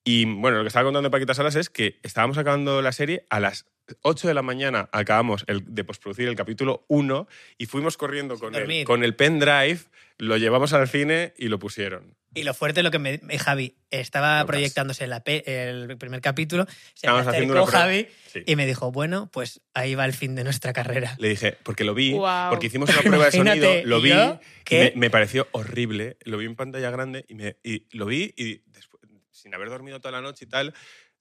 Speaker 3: Y bueno, lo que estaba contando Paquita Salas es que estábamos acabando la serie a las 8 de la mañana acabamos el- de postproducir el capítulo 1 y fuimos corriendo con el,
Speaker 4: dormir.
Speaker 3: con el pendrive, lo llevamos al cine y lo pusieron.
Speaker 4: Y lo fuerte, lo que me, me- Javi estaba
Speaker 3: Lucas.
Speaker 4: proyectándose la pe- el primer capítulo, se me
Speaker 3: Estábamos haciendo
Speaker 4: acercó
Speaker 3: una pro-
Speaker 4: Javi
Speaker 3: Sí.
Speaker 4: y me dijo, bueno, pues ahí va el fin de nuestra carrera.
Speaker 3: Le dije, porque lo vi,
Speaker 2: Guau.
Speaker 3: porque hicimos una prueba de sonido,
Speaker 4: Imagínate,
Speaker 3: lo vi,
Speaker 4: ¿yo?
Speaker 3: y
Speaker 4: ¿Qué?
Speaker 3: Me, me pareció horrible, lo vi en pantalla grande y, me, y lo vi y después, sin haber dormido toda la noche y tal,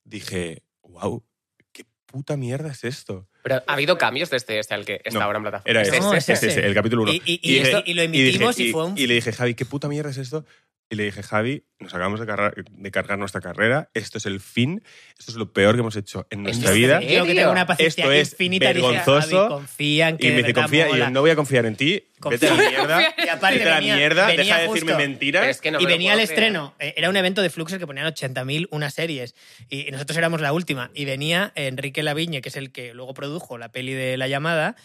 Speaker 3: dije, wow, qué puta mierda es esto.
Speaker 5: Pero ha habido cambios desde este al que está
Speaker 3: No,
Speaker 5: ahora en plataforma.
Speaker 3: Era
Speaker 5: Es
Speaker 3: ese,
Speaker 4: No,
Speaker 5: este,
Speaker 4: es
Speaker 3: ese,
Speaker 4: ese.
Speaker 3: ese, el capítulo 1.
Speaker 4: Y- y- y esto- y lo emitimos y fue un-
Speaker 3: le dije, Javi, ¿qué puta mierda es esto? Y le dije, Javi, nos acabamos de cargar, de cargar nuestra carrera, esto es el fin, esto es lo peor que hemos hecho en nuestra
Speaker 5: es
Speaker 3: vida.
Speaker 5: ¿En
Speaker 4: Yo que
Speaker 5: serio?
Speaker 4: tengo una paciencia
Speaker 3: Esto es
Speaker 4: infinita, dije,
Speaker 3: vergonzoso.
Speaker 4: Javi, confía en que
Speaker 3: Y me
Speaker 4: de
Speaker 3: dice,
Speaker 4: verdad
Speaker 3: confía, y yo
Speaker 4: mola.
Speaker 3: no voy a confiar en ti, vete a la
Speaker 4: Confía.
Speaker 3: mierda,
Speaker 4: Y aparte
Speaker 3: vete a la
Speaker 4: venía-
Speaker 3: mierda,
Speaker 4: venía
Speaker 3: deja de
Speaker 4: justo.
Speaker 3: decirme mentiras.
Speaker 5: Pero es que no
Speaker 4: y
Speaker 5: me lo
Speaker 4: venía al
Speaker 5: puedo creer.
Speaker 4: estreno. Eh, Era un evento de Fluxer que ponían 80.000 unas series. Y nosotros éramos la última. Y venía Enrique Laviñe, que es el que luego produjo la peli de La Llamada,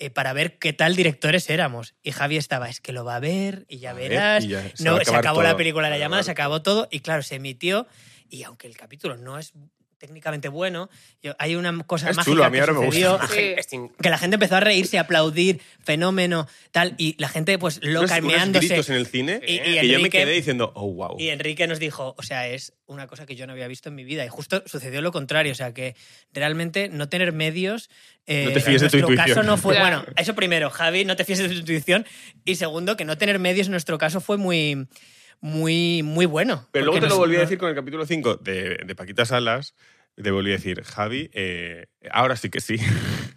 Speaker 4: eh, para ver qué tal directores éramos. Y Javi estaba, es que lo va a ver y ya
Speaker 3: A ver,
Speaker 4: verás.
Speaker 3: y ya, se va a
Speaker 4: no, se,
Speaker 3: acabar
Speaker 4: acabó
Speaker 3: todo.
Speaker 4: la película
Speaker 3: Va
Speaker 4: La
Speaker 3: a
Speaker 4: Llamada,
Speaker 3: acabar
Speaker 4: se acabó todo. Y claro, se emitió. Y aunque el capítulo no es técnicamente bueno, yo- hay una cosa
Speaker 3: Es
Speaker 4: mágica
Speaker 3: chulo, a mí
Speaker 4: que
Speaker 3: ahora me
Speaker 4: sucedió
Speaker 3: gusta.
Speaker 2: Sí.
Speaker 5: Es in-
Speaker 4: que la gente empezó a reírse, a aplaudir, fenómeno, tal, y la gente pues
Speaker 3: Unos-
Speaker 4: loca,
Speaker 3: unos
Speaker 4: meándose.
Speaker 3: gritos en el cine
Speaker 4: Y- y
Speaker 3: que yo me
Speaker 4: Enrique-
Speaker 3: quedé diciendo, oh, wow.
Speaker 4: Y Enrique nos dijo, o sea, es una cosa que yo no había visto en mi vida. Y justo sucedió lo contrario, o sea, que realmente no tener medios... eh,
Speaker 3: No te fíes de tu
Speaker 4: en nuestro
Speaker 3: intuición.
Speaker 4: caso no fue...
Speaker 2: Claro.
Speaker 4: Bueno, eso primero, Javi, no te fíes de tu intuición. Y segundo, que no tener medios en nuestro caso fue muy... Muy, muy bueno.
Speaker 3: Pero luego
Speaker 4: Porque
Speaker 3: te lo
Speaker 4: nos-
Speaker 3: volví a
Speaker 4: nos-
Speaker 3: decir con el capítulo 5 de, de Paquita Salas, te volví a decir, Javi, eh, ahora sí que sí.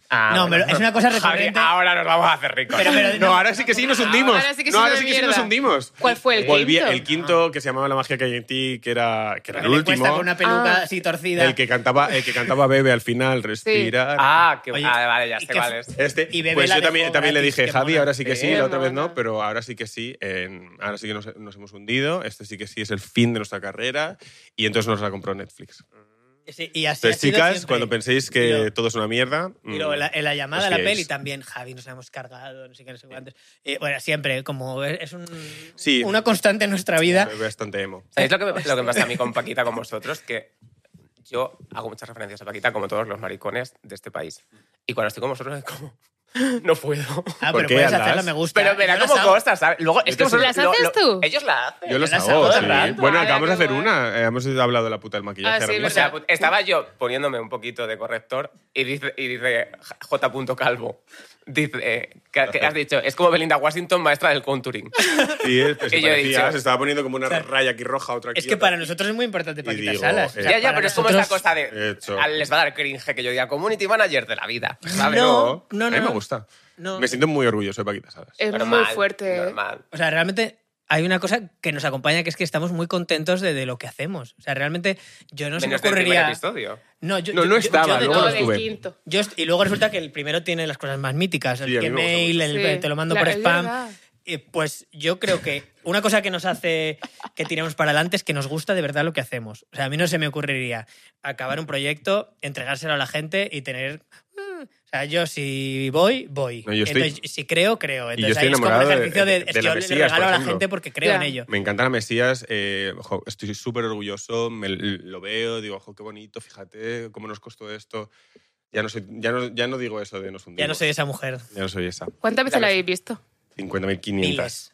Speaker 5: Ah,
Speaker 4: No,
Speaker 5: bueno.
Speaker 4: pero es una cosa
Speaker 5: Javi,
Speaker 4: recurrente.
Speaker 5: ahora nos vamos a hacer ricos.
Speaker 4: Pero- pero-
Speaker 3: no, ahora sí que sí nos hundimos.
Speaker 2: Ahora sí que
Speaker 3: no,
Speaker 2: sí
Speaker 3: ahora
Speaker 2: de
Speaker 3: sí que sí nos
Speaker 2: mierda.
Speaker 3: hundimos.
Speaker 2: ¿Cuál fue el
Speaker 3: Volví-
Speaker 2: quinto?
Speaker 3: El quinto que se llamaba La magia que hay en ti, que era, que era el
Speaker 4: Que le cuesta
Speaker 3: último.
Speaker 4: Con una peluca
Speaker 2: Ah.
Speaker 4: así torcida.
Speaker 3: El que cantaba, el que cantaba Bebe al final, respirar.
Speaker 5: Ah, que,
Speaker 4: Oye,
Speaker 5: ah, vale, ya
Speaker 4: y
Speaker 5: sé
Speaker 4: que-
Speaker 5: cuál es.
Speaker 3: Este,
Speaker 4: Y Bebe
Speaker 3: pues
Speaker 4: la
Speaker 3: yo también,
Speaker 4: dejó
Speaker 3: también le
Speaker 4: gratis,
Speaker 3: dije,
Speaker 4: qué
Speaker 3: Javi,
Speaker 4: mona".
Speaker 3: ahora sí que sí,
Speaker 5: Sí,
Speaker 3: la otra vez no,
Speaker 2: mona.
Speaker 3: pero ahora sí que sí, en- ahora sí que nos, nos hemos hundido, este sí que sí es el fin de nuestra carrera y entonces nos la compró Netflix.
Speaker 4: Sí, y así
Speaker 3: Entonces,
Speaker 4: ha sido
Speaker 3: chicas,
Speaker 4: siempre.
Speaker 3: cuando penséis que
Speaker 4: Y lo-
Speaker 3: todo es una mierda...
Speaker 4: Y
Speaker 3: mm,
Speaker 4: luego la- en la llamada a
Speaker 3: os
Speaker 4: la
Speaker 3: fiéis.
Speaker 4: peli también, Javi, nos la hemos cargado, no sé qué, no sé cuántos. Eh, bueno, siempre, como es es un,
Speaker 3: Sí.
Speaker 4: una constante en nuestra vida.
Speaker 3: es bastante emo.
Speaker 5: ¿Sabéis lo que, me, lo que me pasa a mí con Paquita, con vosotros? Que yo hago muchas referencias a Paquita, como todos los maricones de este país. Y cuando estoy con vosotros es como, no puedo.
Speaker 4: Ah,
Speaker 3: ¿Por
Speaker 4: pero
Speaker 3: qué
Speaker 4: puedes
Speaker 3: andas?
Speaker 4: hacerlo, me gusta.
Speaker 5: Pero me da
Speaker 4: Yo las
Speaker 5: como
Speaker 4: hago.
Speaker 5: cosas, ¿sabes? Luego, es
Speaker 3: te
Speaker 5: que vosotros
Speaker 2: ¿Las
Speaker 5: lo-
Speaker 2: haces
Speaker 5: lo-
Speaker 2: tú?
Speaker 5: Ellos la hacen.
Speaker 3: Yo los
Speaker 4: las
Speaker 3: hago,
Speaker 4: hago
Speaker 3: sí.
Speaker 4: tanto.
Speaker 3: Bueno,
Speaker 2: Madre,
Speaker 3: acabamos de
Speaker 2: qué
Speaker 3: hacer
Speaker 2: guay.
Speaker 3: una. eh, hemos hablado de la puta del maquillaje.
Speaker 2: Ah,
Speaker 3: ahora
Speaker 2: sí,
Speaker 3: mismo.
Speaker 5: O sea,
Speaker 2: ¿verdad?
Speaker 5: estaba yo poniéndome un poquito de corrector y dice, y dice J. Calvo. Dice, eh, que, que has dicho, es como Belinda Washington, maestra del contouring.
Speaker 3: Sí, es- pues,
Speaker 5: Y
Speaker 3: se
Speaker 5: yo he
Speaker 3: parecía,
Speaker 5: dicho-
Speaker 3: se estaba poniendo como una
Speaker 4: sea,
Speaker 3: raya aquí roja, otra aquí.
Speaker 4: Es que
Speaker 3: otra
Speaker 4: para
Speaker 3: aquí.
Speaker 4: nosotros es muy importante Paquita
Speaker 3: digo,
Speaker 4: Salas.
Speaker 3: eh,
Speaker 5: ya, ya,
Speaker 4: para
Speaker 5: pero es como esta
Speaker 4: nosotros-
Speaker 5: cosa de.
Speaker 3: Hecho.
Speaker 5: ah, Les va a dar cringe que yo diga community manager de la vida. ¿sabes?
Speaker 4: No, no,
Speaker 3: A mí
Speaker 4: no.
Speaker 3: me gusta.
Speaker 4: No.
Speaker 3: Me siento muy orgulloso de Paquita Salas.
Speaker 2: Es
Speaker 5: Normal,
Speaker 2: muy fuerte. ¿eh?
Speaker 5: Normal.
Speaker 4: O sea, realmente hay una cosa que nos acompaña, que es que estamos muy contentos de, de lo que hacemos. O sea, realmente yo no se me
Speaker 5: Menos del primer
Speaker 4: ocurriría...
Speaker 5: episodio.
Speaker 4: No, yo,
Speaker 3: No,
Speaker 4: yo-
Speaker 3: no
Speaker 4: yo-
Speaker 3: estaba,
Speaker 4: yo de
Speaker 3: luego
Speaker 2: No,
Speaker 3: lo
Speaker 4: todo-
Speaker 2: del
Speaker 3: estuve.
Speaker 2: quinto.
Speaker 4: yo est- y luego resulta que el primero tiene las cosas más míticas. El
Speaker 3: Sí, a mí me gusta
Speaker 4: email, el,
Speaker 2: Sí,
Speaker 4: te lo mando
Speaker 2: la-
Speaker 4: por
Speaker 2: es
Speaker 4: spam.
Speaker 2: verdad.
Speaker 4: Eh, pues yo creo que una cosa que nos hace que tiremos para adelante es que nos gusta de verdad lo que hacemos. O sea, a mí no se me ocurriría acabar un proyecto, entregárselo a la gente y tener... "Mm". O sea, yo si voy, voy.
Speaker 3: No, yo estoy-
Speaker 4: Entonces, si creo, creo.
Speaker 3: yo
Speaker 4: Entonces
Speaker 3: estoy
Speaker 4: ahí es como el
Speaker 3: enamorado de-
Speaker 4: ejercicio de...
Speaker 3: de-
Speaker 4: es
Speaker 3: de la
Speaker 4: que yo le
Speaker 3: Mesías, por
Speaker 4: regalo a la
Speaker 3: ejemplo.
Speaker 4: gente porque creo
Speaker 2: Ya.
Speaker 4: en ello.
Speaker 3: Me encanta la Mesías, eh, jo, estoy súper orgulloso, me l- lo veo, digo, ojo, qué bonito, fíjate cómo nos costó esto. Ya no, soy- ya no, ya no digo eso de nos hundimos.
Speaker 4: Ya no soy esa mujer.
Speaker 3: Ya no soy esa.
Speaker 2: ¿Cuántas veces la
Speaker 5: Claro, sí.
Speaker 2: habéis visto?
Speaker 3: 50.500.
Speaker 4: Miles.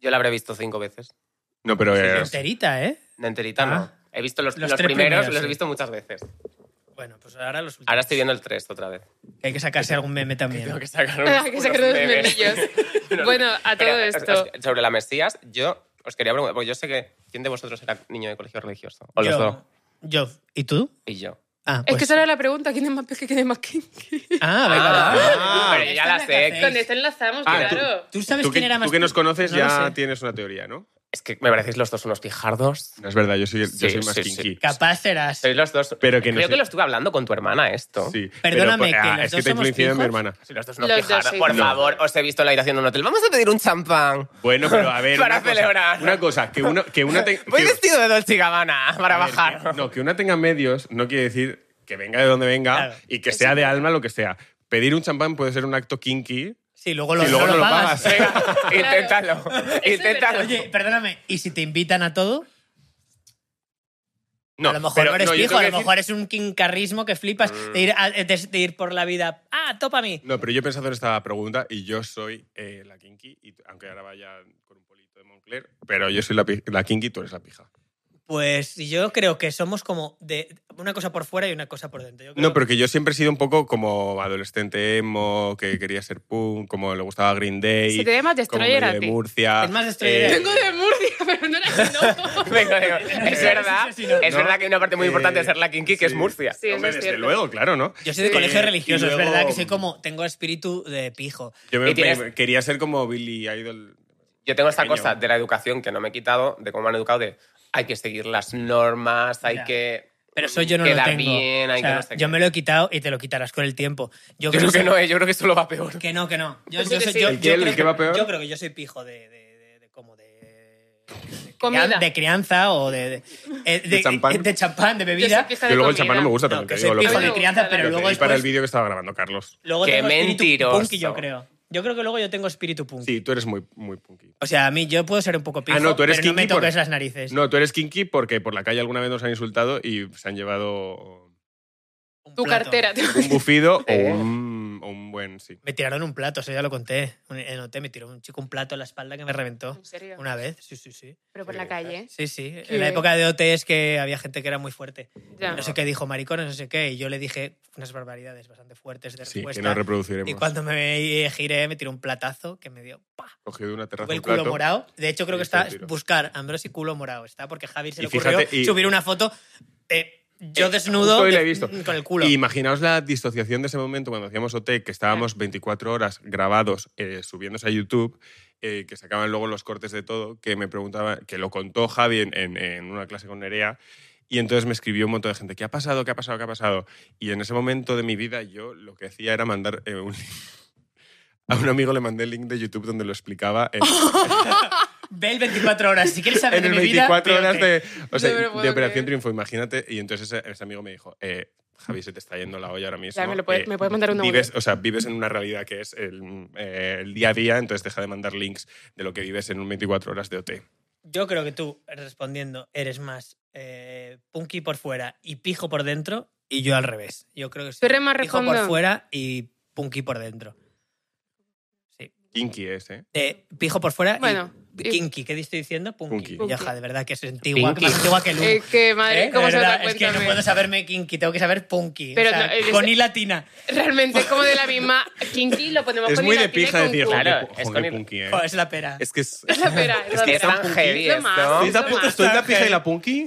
Speaker 5: Yo la habré visto cinco veces.
Speaker 3: No, pero eh,
Speaker 4: Enterita, ¿eh?
Speaker 5: No enterita,
Speaker 4: Ah.
Speaker 5: no. He visto los,
Speaker 4: Los
Speaker 5: los
Speaker 4: tres
Speaker 5: primeros,
Speaker 4: primeros,
Speaker 5: los
Speaker 4: sí.
Speaker 5: he visto muchas veces.
Speaker 4: Bueno, pues ahora los últimos.
Speaker 5: Ahora estoy viendo el 3 otra vez.
Speaker 4: Que Hay que sacarse algún meme también.
Speaker 5: Tengo que sacar
Speaker 2: Ah,
Speaker 5: unos,
Speaker 2: que
Speaker 5: unos
Speaker 2: sacar unos
Speaker 5: memes.
Speaker 2: memillos.
Speaker 5: Unos-
Speaker 2: Bueno, a todo
Speaker 5: Mira,
Speaker 2: esto.
Speaker 5: eh, os- os- Sobre la Mesías, yo os quería preguntar, porque yo sé que quién de vosotros era niño de colegio religioso. O los dos.
Speaker 4: yo, yo. ¿Y tú?
Speaker 5: Y yo.
Speaker 4: Ah,
Speaker 2: Es
Speaker 4: pues-
Speaker 2: que esa era la pregunta. ¿Quién es más pequeño? ¿Quién es más kinky?
Speaker 4: Ah, venga, va.
Speaker 5: Ah, pero ya
Speaker 4: Esta
Speaker 5: la
Speaker 4: es la
Speaker 5: sé.
Speaker 4: que
Speaker 2: Con
Speaker 4: Sí.
Speaker 2: esto enlazamos,
Speaker 3: Ah,
Speaker 2: claro.
Speaker 4: ¿Tú sabes
Speaker 3: tú,
Speaker 4: quién
Speaker 3: que,
Speaker 4: era
Speaker 3: tú
Speaker 4: más
Speaker 3: que nos conoces
Speaker 4: No lo
Speaker 3: ya
Speaker 4: sé.
Speaker 3: tienes una teoría, ¿no?
Speaker 5: Es que me parecéis los dos unos pijardos.
Speaker 3: No es verdad, yo soy, yo
Speaker 5: Sí,
Speaker 3: soy más
Speaker 5: sí, sí.
Speaker 3: kinky.
Speaker 4: Capaz serás.
Speaker 5: Sois los dos.
Speaker 3: Pero que no
Speaker 5: Creo
Speaker 3: sé-
Speaker 5: que lo estuve hablando con tu hermana esto.
Speaker 3: Sí,
Speaker 4: Perdóname,
Speaker 3: pero,
Speaker 4: que
Speaker 3: ah,
Speaker 4: los
Speaker 3: es que
Speaker 4: dos
Speaker 3: te
Speaker 4: somos
Speaker 3: influencia mi
Speaker 4: pijos.
Speaker 3: hermana.
Speaker 5: Sois los dos unos
Speaker 2: Los dos,
Speaker 5: pijardos.
Speaker 2: sí.
Speaker 5: Por
Speaker 2: No.
Speaker 5: favor, os he visto en la habitación de un hotel. Vamos a pedir un champán.
Speaker 3: Bueno, pero a ver.
Speaker 5: Para
Speaker 3: una cosa-
Speaker 5: celebrar.
Speaker 3: una cosa, que una, que una te-
Speaker 5: Voy
Speaker 3: que-
Speaker 5: vestido de Dolce y Gabbana para
Speaker 3: a ver,
Speaker 5: bajar.
Speaker 3: que- no, que una tenga medios no quiere decir que venga de donde venga
Speaker 4: Claro.
Speaker 3: y que sea de alma lo que sea. Pedir un champán puede ser un acto kinky
Speaker 4: Sí, luego lo,
Speaker 3: y luego
Speaker 4: no
Speaker 3: no
Speaker 4: lo
Speaker 3: lo
Speaker 4: pagas.
Speaker 3: pagas.
Speaker 5: Venga, inténtalo.
Speaker 2: es
Speaker 5: inténtalo.
Speaker 2: verdad.
Speaker 4: Oye, perdóname, ¿y si te invitan a todo?
Speaker 3: No,
Speaker 4: a lo mejor
Speaker 3: pero-
Speaker 4: no eres
Speaker 3: yo
Speaker 4: pijo,
Speaker 3: tengo
Speaker 4: a
Speaker 3: que
Speaker 4: lo
Speaker 3: decir- Mm.
Speaker 4: mejor es un quincarrismo que flipas de, ir a- de- de ir por la vida. ¡Ah, topa a mí!
Speaker 3: No, pero yo he pensado en esta pregunta y yo soy eh, la kinky, y, aunque ahora vaya con un polito de Moncler, pero yo soy la, pi- la kinky y tú eres la pija.
Speaker 4: Pues yo creo que somos como de una cosa por fuera y una cosa por dentro. Yo creo
Speaker 3: No, pero que yo siempre he sido un poco como adolescente emo, que quería ser punk, como le gustaba Green Day.
Speaker 2: Se te ve más
Speaker 3: como
Speaker 2: destroyer
Speaker 3: medio
Speaker 2: a
Speaker 3: de
Speaker 2: ti.
Speaker 3: Murcia. eh,
Speaker 4: Es más destroyer.
Speaker 2: Vengo de Murcia, pero no era no.
Speaker 5: Venga, venga.
Speaker 4: Eso,
Speaker 5: Es
Speaker 4: eso,
Speaker 5: verdad,
Speaker 4: eso sí, no.
Speaker 5: es
Speaker 3: No.
Speaker 5: verdad que hay una parte muy importante de ser la kinky, que es
Speaker 3: Sí.
Speaker 5: Murcia.
Speaker 2: Sí, eso
Speaker 3: Hombre,
Speaker 2: es
Speaker 3: desde
Speaker 2: cierto.
Speaker 3: luego, claro, ¿no?
Speaker 4: Yo soy de colegio
Speaker 3: Eh,
Speaker 4: religioso,
Speaker 3: y
Speaker 4: es
Speaker 3: luego-
Speaker 4: verdad que soy como. Tengo espíritu de pijo.
Speaker 3: Yo me-
Speaker 5: Y tienes-
Speaker 3: me- quería ser como Billy Idol.
Speaker 5: Yo tengo esta
Speaker 3: Pequeño.
Speaker 5: cosa de la educación que no me he quitado, de cómo me han educado, de hay que seguir las normas, hay
Speaker 4: Ya.
Speaker 5: que
Speaker 4: Pero eso yo no
Speaker 5: quedar
Speaker 4: lo tengo.
Speaker 5: bien, hay
Speaker 4: O sea,
Speaker 5: que no sé
Speaker 4: yo
Speaker 5: qué.
Speaker 4: me lo he quitado y te lo quitarás con el tiempo. Yo,
Speaker 5: Yo creo que
Speaker 4: soy-
Speaker 5: no, eh, yo creo que eso lo va peor.
Speaker 4: Que no, que no.
Speaker 2: Yo
Speaker 4: Yo, yo
Speaker 2: que
Speaker 4: soy-
Speaker 2: sí.
Speaker 4: yo-
Speaker 3: ¿El
Speaker 4: yo
Speaker 3: que- el
Speaker 4: creo
Speaker 3: que va peor?
Speaker 4: Yo creo que yo soy pijo de. de, de- de como de. de-
Speaker 2: Comida.
Speaker 4: De crianza o de. De, eh, de-
Speaker 3: De champán.
Speaker 4: de champán, de
Speaker 2: Yo soy
Speaker 4: bebida.
Speaker 2: pija
Speaker 3: Yo
Speaker 2: de
Speaker 3: luego el
Speaker 2: comida.
Speaker 3: champán no me gusta,
Speaker 4: No,
Speaker 3: también
Speaker 4: que
Speaker 3: te
Speaker 4: soy
Speaker 3: digo. Lo
Speaker 4: pijo
Speaker 3: pedí-
Speaker 4: de
Speaker 2: que-
Speaker 4: crianza, pero
Speaker 2: lo
Speaker 3: lo
Speaker 4: luego
Speaker 3: pedí para el
Speaker 4: después.
Speaker 3: vídeo que estaba grabando, Carlos.
Speaker 4: Luego
Speaker 5: Qué
Speaker 4: tengo espíritu
Speaker 5: mentiroso.
Speaker 4: punky, yo creo. Yo creo que luego yo tengo espíritu punky.
Speaker 3: Sí, tú eres muy, muy punky.
Speaker 4: O sea, a mí yo puedo ser un poco pijo,
Speaker 3: Ah, no, tú eres
Speaker 4: pero no me
Speaker 3: kinky por-
Speaker 4: toques las narices.
Speaker 3: No, tú eres kinky porque por la calle alguna vez nos han insultado y se han llevado
Speaker 4: Un
Speaker 2: Tu
Speaker 4: plato.
Speaker 2: cartera. tío.
Speaker 3: un bufido o,
Speaker 5: Eh.
Speaker 3: un, o un buen, sí.
Speaker 4: Me tiraron un plato, eso ya lo conté. Un- En OT me tiró un chico un plato en la espalda que me reventó.
Speaker 2: ¿En serio?
Speaker 4: Una vez, sí, sí, sí.
Speaker 2: Pero por la calle.
Speaker 4: Sí, sí.
Speaker 2: Qué
Speaker 4: En la
Speaker 2: bien.
Speaker 4: época de OT es que había gente que era muy fuerte.
Speaker 2: Ya.
Speaker 4: No sé qué dijo maricones, no sé qué. Y yo le dije unas barbaridades bastante fuertes de
Speaker 3: Sí,
Speaker 4: respuesta.
Speaker 3: que no reproduciremos.
Speaker 4: y cuando me giré, me tiró un platazo que me dio. ¡pa!
Speaker 3: Cogido de una terraza
Speaker 4: Tuve
Speaker 3: un
Speaker 4: el culo
Speaker 3: plato.
Speaker 4: morado. De hecho, creo
Speaker 3: Y
Speaker 4: que
Speaker 3: fue un
Speaker 4: está
Speaker 3: tiro.
Speaker 4: buscar Ambrosi culo morado. Está porque Javi se
Speaker 3: Y
Speaker 4: le ocurrió
Speaker 3: fíjate, y-
Speaker 4: subir una foto. eh, yo
Speaker 3: Eh,
Speaker 4: desnudo
Speaker 3: justo hoy la he
Speaker 4: de-
Speaker 3: visto.
Speaker 4: con el culo.
Speaker 3: Y imaginaos la disociación de ese momento cuando hacíamos OT, que estábamos 24 horas grabados, eh, subiéndose a YouTube, eh, que sacaban luego los cortes de todo, que me preguntaba, que lo contó Javi en, en- en una clase con Nerea, y entonces me escribió un montón de gente, ¿qué ha pasado? ¿Qué ha pasado? ¿Qué ha pasado? Y en ese momento de mi vida yo lo que hacía era mandar eh, un link. A un amigo le mandé el link de YouTube donde lo explicaba en,
Speaker 4: Ve el 24 horas. Si quieres saber
Speaker 3: en el
Speaker 4: de mi vida,
Speaker 3: 24 horas
Speaker 4: vete.
Speaker 3: de, o sea,
Speaker 2: No me lo puedo
Speaker 3: de Operación
Speaker 2: creer.
Speaker 3: Triunfo, imagínate. Y entonces ese, ese amigo me dijo, eh, Javi, se te está yendo la olla ahora mismo.
Speaker 2: Ya, me lo puedes- me puedes mandar un audio.
Speaker 3: Eh, vives, O sea, vives en una realidad que es el, eh, el día a día, entonces deja de mandar links de lo que vives en un 24 horas de OT.
Speaker 4: Yo creo que tú, respondiendo, eres más eh, punky por fuera y pijo por dentro, y yo al revés. Yo creo que soy
Speaker 2: eres más
Speaker 4: pijo por
Speaker 2: refondo.
Speaker 4: fuera y punky por dentro.
Speaker 3: Kinky es, ¿eh?
Speaker 4: Eh, pijo por fuera
Speaker 2: Bueno,
Speaker 4: y
Speaker 2: y-
Speaker 4: kinky. ¿Qué estoy diciendo? Punky.
Speaker 3: Punky.
Speaker 4: Ya, ja, de verdad que es antigua, que
Speaker 5: Pinky.
Speaker 4: más antigua que el humo.
Speaker 2: Eh, que madre,
Speaker 4: Eh,
Speaker 2: ¿cómo
Speaker 4: de
Speaker 2: se da
Speaker 4: verdad,
Speaker 2: cuenta?
Speaker 4: es que no puedo saberme kinky, tengo que saber punky.
Speaker 2: Pero
Speaker 4: o sea,
Speaker 2: no, eres-
Speaker 4: con i latina.
Speaker 2: Eh. Realmente es como de la misma Kinky, lo ponemos
Speaker 3: Es
Speaker 2: con
Speaker 3: muy de
Speaker 2: hilatina y
Speaker 3: pija
Speaker 2: con
Speaker 3: decir,
Speaker 2: culo.
Speaker 5: Claro,
Speaker 3: joder,
Speaker 5: es
Speaker 3: joder,
Speaker 5: con el-
Speaker 3: punky, ¿eh?
Speaker 4: Joder, es la pera.
Speaker 3: Es que es...
Speaker 2: Es la pera.
Speaker 5: Es que es tan heavy
Speaker 2: Lo más,
Speaker 5: esto.
Speaker 2: lo
Speaker 3: ¿Sois la,
Speaker 2: más.
Speaker 3: ¿Sois la pija y la punky?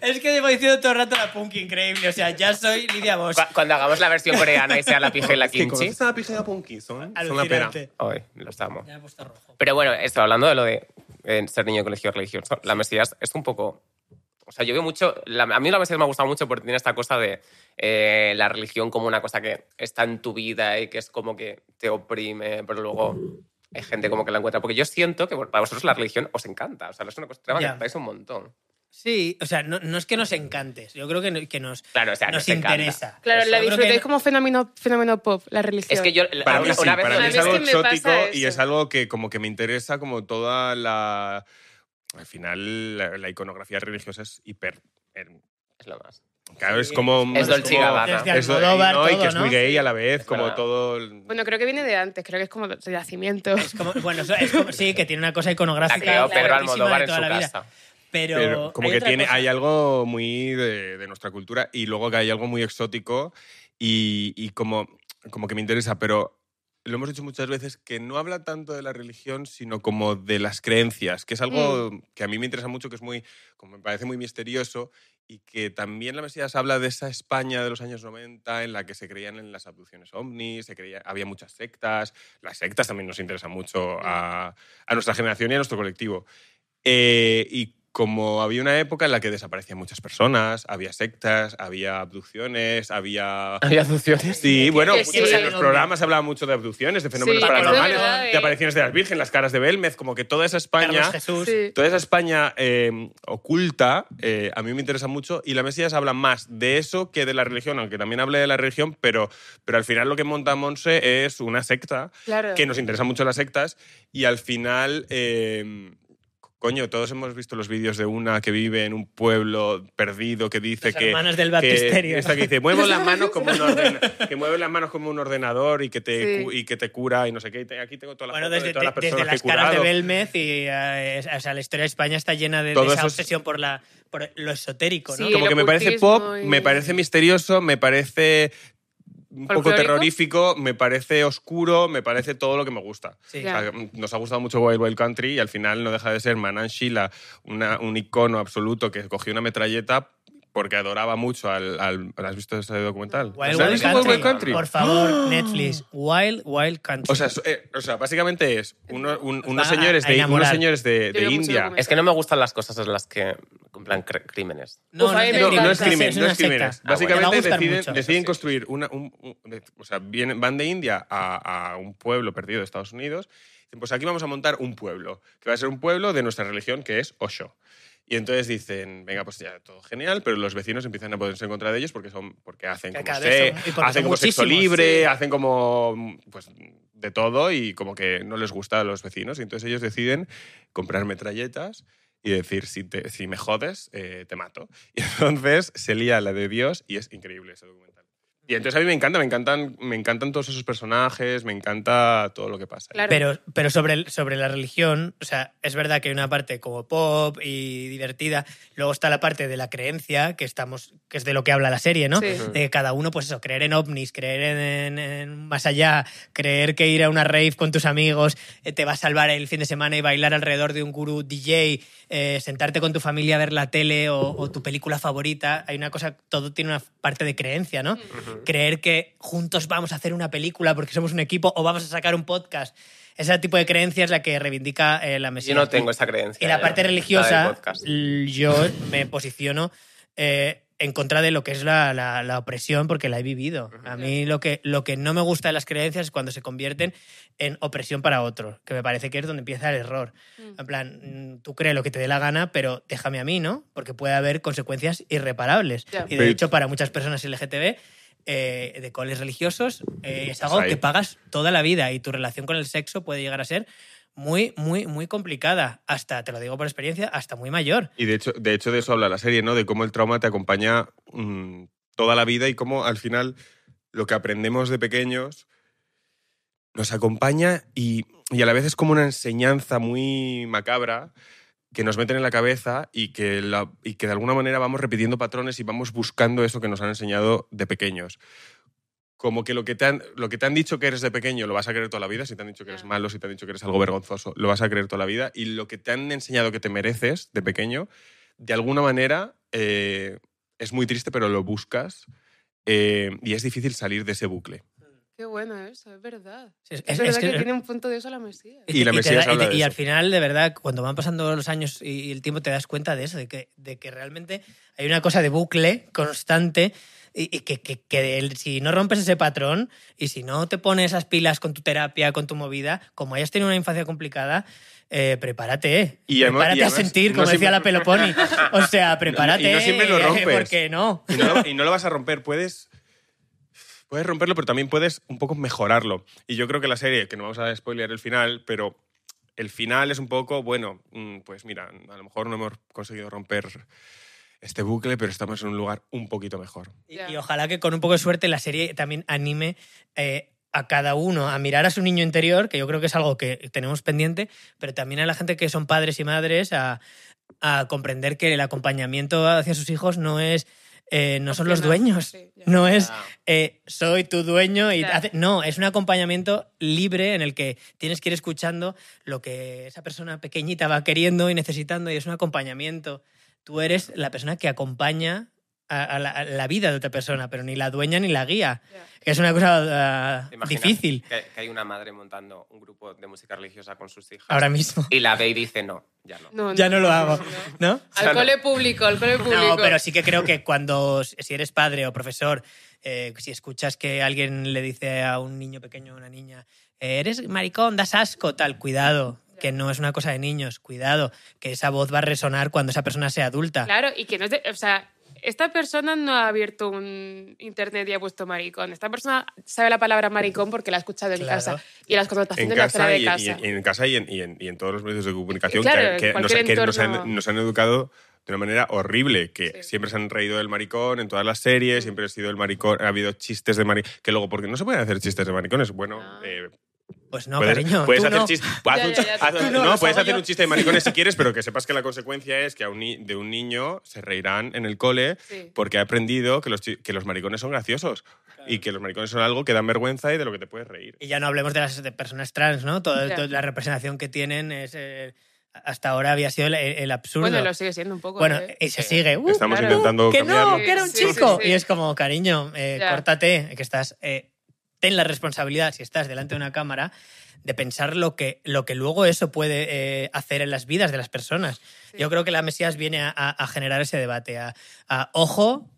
Speaker 4: Es que llevo diciendo todo el rato la punky increíble. O sea, ya soy Lidia Bosch.
Speaker 5: Cu- Cuando hagamos la versión coreana y sea la pija y la
Speaker 3: Es que
Speaker 5: kimchi.
Speaker 3: conoces a la pija y la punky, son, son la pera.
Speaker 4: Alucinante.
Speaker 5: Hoy, los amo.
Speaker 4: Me ha puesto rojo.
Speaker 5: Pero bueno, esto, hablando de lo de eh, ser niño de colegio religioso, la Mesías es un poco... O sea, yo veo mucho... la- a mí la Mesías me ha gustado mucho porque tiene esta cosa de eh, la religión como una cosa que está en tu vida y que es como que te oprime, pero luego hay gente como que la encuentra. Porque yo siento que bueno, para vosotros la religión os encanta. O sea, es una cosa que
Speaker 4: Ya.
Speaker 5: tratáis un montón.
Speaker 4: Sí, o sea, no, no es que nos encantes, yo creo que, no- que nos,
Speaker 5: Claro, o sea, nos
Speaker 4: nos
Speaker 5: encanta.
Speaker 4: interesa.
Speaker 2: Claro,
Speaker 4: Eso.
Speaker 2: la
Speaker 4: Yo creo que
Speaker 2: disfrutáis como fenómeno, fenómeno pop, la religión.
Speaker 5: Es que yo...
Speaker 3: Para
Speaker 5: una,
Speaker 3: mí sí,
Speaker 5: una vez
Speaker 3: para mí
Speaker 5: lo
Speaker 3: es
Speaker 5: dije-
Speaker 3: algo
Speaker 2: Es que me pasa
Speaker 3: exótico y
Speaker 2: eso.
Speaker 3: es algo que como que me interesa como toda la... Al final la, la iconografía religiosa es hiper... her-
Speaker 5: Es lo más.
Speaker 3: Claro, es
Speaker 4: Sí,
Speaker 3: como...
Speaker 5: Es Dolce y
Speaker 3: como-
Speaker 5: Gabbana.
Speaker 4: Desde
Speaker 3: es-
Speaker 4: Almodóvar,
Speaker 3: y no, y
Speaker 4: todo,
Speaker 3: que es muy
Speaker 4: ¿no?
Speaker 3: gay a la vez,
Speaker 5: Es
Speaker 3: como
Speaker 5: verdad.
Speaker 3: todo... el-
Speaker 2: Bueno, creo que viene de antes, creo que es como de nacimiento.
Speaker 4: Es como, bueno, eso es como- sí, que tiene una cosa
Speaker 5: La
Speaker 4: iconográfica.
Speaker 5: creó Pedro
Speaker 4: fuertísima
Speaker 5: Almodóvar
Speaker 4: de
Speaker 5: en
Speaker 4: toda
Speaker 5: su
Speaker 4: la vida.
Speaker 5: casa.
Speaker 4: Pero,
Speaker 3: pero como
Speaker 4: hay
Speaker 3: que
Speaker 4: otra
Speaker 3: tiene,
Speaker 4: cosa.
Speaker 3: hay algo muy de, de nuestra cultura y luego que hay algo muy exótico y, y como, como que me interesa, pero lo hemos dicho muchas veces, que no habla tanto de la religión, sino como de las creencias, que es algo
Speaker 4: Mm.
Speaker 3: que a mí me interesa mucho, que es muy, como me parece muy misterioso y que también la Mesías habla de esa España de los años 90 en la que se creían en las abducciones ovnis, se creía, había muchas sectas, las sectas también nos interesan mucho a, a nuestra generación y a nuestro colectivo. Eh, y como había una época en la que desaparecían muchas personas, había sectas, había abducciones, había...
Speaker 5: Había asunciones.
Speaker 3: Sí, bueno,
Speaker 2: Ah, Que
Speaker 3: mucho-
Speaker 2: sí.
Speaker 3: en los programas se hablaba mucho de abducciones, de fenómenos
Speaker 2: Sí,
Speaker 3: paranormales,
Speaker 2: es verdad,
Speaker 3: de
Speaker 2: eh.
Speaker 3: apariciones de las virgen, las caras de Belmez, como que toda esa España...
Speaker 4: Carlos Jesús.
Speaker 2: Sí.
Speaker 3: Toda esa España eh, oculta eh, a mí me interesa mucho y la Mesías habla más de eso que de la religión, aunque también hable de la religión, pero, pero al final lo que monta Monse es una secta
Speaker 2: Claro.
Speaker 3: que nos interesan mucho las sectas y al final eh, Coño, todos hemos visto los vídeos de una que vive en un pueblo perdido que dice
Speaker 4: Las
Speaker 3: que.
Speaker 4: hermanas del
Speaker 3: que-
Speaker 4: baptisterio.
Speaker 3: esta que dice, muevo las manos como un orden- que mueve las manos como un ordenador y que te,
Speaker 2: Sí.
Speaker 3: cu- y que te cura y no sé qué. Y te- Aquí tengo todas las
Speaker 4: Bueno,
Speaker 3: fotos
Speaker 4: desde,
Speaker 3: de todas las
Speaker 4: de- desde
Speaker 3: personas
Speaker 4: las
Speaker 3: que he
Speaker 4: caras
Speaker 3: curado.
Speaker 4: de Belmez y eh, o sea, la historia de España está llena de, de
Speaker 3: Todo
Speaker 4: esa
Speaker 3: eso es-
Speaker 4: obsesión por, la, por lo esotérico, ¿no?
Speaker 2: Sí,
Speaker 3: como
Speaker 2: el
Speaker 3: que me parece
Speaker 2: ocultismo
Speaker 3: pop,
Speaker 2: y-
Speaker 3: me parece misterioso, me parece un poco
Speaker 2: ¿Folclórico?
Speaker 3: terrorífico, me parece oscuro, me parece todo lo que me gusta.
Speaker 4: Sí.
Speaker 2: Ya.
Speaker 3: O sea, Nos ha gustado mucho Wild Wild Country y al final no deja de ser Manan Sheila, una- un icono absoluto que cogió una metralleta porque adoraba mucho al... al- ¿Has visto ese documental?
Speaker 4: Wild,
Speaker 3: ¿Has
Speaker 4: Wild
Speaker 3: visto
Speaker 4: Country.
Speaker 3: Wild Wild Country?
Speaker 4: Por favor, Netflix. Wild Wild Country.
Speaker 3: O sea, so- eh, o sea, básicamente es uno- un- unos,
Speaker 4: a-
Speaker 3: señores
Speaker 4: a
Speaker 3: de, unos
Speaker 4: enamorar.
Speaker 3: señores de, de
Speaker 2: Yo veo mucho
Speaker 3: India.
Speaker 2: documental.
Speaker 5: Es que no me gustan las cosas en las que cumplan crímenes.
Speaker 2: Uf, a mí me
Speaker 4: crimen,
Speaker 3: No, no es
Speaker 2: encanta.
Speaker 3: crimen, no
Speaker 4: una
Speaker 3: es crimen.
Speaker 5: bueno.
Speaker 4: secta. Te va a
Speaker 3: Básicamente
Speaker 4: gustar
Speaker 3: deciden,
Speaker 4: mucho.
Speaker 3: deciden
Speaker 5: Sí.
Speaker 3: construir una. un- un- o sea, vienen, van de India a, a un pueblo perdido de Estados Unidos. Dicen, Pues aquí vamos a montar un pueblo, que va a ser un pueblo de nuestra religión, que es Osho. Y entonces dicen, venga, pues ya todo genial, pero los vecinos empiezan a ponerse en contra de ellos porque son porque hacen
Speaker 4: Que
Speaker 3: como,
Speaker 4: cada vez
Speaker 3: se-
Speaker 4: son- y porque
Speaker 3: hacen
Speaker 4: son
Speaker 3: como sexo
Speaker 4: muchísimos,
Speaker 3: libre,
Speaker 4: sí.
Speaker 3: hacen como pues de todo y como que no les gusta a los vecinos. Y entonces ellos deciden comprar metralletas y decir, si, te- si me jodes, eh, te mato. Y entonces se lía la de Dios y es increíble ese documental. Y entonces a mí me encanta, me encantan, me encantan todos esos personajes, me encanta todo lo que pasa.
Speaker 2: Claro.
Speaker 4: Pero, pero sobre, el- sobre la religión, o sea, es verdad que hay una parte como pop y divertida, luego está la parte de la creencia, que estamos, que es de lo que habla la serie, ¿no?
Speaker 2: Sí.
Speaker 4: De cada uno, pues eso, creer en ovnis, creer en, en- en más allá, creer que ir a una rave con tus amigos eh, te va a salvar el fin de semana y bailar alrededor de un gurú DJ, eh, sentarte con tu familia a ver la tele o, o tu película favorita. Hay una cosa, todo tiene una parte de creencia, ¿no? Creer que juntos vamos a hacer una película porque somos un equipo o vamos a sacar un podcast. Ese tipo de creencia es la que reivindica eh, la
Speaker 5: Yo
Speaker 4: Mesías.
Speaker 5: no tengo esa creencia.
Speaker 4: Y la
Speaker 5: ya,
Speaker 4: parte
Speaker 5: del
Speaker 4: religiosa,
Speaker 5: podcast.
Speaker 4: l- yo me posiciono eh, en contra de lo que es la, la- la opresión porque la he vivido. A mí lo que, lo que no me gusta de las creencias es cuando se convierten en opresión para otro, que me parece que es donde empieza el error. En plan, mm, tú crees lo que te dé la gana, pero déjame a mí, ¿no? Porque puede haber consecuencias irreparables.
Speaker 2: Ya.
Speaker 4: Y de
Speaker 3: Pero-
Speaker 4: hecho, para muchas personas LGTB, eh, de coles religiosos, eh, es
Speaker 3: Estás
Speaker 4: algo
Speaker 3: ahí.
Speaker 4: que pagas toda la vida y tu relación con el sexo puede llegar a ser muy, muy, muy complicada. Hasta, te lo digo por experiencia, hasta muy mayor.
Speaker 3: Y de hecho, de hecho de eso habla la serie, ¿no? De cómo el trauma te acompaña mm, toda la vida y cómo al final lo que aprendemos de pequeños nos acompaña y, y a la vez es como una enseñanza muy macabra que nos meten en la cabeza y que, la- y que de alguna manera vamos repitiendo patrones y vamos buscando eso que nos han enseñado de pequeños. Como que lo que, te han, lo que te han dicho que eres de pequeño lo vas a creer toda la vida, si te han dicho que eres malo, si te han dicho que eres algo vergonzoso, lo vas a creer toda la vida, y lo que te han enseñado que te mereces de pequeño, de alguna manera eh, es muy triste, pero lo buscas eh, y es difícil salir de ese bucle.
Speaker 2: Qué bueno eso, es verdad.
Speaker 4: Es,
Speaker 2: Es,
Speaker 4: es-
Speaker 2: verdad
Speaker 4: es
Speaker 2: que,
Speaker 4: que-
Speaker 2: tiene un punto de eso la Mesías.
Speaker 3: Y la
Speaker 4: te
Speaker 3: Mesías
Speaker 4: da- y
Speaker 3: habla
Speaker 4: te-
Speaker 3: de
Speaker 4: y al
Speaker 3: eso.
Speaker 4: final, de verdad, cuando van pasando los años y y el tiempo, te das cuenta de eso, de que, de que realmente hay una cosa de bucle constante y, y que, que- que el- si no rompes ese patrón y si no te pones las pilas con tu terapia, con tu movida, como hayas tenido una infancia complicada, eh, prepárate. eh.
Speaker 3: Y además-
Speaker 4: prepárate
Speaker 3: y además,
Speaker 4: a sentir,
Speaker 3: no
Speaker 4: como
Speaker 3: siempre-
Speaker 4: decía la Peloponi. O sea, prepárate.
Speaker 3: y no siempre lo
Speaker 4: eh,
Speaker 3: rompes.
Speaker 4: Porque no.
Speaker 3: Y no, lo- y no lo vas a romper, puedes... Puedes romperlo, pero también puedes un poco mejorarlo. Y yo creo que la serie, que no vamos a spoilear el final, pero el final es un poco, bueno, mm, pues mira, a lo mejor no hemos conseguido romper este bucle, pero estamos en un lugar un poquito mejor.
Speaker 4: Y,
Speaker 2: Ya.
Speaker 4: y ojalá que con un poco de suerte la serie también anime eh, a cada uno a mirar a su niño interior, que yo creo que es algo que tenemos pendiente, pero también a la gente que son padres y madres a, a comprender que el acompañamiento hacia sus hijos no es eh, no son los
Speaker 2: Opcional,
Speaker 4: dueños,
Speaker 2: sí, ya.
Speaker 4: no es
Speaker 5: Ah.
Speaker 4: eh, soy tu dueño y
Speaker 2: Claro.
Speaker 4: hace- no es un acompañamiento libre en el que tienes que ir escuchando lo que esa persona pequeñita va queriendo y necesitando y es un acompañamiento. Tú eres la persona que acompaña a, a la, a la vida de otra persona, pero ni la dueña ni la guía,
Speaker 2: Ya.
Speaker 4: que es una cosa ah,
Speaker 5: ¿Te imaginas
Speaker 4: difícil
Speaker 5: Que, que hay una madre montando un grupo de música religiosa con sus hijas.
Speaker 4: ahora mismo.
Speaker 5: Y la ve y dice, no, ya no.
Speaker 4: Ya no lo hago,
Speaker 2: no.
Speaker 4: ¿no?
Speaker 2: Al cole público, al cole público.
Speaker 4: No, pero sí que creo que cuando, si eres padre o profesor, eh, si escuchas que alguien le dice a un niño pequeño o una niña, eh, eres maricón, das asco, tal, cuidado, que no es una cosa de niños, cuidado, que esa voz va a resonar cuando esa persona sea adulta.
Speaker 2: Claro, y que no es de- o sea, esta persona no ha abierto un internet y ha puesto maricón. Esta persona sabe la palabra maricón porque la ha escuchado en
Speaker 4: Claro.
Speaker 2: casa y las
Speaker 3: En
Speaker 2: connotaciones las trae
Speaker 3: casa,
Speaker 2: de
Speaker 3: y,
Speaker 2: casa.
Speaker 3: y- y en casa y en, y en- y en todos los medios de comunicación
Speaker 2: Claro,
Speaker 3: que-
Speaker 2: en
Speaker 3: que, nos,
Speaker 2: cualquier
Speaker 3: que nos
Speaker 2: entorno.
Speaker 3: han, nos han educado de una manera horrible, que
Speaker 2: Sí. Mm.
Speaker 3: siempre se han reído del maricón en todas las series, siempre ha sido el maricón, ha habido chistes de maricón, que luego, porque no se pueden hacer chistes de maricones, bueno...
Speaker 2: No.
Speaker 3: eh,
Speaker 4: Pues no,
Speaker 3: puedes,
Speaker 4: cariño.
Speaker 3: puedes
Speaker 4: tú
Speaker 3: hacer
Speaker 4: no.
Speaker 3: chistes... haz un
Speaker 2: ya,
Speaker 3: chi-
Speaker 2: ya,
Speaker 3: haz
Speaker 2: tú
Speaker 3: un-
Speaker 4: no,
Speaker 3: No,
Speaker 4: los
Speaker 3: puedes
Speaker 4: hago
Speaker 3: hacer
Speaker 4: yo.
Speaker 3: un chiste de maricones si quieres, pero que sepas que la consecuencia es que a un ni- de un niño se reirán en el cole
Speaker 2: Sí.
Speaker 3: porque ha aprendido que los, chi- que los maricones son graciosos y que los maricones son algo que dan vergüenza y de lo que te puedes reír.
Speaker 4: Y ya no hablemos de las de personas trans, ¿no? Toda,
Speaker 2: Ya.
Speaker 4: toda la representación que tienen es, eh, hasta ahora había sido el, el absurdo.
Speaker 2: Bueno, lo sigue siendo un poco.
Speaker 4: Bueno,
Speaker 2: ¿eh?
Speaker 4: y se sigue. ¡Uh!
Speaker 3: Estamos
Speaker 2: claro.
Speaker 3: intentando
Speaker 4: que
Speaker 3: cambiarlo.
Speaker 4: no, que era un
Speaker 2: Sí, sí,
Speaker 4: chico.
Speaker 2: sí.
Speaker 4: Y es como, cariño, eh,
Speaker 2: Ya.
Speaker 4: córtate, que estás. eh, ten la responsabilidad, si estás delante de una cámara, de pensar lo que, lo que luego eso puede eh, hacer en las vidas de las personas.
Speaker 2: Sí.
Speaker 4: Yo creo que la Mesías viene a, a- a generar ese debate. A, a, ojo,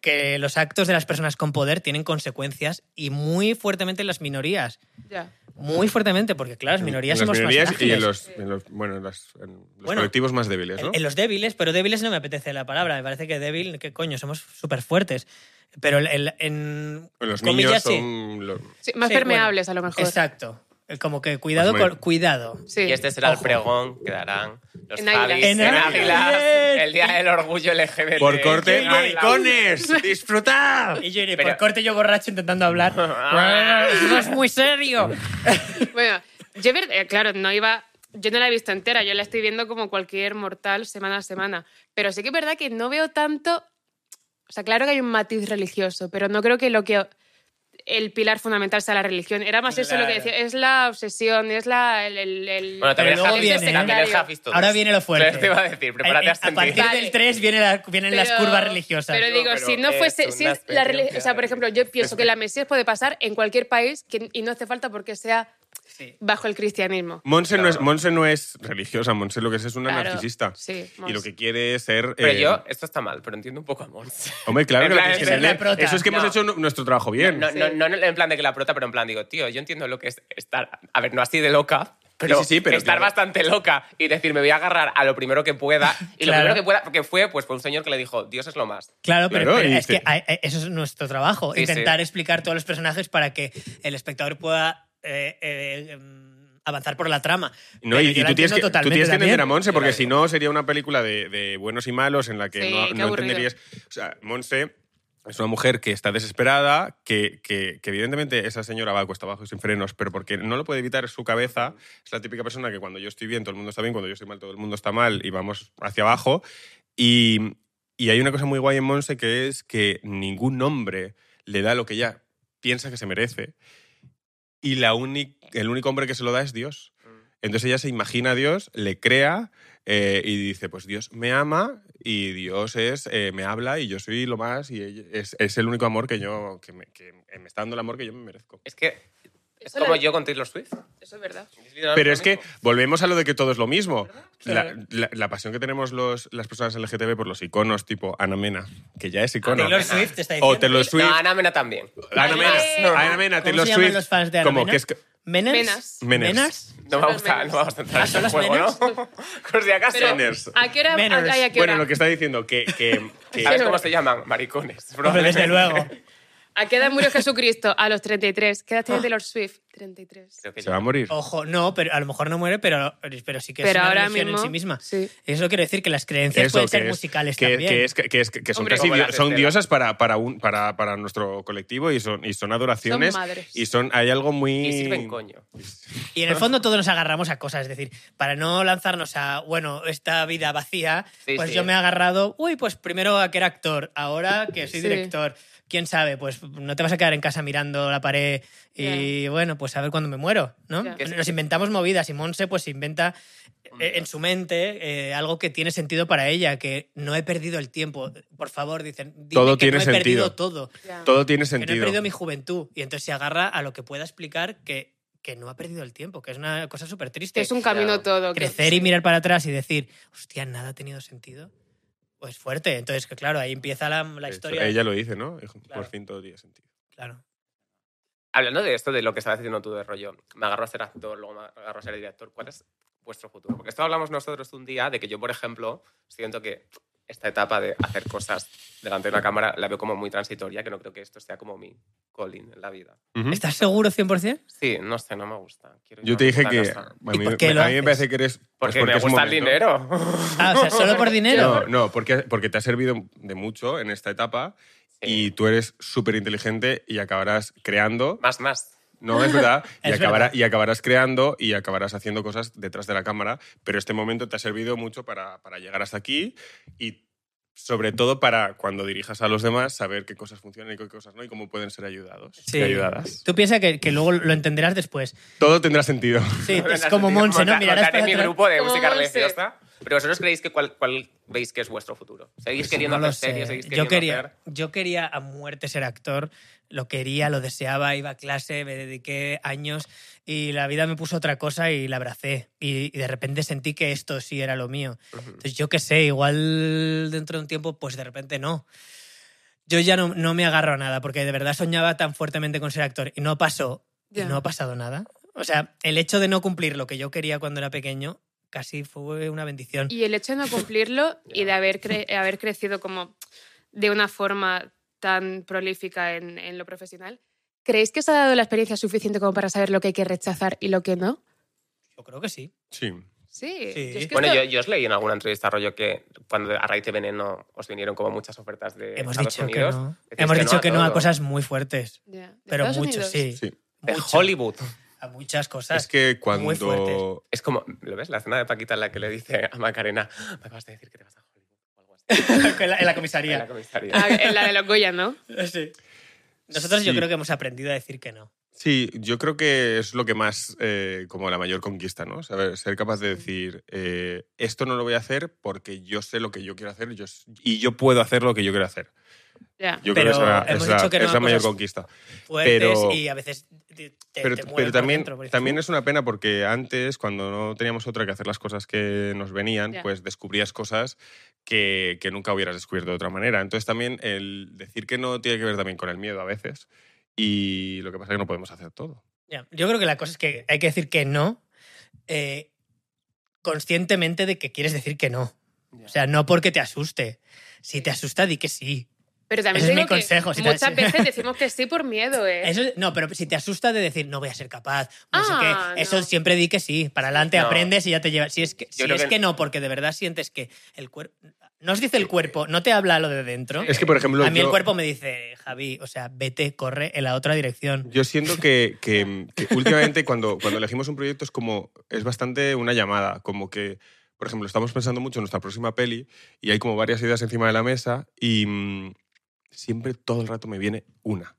Speaker 4: que los actos de las personas con poder tienen consecuencias y muy fuertemente en las minorías.
Speaker 2: Ya.
Speaker 4: Muy fuertemente, porque claro, las minorías
Speaker 3: en las
Speaker 4: somos
Speaker 3: minorías
Speaker 4: más
Speaker 3: y en
Speaker 4: ágiles.
Speaker 3: los, en los- bueno, en las- en los
Speaker 4: Bueno,
Speaker 3: colectivos más débiles,
Speaker 4: En-
Speaker 3: ¿no?
Speaker 4: En, los débiles, pero débiles no me apetece la palabra. Me parece que débil, que coño, somos súper fuertes. Pero el, el- en.
Speaker 3: Pues los niños
Speaker 4: comillas, sí.
Speaker 3: son los-
Speaker 2: Sí, más
Speaker 4: Sí,
Speaker 2: permeables
Speaker 4: bueno,
Speaker 2: a lo mejor.
Speaker 4: Exacto. Como que cuidado
Speaker 3: Pues muy-
Speaker 4: con. Cuidado.
Speaker 2: Sí.
Speaker 5: Y este será el
Speaker 4: Ojo.
Speaker 5: pregón que darán los
Speaker 2: En Águilas.
Speaker 5: Javis
Speaker 4: En
Speaker 5: en
Speaker 4: Águilas.
Speaker 5: Águilas, el día del orgullo LGBT.
Speaker 3: Por corte,
Speaker 5: En Águilas.
Speaker 3: maricones, disfrutad.
Speaker 4: Y yo iré
Speaker 5: Pero-
Speaker 4: por corte yo borracho intentando hablar. no es muy serio.
Speaker 2: Bueno, yo, ver- eh, claro, no iba. Yo no la he visto entera, yo la estoy viendo como cualquier mortal semana a semana. Pero sí que es verdad que no veo tanto. O sea, claro que hay un matiz religioso, pero no creo que lo que. El pilar fundamental sea la religión. Era más eso lo que
Speaker 4: Claro.
Speaker 2: decía. Es la obsesión, es la. El, el- el-
Speaker 5: Bueno, también
Speaker 4: luego
Speaker 5: el Javis,
Speaker 4: viene-
Speaker 5: también el Javis todos.
Speaker 4: Ahora viene lo fuerte.
Speaker 5: Claro, te iba a decir, prepárate
Speaker 4: Eh,
Speaker 5: a
Speaker 4: eh, a
Speaker 5: sentir.
Speaker 4: partir del
Speaker 2: Vale.
Speaker 4: 3 vienen, la- vienen las
Speaker 2: Pero-
Speaker 4: curvas religiosas.
Speaker 2: Pero digo,
Speaker 5: pero
Speaker 2: si no
Speaker 5: es
Speaker 2: fuese.
Speaker 5: una
Speaker 2: Si es la relig- o
Speaker 5: experiencia
Speaker 2: sea, por ejemplo, yo pienso que la Mesías puede pasar en cualquier país que- y no hace falta porque sea
Speaker 4: Sí.
Speaker 2: bajo el cristianismo.
Speaker 3: Monse, no es, Monse no es religiosa, Monse lo que es es una
Speaker 2: Claro,
Speaker 3: narcisista.
Speaker 2: sí,
Speaker 3: y
Speaker 2: Monse.
Speaker 3: lo que quiere es ser...
Speaker 5: Pero
Speaker 3: eh,
Speaker 5: yo, esto está mal, pero entiendo un poco a Monse.
Speaker 3: Hombre, claro
Speaker 5: En
Speaker 3: que lo
Speaker 5: plan,
Speaker 3: tienes
Speaker 5: es
Speaker 3: que
Speaker 5: la
Speaker 3: entender.
Speaker 4: prota.
Speaker 3: Eso es que hemos
Speaker 5: No.
Speaker 3: hecho nu- nuestro trabajo bien.
Speaker 5: No, no, no, no en plan de que la prota, pero en plan digo, tío, yo entiendo lo que es estar, a ver, no así de loca, pero,
Speaker 3: Sí, sí, sí, pero
Speaker 5: estar
Speaker 3: claro.
Speaker 5: bastante loca y decir, me voy a agarrar a lo primero que pueda. Y lo
Speaker 4: Claro.
Speaker 5: primero que pueda, porque fue, pues fue un señor que le dijo, Dios es lo más.
Speaker 4: Claro, pero,
Speaker 3: Claro,
Speaker 4: pero
Speaker 3: y
Speaker 4: es
Speaker 3: te-
Speaker 4: que hay- hay- eso es nuestro trabajo,
Speaker 5: Sí,
Speaker 4: intentar
Speaker 5: sí.
Speaker 4: explicar todos los personajes para que el espectador pueda eh, eh, em, avanzar por la trama.
Speaker 3: No,
Speaker 4: Pero
Speaker 3: y,
Speaker 4: eh, yo
Speaker 3: y
Speaker 4: la
Speaker 3: tú, tienes
Speaker 4: entiendo
Speaker 3: que, tú
Speaker 4: totalmente
Speaker 3: tienes que
Speaker 4: también.
Speaker 3: entender a Monse, porque
Speaker 5: Claro.
Speaker 3: si no sería una película de, de buenos y malos en la que
Speaker 2: Sí,
Speaker 3: no,
Speaker 2: qué
Speaker 3: no
Speaker 2: aburrido.
Speaker 3: entenderías. O sea, Monse es una mujer que está desesperada, que, que- que evidentemente esa señora va cuesta abajo y sin frenos, pero porque no lo puede evitar es su cabeza. Es la típica persona que cuando yo estoy bien todo el mundo está bien, cuando yo estoy mal todo el mundo está mal y vamos hacia abajo. Y, y hay una cosa muy guay en Monse que es que ningún hombre le da lo que ella piensa que se merece. Y la única el único hombre que se lo da es Dios.
Speaker 2: Mm.
Speaker 3: Entonces ella se imagina a Dios, le crea eh, y dice, pues Dios me ama y Dios es, eh, me habla y yo soy lo más y ella- es, es el único amor que yo, que me, que me está dando el amor que yo me merezco.
Speaker 5: Es que es
Speaker 2: Eso
Speaker 5: como
Speaker 2: la-
Speaker 5: yo con Taylor Swift.
Speaker 2: Eso es verdad.
Speaker 5: Es literalmente
Speaker 3: Pero
Speaker 5: lo
Speaker 3: es que
Speaker 5: mismo.
Speaker 3: volvemos a lo de que todo es lo mismo. La,
Speaker 4: Claro.
Speaker 3: la- la pasión que tenemos los, las personas LGTB por los iconos tipo Ana Mena, que ya es icono.
Speaker 4: Ah, Taylor Swift te está diciendo.
Speaker 3: o Taylor Swift.
Speaker 5: No, Ana Mena también.
Speaker 3: Ana Mena,
Speaker 2: no, no.
Speaker 3: Ana Mena,
Speaker 4: ¿Cómo
Speaker 3: Taylor
Speaker 4: se llaman
Speaker 3: Swift.
Speaker 4: los fans de Ana
Speaker 3: como
Speaker 4: Mena?
Speaker 3: que es que-
Speaker 4: ¿Meners?
Speaker 2: Menas.
Speaker 3: Meners.
Speaker 4: ¿Menas?
Speaker 5: No
Speaker 2: Son
Speaker 5: vamos,
Speaker 2: las
Speaker 5: a,
Speaker 2: menos.
Speaker 5: no vamos a entrar
Speaker 4: Ah,
Speaker 5: en
Speaker 4: ¿son
Speaker 5: ese
Speaker 4: las
Speaker 5: juego,
Speaker 4: menos?
Speaker 5: ¿no? Por si acaso.
Speaker 2: Pero,
Speaker 3: Manners.
Speaker 2: ¿A qué hora?
Speaker 4: Manners.
Speaker 2: a- ay, a qué
Speaker 3: Bueno,
Speaker 2: hora?
Speaker 3: lo que está diciendo, que... que- que-
Speaker 5: ¿Sabes cómo se llaman? Maricones.
Speaker 4: Hombre, desde
Speaker 5: probablemente.
Speaker 4: luego.
Speaker 2: ¿A qué edad murió Jesucristo? A los 33. ¿Qué edad
Speaker 3: Ah.
Speaker 2: tiene Taylor Swift? 33.
Speaker 5: Creo que
Speaker 3: se va a morir.
Speaker 4: Ojo, no, pero a lo mejor no muere, pero, pero sí que es
Speaker 2: Pero
Speaker 4: una
Speaker 2: ahora
Speaker 4: religión
Speaker 2: mismo,
Speaker 4: en sí misma.
Speaker 2: sí.
Speaker 4: Eso quiere decir que las creencias
Speaker 3: Eso,
Speaker 4: pueden
Speaker 3: que
Speaker 4: ser
Speaker 3: es-
Speaker 4: musicales
Speaker 3: que,
Speaker 4: también.
Speaker 3: que es- que es- que son
Speaker 2: Hombre,
Speaker 3: casi
Speaker 5: como la
Speaker 3: dio- son
Speaker 5: tercera.
Speaker 3: diosas para, para, un, para, para nuestro colectivo y son, y son adoraciones.
Speaker 2: Son madres.
Speaker 3: Y son, hay algo muy.
Speaker 5: Y sirven coño.
Speaker 4: Y en el fondo todos nos agarramos a cosas, es decir, para no lanzarnos a, bueno, esta vida vacía,
Speaker 5: Sí,
Speaker 4: pues
Speaker 5: sí.
Speaker 4: yo me he agarrado, uy, pues primero a que era actor, ahora que soy
Speaker 2: Sí.
Speaker 4: director, quién sabe, pues no te vas a quedar en casa mirando la pared y bueno, pues a ver cuándo me muero, ¿no?
Speaker 2: Ya.
Speaker 4: Nos inventamos movidas y Monse pues inventa eh, en su mente eh, algo que tiene sentido para ella, que no he perdido el tiempo, por favor, dicen, dime
Speaker 3: Todo
Speaker 4: que
Speaker 3: tiene
Speaker 4: no he
Speaker 3: sentido.
Speaker 4: perdido todo
Speaker 2: Ya.
Speaker 3: Todo tiene
Speaker 4: que no he
Speaker 3: sentido.
Speaker 4: perdido mi juventud. Y entonces se agarra a lo que pueda explicar que, que no ha perdido el tiempo, que es una cosa súper
Speaker 2: Que
Speaker 4: triste.
Speaker 2: es un camino
Speaker 5: Claro.
Speaker 2: todo. que-
Speaker 4: Crecer y mirar para atrás y decir, hostia, nada ha tenido sentido. Pues fuerte. Entonces, que claro, ahí empieza la, la
Speaker 3: Eso,
Speaker 4: historia.
Speaker 3: Ella lo dice, ¿no?
Speaker 4: Claro.
Speaker 3: Por fin todo tiene sentido.
Speaker 4: Claro.
Speaker 5: Hablando de esto, de lo que estabas diciendo tú de rollo, me agarro a ser actor, luego me agarro a ser director, ¿cuál es vuestro futuro? Porque esto hablamos nosotros un día de que yo, por ejemplo, siento que esta etapa de hacer cosas delante de la cámara la veo como muy transitoria, que no creo que esto sea como mi calling en la vida.
Speaker 3: Ujú.
Speaker 4: ¿Estás seguro 100%?
Speaker 5: Sí, no sé, no me gusta. Quiero
Speaker 3: Yo
Speaker 5: una
Speaker 3: te dije
Speaker 5: puta
Speaker 3: que.
Speaker 5: casa.
Speaker 3: A mí,
Speaker 4: por qué lo
Speaker 3: a mí me
Speaker 4: haces?
Speaker 3: parece que eres. pues
Speaker 5: Porque, me
Speaker 3: es un
Speaker 5: gusta el
Speaker 3: momento-
Speaker 5: dinero.
Speaker 4: Ah, o sea, solo por dinero.
Speaker 3: No, no, porque, porque te ha servido de mucho en esta etapa y tú eres súper inteligente y acabarás creando.
Speaker 5: Más, más.
Speaker 3: No, es verdad. y,
Speaker 4: Es
Speaker 3: acabará-
Speaker 4: verdad.
Speaker 3: y acabarás creando y acabarás haciendo cosas detrás de la cámara, pero este momento te ha servido mucho para, para llegar hasta aquí y sobre todo para cuando dirijas a los demás saber qué cosas funcionan y qué cosas no y cómo pueden ser ayudados
Speaker 4: Sí.
Speaker 3: y ayudadas.
Speaker 4: Tú piensas que, que luego lo entenderás después.
Speaker 3: Todo tendrá sentido.
Speaker 4: Sí, es como Monse, ¿no?
Speaker 5: Monta-
Speaker 4: Mirarás
Speaker 5: montaré
Speaker 4: para
Speaker 5: mi
Speaker 4: atrás.
Speaker 5: grupo de
Speaker 2: Como
Speaker 5: música
Speaker 2: Monse.
Speaker 5: religiosa. Pero vosotros creéis que cuál, cuál veis que es vuestro futuro. ¿Seguís queriendo
Speaker 4: Pues No lo
Speaker 5: hacer series?
Speaker 4: sé.
Speaker 5: ¿Seguís queriendo
Speaker 4: Yo quería,
Speaker 5: hacer-
Speaker 4: yo quería a muerte ser actor, lo quería, lo deseaba, iba a clase, me dediqué años y la vida me puso otra cosa y la abracé. Y, y de repente sentí que esto sí era lo mío. Entonces yo qué sé, igual dentro de un tiempo, pues de repente no. Yo ya no, no me agarro a nada porque de verdad soñaba tan fuertemente con ser actor y no pasó, y
Speaker 2: Ya.
Speaker 4: no ha pasado nada. O sea, el hecho de no cumplir lo que yo quería cuando era pequeño casi fue una bendición.
Speaker 2: Y el hecho de no cumplirlo y de haber, cre- haber crecido como de una forma tan prolífica en, en lo profesional, ¿creéis que os ha dado la experiencia suficiente como para saber lo que hay que rechazar y lo que no?
Speaker 4: Yo creo que sí.
Speaker 3: Sí.
Speaker 2: Sí.
Speaker 4: Sí.
Speaker 2: es que
Speaker 5: Bueno,
Speaker 2: esto-
Speaker 5: yo, yo os leí en alguna entrevista, rollo, que cuando a raíz de Veneno os vinieron como muchas ofertas de
Speaker 4: Hemos
Speaker 5: Estados
Speaker 4: dicho
Speaker 5: Unidos.
Speaker 4: que no.
Speaker 5: decís
Speaker 4: Hemos
Speaker 5: que no
Speaker 4: dicho
Speaker 5: a
Speaker 4: que no a
Speaker 5: todo.
Speaker 4: cosas muy fuertes.
Speaker 2: Ya. ¿De
Speaker 4: Pero
Speaker 2: Estados
Speaker 4: mucho,
Speaker 2: Unidos?
Speaker 4: sí.
Speaker 3: Sí.
Speaker 5: De
Speaker 4: Mucho.
Speaker 5: Hollywood.
Speaker 4: A muchas cosas.
Speaker 3: Es que
Speaker 4: Muy
Speaker 3: cuando...
Speaker 4: fuertes.
Speaker 5: Es como, ¿lo ves? La escena de Paquita en la que le dice a Macarena, me acabas de decir que te vas a Hollywood o algo así.
Speaker 4: en, la, en la
Speaker 5: En la
Speaker 4: comisaría.
Speaker 5: comisaría.
Speaker 2: Ah, en la de los Goya, ¿no?
Speaker 4: Sí. Nosotros yo
Speaker 3: Sí.
Speaker 4: creo que hemos aprendido a decir que no.
Speaker 3: Sí, yo creo que es lo que más, eh, como la mayor conquista, ¿no? Saber, ser capaz de decir, eh, esto no lo voy a hacer porque yo sé lo que yo quiero hacer yo s- y yo puedo hacer lo que yo quiero hacer.
Speaker 2: Ya.
Speaker 3: Yo creo
Speaker 4: Pero
Speaker 3: que esa-
Speaker 4: hemos
Speaker 3: esa-
Speaker 4: dicho que no
Speaker 3: es la
Speaker 4: a
Speaker 3: mayor
Speaker 4: cosas-
Speaker 3: conquista.
Speaker 4: Fuertes
Speaker 3: Pero-
Speaker 4: y a veces te, te-
Speaker 3: pero
Speaker 4: te
Speaker 3: pero
Speaker 4: mueven por
Speaker 3: también,
Speaker 4: dentro, porque-
Speaker 3: también es una pena porque antes, cuando no teníamos otra que hacer las cosas que nos venían,
Speaker 2: Ya.
Speaker 3: pues descubrías cosas que, que nunca hubieras descubierto de otra manera. Entonces también el decir que no tiene que ver también con el miedo a veces y lo que pasa es que no podemos hacer todo.
Speaker 4: Ya, Yo creo que la cosa es que hay que decir que no eh, conscientemente de que quieres decir que no. O sea, no porque te asuste. Si te asusta, di que sí.
Speaker 2: Pero también
Speaker 4: Ese
Speaker 2: te
Speaker 4: es
Speaker 2: digo
Speaker 4: mi
Speaker 2: que
Speaker 4: consejo, si te-
Speaker 2: muchas veces decimos que sí por miedo, ¿eh?
Speaker 4: Eso, no, pero si te asusta de decir no voy a ser capaz, no sé
Speaker 2: Ah,
Speaker 4: qué, eso
Speaker 2: no.
Speaker 4: siempre di que sí, para adelante
Speaker 5: No.
Speaker 4: aprendes y ya te llevas. Si es que, si
Speaker 5: creo
Speaker 4: es
Speaker 5: que-
Speaker 4: que no, porque de verdad sientes que el cuerpo. No os dice el cuerpo, no te habla lo de dentro.
Speaker 3: Es que, por ejemplo,
Speaker 4: Eh, A mí el
Speaker 3: yo-
Speaker 4: cuerpo me dice, Javi, o sea, vete, corre en la otra dirección.
Speaker 3: Yo siento que, que- que últimamente cuando, cuando elegimos un proyecto es como es bastante una llamada, como que, por ejemplo, estamos pensando mucho en nuestra próxima peli y hay como varias ideas encima de la mesa y mm, siempre todo el rato me viene una.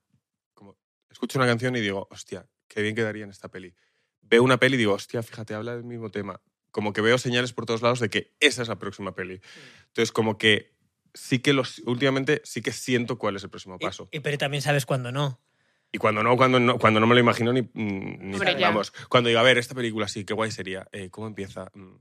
Speaker 3: Como escucho una canción y digo, hostia, qué bien quedaría en esta peli. Veo una peli y digo, hostia, fíjate, habla del mismo tema. Como que veo señales por todos lados de que esa es la próxima peli. Entonces, como que sí que los últimamente sí que siento cuál es el próximo
Speaker 4: Y-
Speaker 3: paso.
Speaker 4: y- pero también sabes cuándo no.
Speaker 3: Y cuando no, cuando no, cuando no me lo imagino ni, mm, ni
Speaker 2: Hombre, ya.
Speaker 3: vamos. Cuando digo, a ver, esta película sí, qué guay sería. Eh, ¿Cómo empieza? Mm,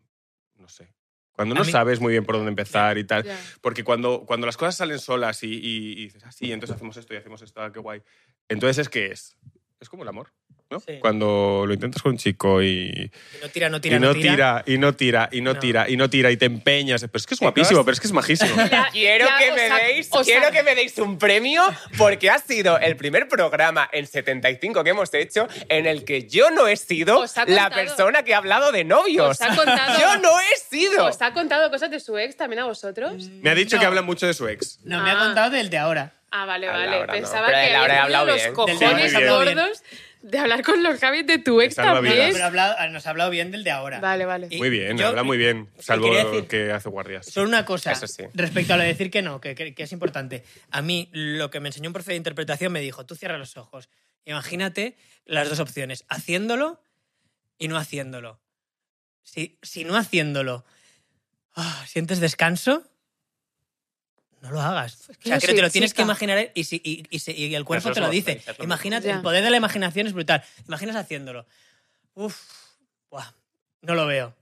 Speaker 3: no sé. Cuando
Speaker 4: A
Speaker 3: no
Speaker 4: mí-
Speaker 3: sabes muy bien por dónde empezar y tal.
Speaker 2: Ya.
Speaker 3: Porque cuando, cuando las cosas salen solas y, y- y dices, ah, sí, entonces hacemos esto y hacemos esto, ah, qué guay. Entonces es que es. Es como el amor, ¿no?
Speaker 4: Sí.
Speaker 3: Cuando lo intentas con un chico y,
Speaker 4: Y No tira, no tira,
Speaker 3: y
Speaker 4: no
Speaker 3: no
Speaker 4: tira.
Speaker 3: tira, y no tira, y no
Speaker 4: No.
Speaker 3: tira, y no tira, y te empeñas. Pero es que es guapísimo, pero es que es majísimo.
Speaker 2: Ya,
Speaker 5: Quiero
Speaker 2: ya,
Speaker 5: que
Speaker 2: o
Speaker 5: me
Speaker 2: sea,
Speaker 5: deis,
Speaker 2: o sea,
Speaker 5: quiero que me deis un premio porque ha sido el primer programa en 75 que hemos hecho en el que yo no he sido
Speaker 2: Os ha
Speaker 5: la
Speaker 2: contado-
Speaker 5: persona que ha hablado de novios.
Speaker 2: Os ha contado-
Speaker 5: yo no he sido.
Speaker 2: ¿Os ha contado cosas de su ex también a vosotros?
Speaker 5: Mm.
Speaker 3: Me ha dicho que
Speaker 4: No.
Speaker 3: habla mucho de su ex.
Speaker 4: No, me ha
Speaker 2: Ah.
Speaker 4: contado del de ahora.
Speaker 2: Ah, vale,
Speaker 5: A
Speaker 2: vale.
Speaker 5: Laura no,
Speaker 2: Pensaba
Speaker 5: pero
Speaker 2: que
Speaker 5: Laura
Speaker 2: había
Speaker 5: ha hablado
Speaker 2: tenido
Speaker 5: bien.
Speaker 2: los
Speaker 4: Del tema
Speaker 2: cojones
Speaker 3: ha hablado
Speaker 4: bien.
Speaker 2: gordos de hablar con los Javis de tu ex
Speaker 3: Te salva
Speaker 2: también.
Speaker 3: vidas.
Speaker 4: Pero ha hablado- nos ha hablado bien del de ahora.
Speaker 2: Vale, vale.
Speaker 4: Y-
Speaker 3: Muy bien,
Speaker 4: yo-
Speaker 3: habla muy bien. Salvo
Speaker 4: quería decir-
Speaker 3: que hace guardias.
Speaker 4: Solo una cosa,
Speaker 5: Eso sí.
Speaker 4: respecto a lo de decir que no, que, que- que es importante. A mí, lo que me enseñó un profe de interpretación me dijo, tú cierra los ojos. Imagínate las dos opciones, haciéndolo y no haciéndolo. Si, si no haciéndolo ah, sientes descanso, no lo hagas. O sea,
Speaker 2: yo
Speaker 4: creo que te
Speaker 2: soy
Speaker 4: lo tienes que
Speaker 2: chica.
Speaker 4: imaginar y, si- y- y se- y el cuerpo
Speaker 5: Eso
Speaker 4: te
Speaker 5: es
Speaker 4: lo
Speaker 5: lo-
Speaker 4: dice.
Speaker 5: eso es lo-
Speaker 4: Imagínate,
Speaker 2: Ya.
Speaker 4: el poder de la imaginación es brutal. Imaginas haciéndolo. Uf, buah, no lo veo.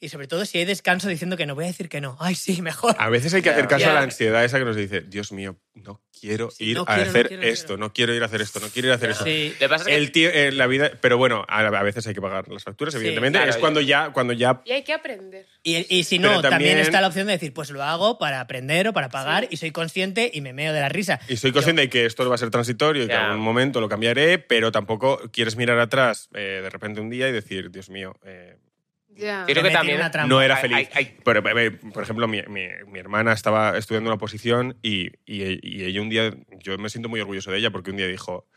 Speaker 4: Y sobre todo si hay descanso diciendo que no, voy a decir que no. Ay, sí, mejor.
Speaker 3: A veces hay que hacer
Speaker 1: Claro.
Speaker 3: caso a la
Speaker 2: Ya.
Speaker 3: ansiedad esa que nos dice, Dios mío, no quiero
Speaker 4: Sí,
Speaker 3: ir
Speaker 4: no
Speaker 3: a
Speaker 4: quiero, no
Speaker 3: hacer
Speaker 4: quiero, no
Speaker 3: esto,
Speaker 4: quiero".
Speaker 3: no quiero ir a hacer esto, no quiero ir a hacer esto.
Speaker 4: Sí.
Speaker 5: Lo que pasa es que-
Speaker 3: El tío, eh, la vida, pero bueno, a, a veces hay que pagar las facturas,
Speaker 4: Sí,
Speaker 3: evidentemente.
Speaker 5: claro,
Speaker 3: es
Speaker 5: y-
Speaker 3: cuando ya, cuando ya.
Speaker 2: Y hay que aprender.
Speaker 4: Y, y si
Speaker 3: Pero
Speaker 4: no, también...
Speaker 3: también-
Speaker 4: está la opción de decir, pues lo hago para aprender o para pagar y soy consciente y me meo de la risa.
Speaker 3: Y soy consciente de que esto va a ser transitorio y que en
Speaker 5: Ya.
Speaker 3: algún momento lo cambiaré, pero tampoco quieres mirar atrás eh, de repente un día y decir, Dios mío, eh,
Speaker 2: Ya.
Speaker 5: Creo que
Speaker 4: Me metí en
Speaker 5: también
Speaker 4: una trampa.
Speaker 3: no era
Speaker 5: Hay-
Speaker 3: feliz.
Speaker 5: hay- hay-
Speaker 3: Pero, eh, por ejemplo, mi, mi- mi hermana estaba estudiando una posición y, y- y ella un día, yo me siento muy orgulloso de ella porque un día dijo,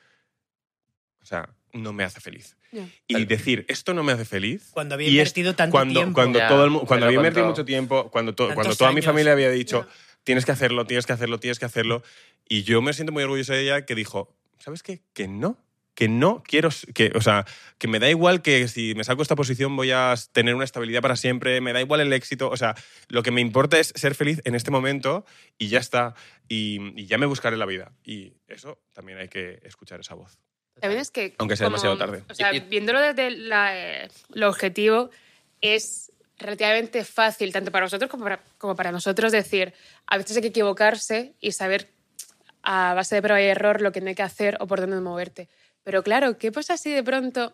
Speaker 3: o sea, no me hace feliz.
Speaker 2: Ya.
Speaker 3: Y decir, esto no me hace feliz.
Speaker 4: Cuando había
Speaker 3: y es
Speaker 4: invertido tanto
Speaker 3: cuando,
Speaker 4: tiempo.
Speaker 3: Cuando,
Speaker 5: Ya,
Speaker 3: todo el mu-
Speaker 5: te
Speaker 3: cuando
Speaker 5: lo
Speaker 3: había
Speaker 5: he
Speaker 3: invertido
Speaker 5: contado.
Speaker 3: mucho tiempo, cuando, to-
Speaker 4: Tantos
Speaker 3: cuando toda mi
Speaker 4: años.
Speaker 3: familia había dicho,
Speaker 2: Ya.
Speaker 3: tienes que hacerlo, tienes que hacerlo, tienes que hacerlo. Y yo me siento muy orgulloso de ella que dijo, ¿sabes qué? Que no. Que no quiero, s- que, o sea, que me da igual que si me saco esta posición voy a s- tener una estabilidad para siempre, me da igual el éxito, o sea, lo que me importa es ser feliz en este momento y ya está, y, y ya me buscaré la vida. Y eso también hay que escuchar esa voz.
Speaker 2: También es que.
Speaker 3: Aunque sea demasiado tarde.
Speaker 2: O sea,
Speaker 5: Y- y-
Speaker 2: viéndolo desde la, eh, el objetivo, es relativamente fácil, tanto para vosotros como para, como para nosotros, decir, a veces hay que equivocarse y saber a base de prueba y error lo que no hay que hacer o por dónde moverte. Pero claro, ¿qué pasa si de pronto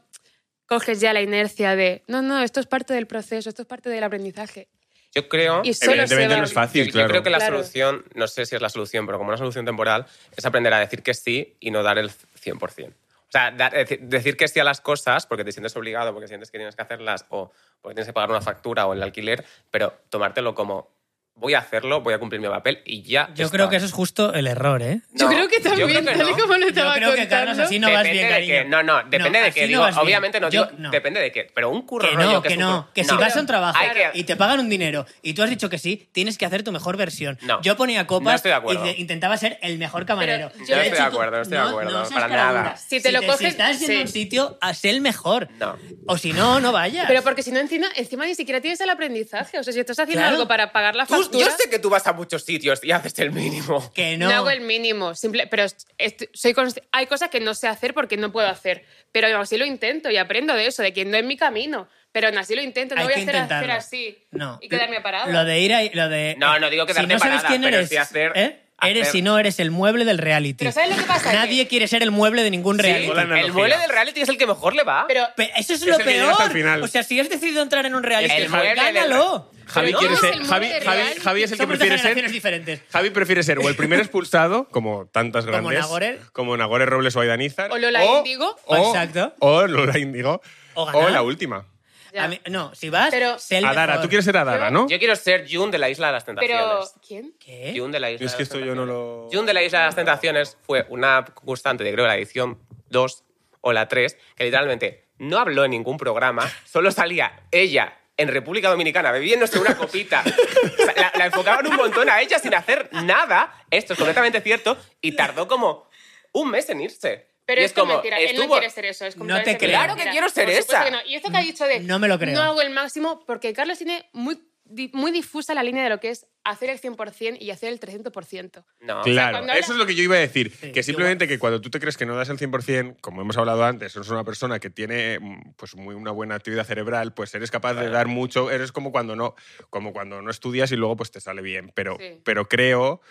Speaker 2: coges ya la inercia de, no, no, esto es parte del proceso, esto es parte del aprendizaje?
Speaker 5: Yo creo.
Speaker 2: Y solo se
Speaker 3: Evidentemente
Speaker 2: va-
Speaker 3: no es fácil,
Speaker 5: yo, yo
Speaker 3: claro.
Speaker 5: creo que la
Speaker 2: Claro.
Speaker 5: solución, no sé si es la solución, pero como una solución temporal, es aprender a decir que sí y no dar el 100%. O sea, dar- deci- decir que sí a las cosas porque te sientes obligado, porque sientes que tienes que hacerlas o porque tienes que pagar una factura o el alquiler, pero tomártelo como voy a hacerlo, voy a cumplir mi papel y ya.
Speaker 4: Yo
Speaker 5: está.
Speaker 4: creo que eso es justo el error, ¿eh?
Speaker 2: yo
Speaker 5: No,
Speaker 2: creo que también,
Speaker 5: que
Speaker 2: tal y
Speaker 5: no.
Speaker 2: como lo
Speaker 4: Yo
Speaker 2: estaba
Speaker 4: creo que,
Speaker 2: contando,
Speaker 4: Carlos, así no vas bien,
Speaker 5: Depende de que-
Speaker 4: cariño.
Speaker 5: no, no, depende de
Speaker 4: así
Speaker 5: que
Speaker 4: no
Speaker 5: digo,
Speaker 4: vas bien.
Speaker 5: obviamente no
Speaker 4: Yo-
Speaker 5: digo, depende de que, pero un curro
Speaker 4: Que
Speaker 5: rollo
Speaker 4: no,
Speaker 5: que,
Speaker 4: que
Speaker 5: es un
Speaker 4: no,
Speaker 5: curro-
Speaker 4: que si vas a un trabajo
Speaker 5: Hay que-
Speaker 4: y te pagan un dinero y tú has dicho que sí, tienes que hacer tu mejor versión.
Speaker 5: No.
Speaker 4: yo ponía copas
Speaker 5: No estoy de acuerdo.
Speaker 4: y te- intentaba ser el mejor camarero.
Speaker 2: Pero yo-
Speaker 4: Yo he
Speaker 2: No
Speaker 5: estoy de
Speaker 4: hecho
Speaker 5: acuerdo,
Speaker 4: tu-
Speaker 5: no estoy de acuerdo,
Speaker 4: seas
Speaker 5: para nada.
Speaker 4: caradura.
Speaker 2: Si te lo coges,
Speaker 4: estás yendo
Speaker 2: sí.
Speaker 4: a un sitio, a ser el mejor.
Speaker 5: No.
Speaker 4: O si no, no vayas.
Speaker 2: Pero porque si no, encima, encima ni siquiera tienes el aprendizaje. O sea, si estás haciendo
Speaker 4: Claro.
Speaker 2: algo para pagar la
Speaker 5: Tú-
Speaker 2: factura...
Speaker 5: yo sé que tú vas a muchos sitios y haces el mínimo.
Speaker 4: que
Speaker 2: No.
Speaker 4: no.
Speaker 2: hago el mínimo, simple, pero est- est- soy consci- hay cosas que no sé hacer porque no puedo hacer, pero aún así lo intento y aprendo de eso, de que no es mi camino, pero aún así lo intento, no
Speaker 4: Hay
Speaker 2: voy a
Speaker 4: que
Speaker 2: hacer, hacer
Speaker 4: intentarlo.
Speaker 2: así
Speaker 4: No.
Speaker 2: y quedarme parada.
Speaker 4: Lo de ir a. Lo de,
Speaker 5: No, no digo quedarte
Speaker 4: si no sabes
Speaker 5: parada,
Speaker 4: quién
Speaker 5: pero
Speaker 4: eres,
Speaker 5: sí hacer-
Speaker 4: ¿eh? Eres,
Speaker 5: hacer-
Speaker 4: si no, eres el mueble del reality.
Speaker 2: Pero ¿sabes lo que pasa?
Speaker 4: Nadie
Speaker 2: Que-
Speaker 4: quiere ser el mueble de ningún reality.
Speaker 3: Hola, analogía.
Speaker 5: el mueble del reality es el que mejor le va.
Speaker 2: pero
Speaker 4: Pe- Eso es
Speaker 3: Es
Speaker 4: lo
Speaker 3: el que
Speaker 4: peor.
Speaker 3: llegas al final.
Speaker 4: O sea, si has decidido entrar en un reality,
Speaker 5: Es el mueble del-
Speaker 4: gánalo.
Speaker 3: Javi,
Speaker 5: no,
Speaker 3: quiere
Speaker 5: es
Speaker 3: ser-
Speaker 2: el mundo
Speaker 3: Javi,
Speaker 2: de
Speaker 3: Javi-
Speaker 2: real.
Speaker 3: Javi es el que
Speaker 4: Somos de
Speaker 3: prefiere ser
Speaker 4: generaciones diferentes.
Speaker 3: Javi prefiere ser o el primer expulsado, como tantas
Speaker 4: Como
Speaker 3: grandes.
Speaker 4: Nagore.
Speaker 3: como Nagore Robles o Aidanizar.
Speaker 2: O Lola Índigo.
Speaker 3: o-
Speaker 4: Exacto.
Speaker 3: O Lola Índigo.
Speaker 4: O
Speaker 3: O,
Speaker 4: ganar.
Speaker 3: la última.
Speaker 2: Ya.
Speaker 4: A mí- no, si vas,
Speaker 2: Pero-
Speaker 4: sé el
Speaker 3: Adara.
Speaker 4: mejor.
Speaker 3: Tú quieres ser Adara, ¿no?
Speaker 5: Yo quiero ser Jun de la Isla de las
Speaker 2: pero
Speaker 5: Tentaciones.
Speaker 2: ¿quién?
Speaker 4: ¿Qué?
Speaker 5: Jun de la Isla
Speaker 3: Es
Speaker 5: de
Speaker 3: que
Speaker 5: las
Speaker 3: esto yo no lo-
Speaker 5: Tentaciones. Jun de la Isla de las Tentaciones fue una constante de creo la edición 2 o la 3 que literalmente no habló en ningún programa, solo salía ella en República Dominicana bebiéndose una copita. O sea, la, la enfocaban un montón a ella sin hacer nada. Esto es completamente cierto y tardó como un mes en irse.
Speaker 2: Pero
Speaker 5: Y
Speaker 2: es, como mentira, él no
Speaker 5: estuvo-
Speaker 2: quiere ser eso. Es
Speaker 4: No
Speaker 2: completamente
Speaker 4: te creo.
Speaker 2: mentira.
Speaker 5: Claro que quiero ser
Speaker 2: Por supuesto
Speaker 5: esa.
Speaker 2: que no. Y esto que ha dicho de
Speaker 4: No me lo creo.
Speaker 2: no hago el máximo, porque Carlos tiene muy, di- muy difusa la línea de lo que es hacer el 100% y hacer el 300%.
Speaker 5: No.
Speaker 3: Claro,
Speaker 2: cuando habla-
Speaker 3: eso es lo que yo iba a decir.
Speaker 4: Sí,
Speaker 3: que simplemente que cuando tú te crees que no das el 100%, como hemos hablado antes, eres una persona que tiene mm, pues muy una buena actividad cerebral, pues eres capaz de dar mucho, eres como cuando no como cuando no estudias y luego pues te sale bien, pero
Speaker 2: Sí.
Speaker 3: pero creo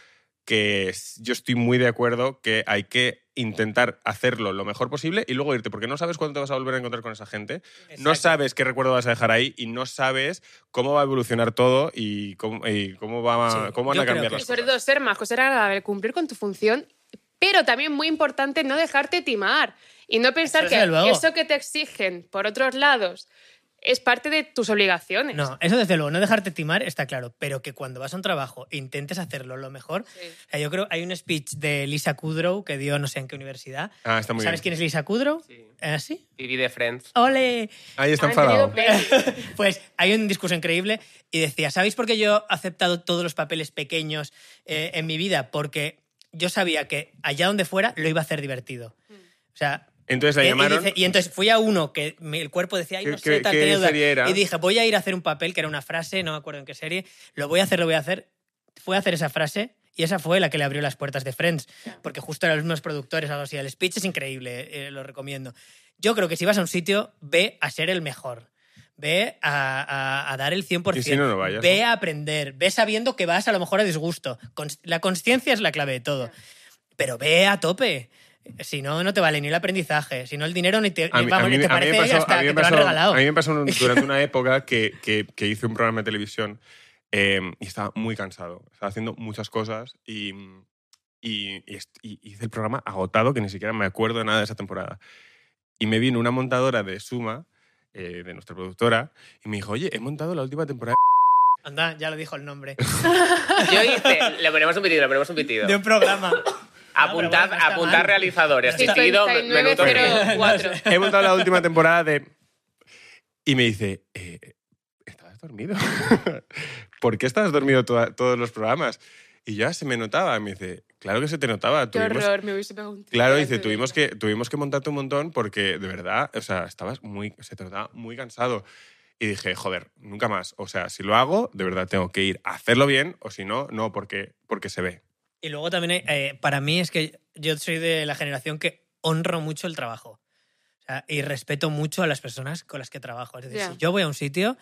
Speaker 3: que es- yo estoy muy de acuerdo que hay que intentar hacerlo lo mejor posible y luego irte, porque no sabes cuándo te vas a volver a encontrar con esa gente, no sabes qué recuerdo vas a dejar ahí y no sabes cómo va a evolucionar todo y cómo, y cómo va,
Speaker 4: Sí,
Speaker 3: cómo van
Speaker 4: yo
Speaker 3: a
Speaker 4: creo
Speaker 3: cambiar
Speaker 4: que-
Speaker 3: las
Speaker 2: Y sobre
Speaker 3: cosas.
Speaker 2: todo ser más ser agradable, cumplir con tu función, pero también muy importante no dejarte timar y no pensar
Speaker 4: Eso
Speaker 2: que
Speaker 4: desde luego.
Speaker 2: eso que te exigen por otros lados es parte de tus obligaciones.
Speaker 4: No, eso desde luego, no dejarte timar está claro, pero que cuando vas a un trabajo e intentes hacerlo lo mejor. O sea, yo creo, hay un speech de Lisa Kudrow que dio no sé en qué universidad.
Speaker 3: Ah, está muy
Speaker 4: ¿Sabes
Speaker 3: bien.
Speaker 4: quién es Lisa Kudrow?
Speaker 5: Sí.
Speaker 4: ¿Ah, sí?
Speaker 5: Viví de Friends.
Speaker 4: ¡Ole!
Speaker 3: Ahí está
Speaker 2: Han tenido
Speaker 3: enfadado.
Speaker 2: pena.
Speaker 4: Pues hay un discurso increíble y decía, ¿sabéis por qué yo he aceptado todos los papeles pequeños eh, en mi vida? Porque yo sabía que allá donde fuera lo iba a hacer divertido. O sea,
Speaker 3: Entonces la
Speaker 4: Eh, y
Speaker 3: llamaron.
Speaker 4: dice- Y, entonces fui a uno que me- el cuerpo decía, ay,
Speaker 3: ¿Qué-
Speaker 4: no sé,
Speaker 3: qué-
Speaker 4: tal,
Speaker 3: qué
Speaker 4: tenía duda".
Speaker 3: serie era?
Speaker 4: Y dije, voy a ir a hacer un papel, que era una frase, no me acuerdo en qué serie, lo voy a hacer, lo voy a hacer. Fue a hacer esa frase y esa fue la que le abrió las puertas de Friends, porque justo eran los mismos productores, algo así. El eh, speech es increíble, eh, lo recomiendo. Yo creo que si vas a un sitio, ve a ser el mejor. Ve a, a- a dar el 100%.
Speaker 3: Y si no, no vayas,
Speaker 4: Ve
Speaker 3: ¿no?
Speaker 4: a aprender. Ve sabiendo que vas a lo mejor a disgusto. Cons- La conciencia es la clave de todo. Pero ve a tope. Si no, no te vale ni el aprendizaje. Si no, el dinero ni te, ni- vamos, ni te
Speaker 3: a mí
Speaker 4: parece
Speaker 3: me pasó-
Speaker 4: hasta
Speaker 3: a mí me
Speaker 4: que te lo han
Speaker 3: pasó-
Speaker 4: regalado.
Speaker 3: a mí me pasó un- durante una época que, que- que hice un programa de televisión eh, y estaba muy cansado. Estaba haciendo muchas cosas y, y- y est- y hice el programa agotado que ni siquiera me acuerdo de nada de esa temporada. Y me vino una montadora de Suma, eh, de nuestra productora, y me dijo, oye, he montado la última temporada.
Speaker 4: Anda, ya lo dijo el nombre.
Speaker 5: Yo hice. Le ponemos un pitido, le ponemos un pitido.
Speaker 4: De un programa.
Speaker 5: Apuntad,
Speaker 4: Ah, bueno, está
Speaker 5: apuntad
Speaker 4: mal.
Speaker 5: realizadores. Pitido, menudo.
Speaker 2: 5904.
Speaker 3: He montado la última temporada de... Y me dice, "Eh, ¿estabas dormido? ¿Por qué estabas dormido toda- todos los programas? Y ya se me notaba. Y me dice, claro que se te notaba.
Speaker 2: Qué
Speaker 3: Tuvimos,
Speaker 2: horror, me hubiese pegado un tiro.
Speaker 3: Claro,
Speaker 2: delante
Speaker 3: dice,
Speaker 2: de
Speaker 3: tuvimos
Speaker 2: ella.
Speaker 3: que, tuvimos que montarte un montón porque de verdad, o sea, estabas muy, se te notaba muy cansado. Y dije, joder, nunca más. O sea, si lo hago, de verdad tengo que ir a hacerlo bien o si no, no, porque, porque se ve.
Speaker 4: Y luego también, eh, para mí es que yo soy de la generación que honro mucho el trabajo. O sea, y respeto mucho a las personas con las que trabajo. Es decir,
Speaker 2: Ya.
Speaker 4: si yo voy a un sitio,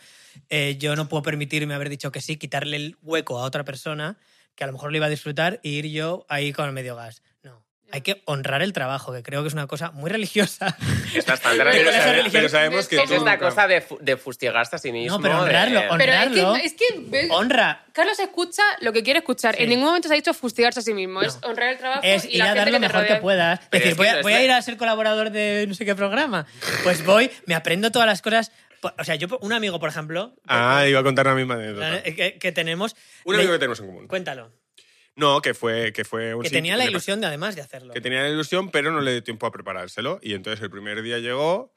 Speaker 4: eh, yo no puedo permitirme haber dicho que sí, quitarle el hueco a otra persona que a lo mejor lo iba a disfrutar e ir yo ahí con el medio gas. No. Hay que honrar el trabajo, que creo que es una cosa muy religiosa.
Speaker 5: Es bastante
Speaker 2: Pero
Speaker 5: religioso.
Speaker 4: esa
Speaker 3: sabe-
Speaker 4: religión-
Speaker 3: sabemos que
Speaker 5: Es
Speaker 3: tú
Speaker 5: esta
Speaker 3: nunca-
Speaker 5: cosa de, fu- de fustigarse a sí mismo.
Speaker 4: pero
Speaker 5: de-
Speaker 4: honrarlo, honrarlo.
Speaker 2: Pero es
Speaker 4: honrarlo.
Speaker 2: que, es que ve-
Speaker 4: Honra.
Speaker 2: Carlos escucha lo que quiere escuchar.
Speaker 4: Sí.
Speaker 2: En ningún momento se ha dicho fustigarse a sí mismo. Es
Speaker 4: No.
Speaker 2: honrar el trabajo
Speaker 4: Es
Speaker 2: y
Speaker 4: ir
Speaker 2: la
Speaker 4: a
Speaker 2: gente
Speaker 4: dar
Speaker 2: que
Speaker 4: lo
Speaker 2: te
Speaker 4: mejor que
Speaker 2: rodea.
Speaker 4: puedas. Es
Speaker 5: Pero
Speaker 4: decir,
Speaker 5: es que
Speaker 4: voy a,
Speaker 5: no es
Speaker 4: voy a
Speaker 5: la-
Speaker 4: ir a ser colaborador de no sé qué programa. Pues voy, me aprendo todas las cosas. Po- O sea, yo, un amigo, por ejemplo,
Speaker 3: Ah, iba a contar la misma anécdota.
Speaker 4: eh, que, que tenemos.
Speaker 3: Un
Speaker 4: le-
Speaker 3: amigo que tenemos en común.
Speaker 4: Cuéntalo.
Speaker 3: No, que fue, que fue un
Speaker 4: Que
Speaker 3: sitio
Speaker 4: tenía la
Speaker 3: le
Speaker 4: ilusión de además de hacerlo.
Speaker 3: pasó- Que tenía la ilusión, pero no le dio tiempo a preparárselo. Y entonces el primer día llegó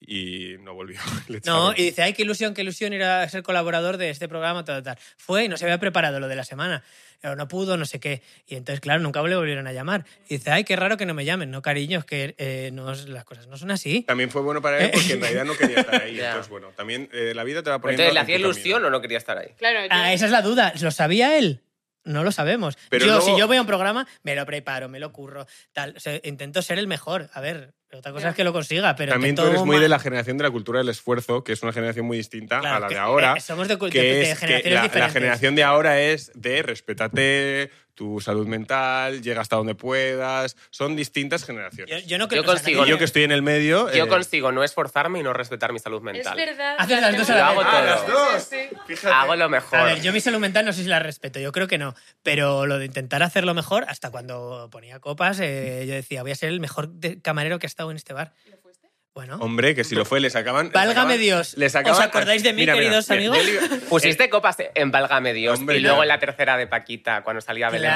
Speaker 3: y no volvió. Le
Speaker 4: No,
Speaker 3: echaron.
Speaker 4: y dice, ay, qué ilusión, qué ilusión ir a ser colaborador de este programa, tal, tal. Fue y no se había preparado lo de la semana. Pero no pudo, no sé qué. Y entonces, claro, nunca le volvieron a llamar. Y dice, ay, qué raro que no me llamen. No, cariños, que eh, no es- las cosas no son así.
Speaker 3: También fue bueno para él porque en realidad no quería estar ahí.
Speaker 5: Ya.
Speaker 3: Entonces, bueno, también eh, la vida te va poniendo.
Speaker 5: Entonces, ¿le
Speaker 3: en
Speaker 5: hacía
Speaker 3: tu camino.
Speaker 5: ilusión o no quería estar ahí?
Speaker 2: Claro, yo-
Speaker 4: Ah, esa es la duda. ¿Lo sabía él? No lo sabemos.
Speaker 3: Pero
Speaker 4: yo,
Speaker 3: luego-
Speaker 4: si yo voy a un programa, me lo preparo, me lo curro, tal. O sea, intento ser el mejor. A ver, otra cosa
Speaker 2: Ya.
Speaker 4: es que lo consiga, pero
Speaker 3: También tú
Speaker 4: intento
Speaker 3: eres muy
Speaker 4: ma-
Speaker 3: de la generación de la cultura del esfuerzo, que es una generación muy distinta
Speaker 4: Claro,
Speaker 3: a la
Speaker 4: que,
Speaker 3: de ahora.
Speaker 4: eh, somos de, cul- de- de
Speaker 3: que es que
Speaker 4: generaciones
Speaker 3: la, la
Speaker 4: diferentes.
Speaker 3: generación de ahora es de respétate tu salud mental, llega hasta donde puedas. Son distintas
Speaker 4: Yo,
Speaker 3: generaciones.
Speaker 4: yo no creo
Speaker 5: Yo
Speaker 4: o sea,
Speaker 5: consigo-
Speaker 3: y
Speaker 4: nadie-
Speaker 3: yo que estoy en el medio.
Speaker 5: Yo
Speaker 3: eh,
Speaker 5: consigo no esforzarme y no respetar mi salud
Speaker 2: es
Speaker 5: mental.
Speaker 2: verdad.
Speaker 4: Haces las dos a
Speaker 5: Lo
Speaker 4: la
Speaker 5: hago
Speaker 4: vez.
Speaker 5: todo.
Speaker 2: Sí, sí.
Speaker 3: fíjate.
Speaker 5: Hago lo mejor.
Speaker 4: A ver, yo mi salud mental no sé si la respeto, yo creo que no. Pero lo de intentar hacerlo mejor, hasta cuando ponía copas, eh, yo decía, voy a ser el mejor de- camarero que ha estado en este bar.
Speaker 2: ¿Lo fuiste?
Speaker 4: Bueno,
Speaker 3: Hombre, que si lo fue, le sacaban. le
Speaker 4: Válgame
Speaker 3: sacaban-
Speaker 4: Dios.
Speaker 3: le sacaban-
Speaker 4: ¿Os acordáis de mí,
Speaker 3: Mira, Pues mira,
Speaker 4: queridos
Speaker 3: mira,
Speaker 4: amigos? Eh,
Speaker 3: yo digo-
Speaker 5: Pusiste copas en Válgame Dios
Speaker 3: Hombre,
Speaker 5: y luego
Speaker 3: claro.
Speaker 5: en la tercera de Paquita cuando salía Belén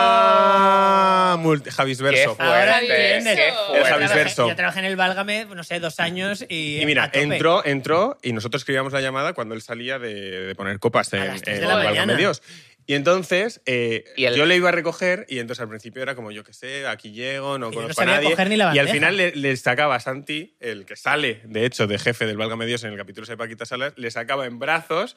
Speaker 3: Ah, multi- Javis Verso.
Speaker 5: fuerte.
Speaker 4: ahora
Speaker 2: Javi Verso.
Speaker 4: entiendes.
Speaker 3: ¿eh?
Speaker 2: El
Speaker 4: Yo
Speaker 3: Javi
Speaker 4: trabajé-
Speaker 3: Verso.
Speaker 4: Yo trabajé en el Válgame, no sé, dos años y.
Speaker 3: Y
Speaker 4: a
Speaker 3: mira,
Speaker 4: tope.
Speaker 3: entró, entró y nosotros escribíamos la llamada cuando él salía de, de poner copas en,
Speaker 4: A las tres
Speaker 3: en
Speaker 4: de la
Speaker 3: Válgame
Speaker 4: mañana.
Speaker 3: Dios. Y entonces eh,
Speaker 5: Y el-
Speaker 3: yo le iba a recoger y entonces al principio era como yo que sé, aquí llego, no
Speaker 4: Y no
Speaker 3: conozco
Speaker 4: sabía
Speaker 3: a nadie.
Speaker 4: coger ni la
Speaker 3: y al
Speaker 4: bandeja.
Speaker 3: final le, le sacaba a Santi, el que sale de hecho de jefe del Válgame Dios en el capítulo de Paquita Salas, le sacaba en brazos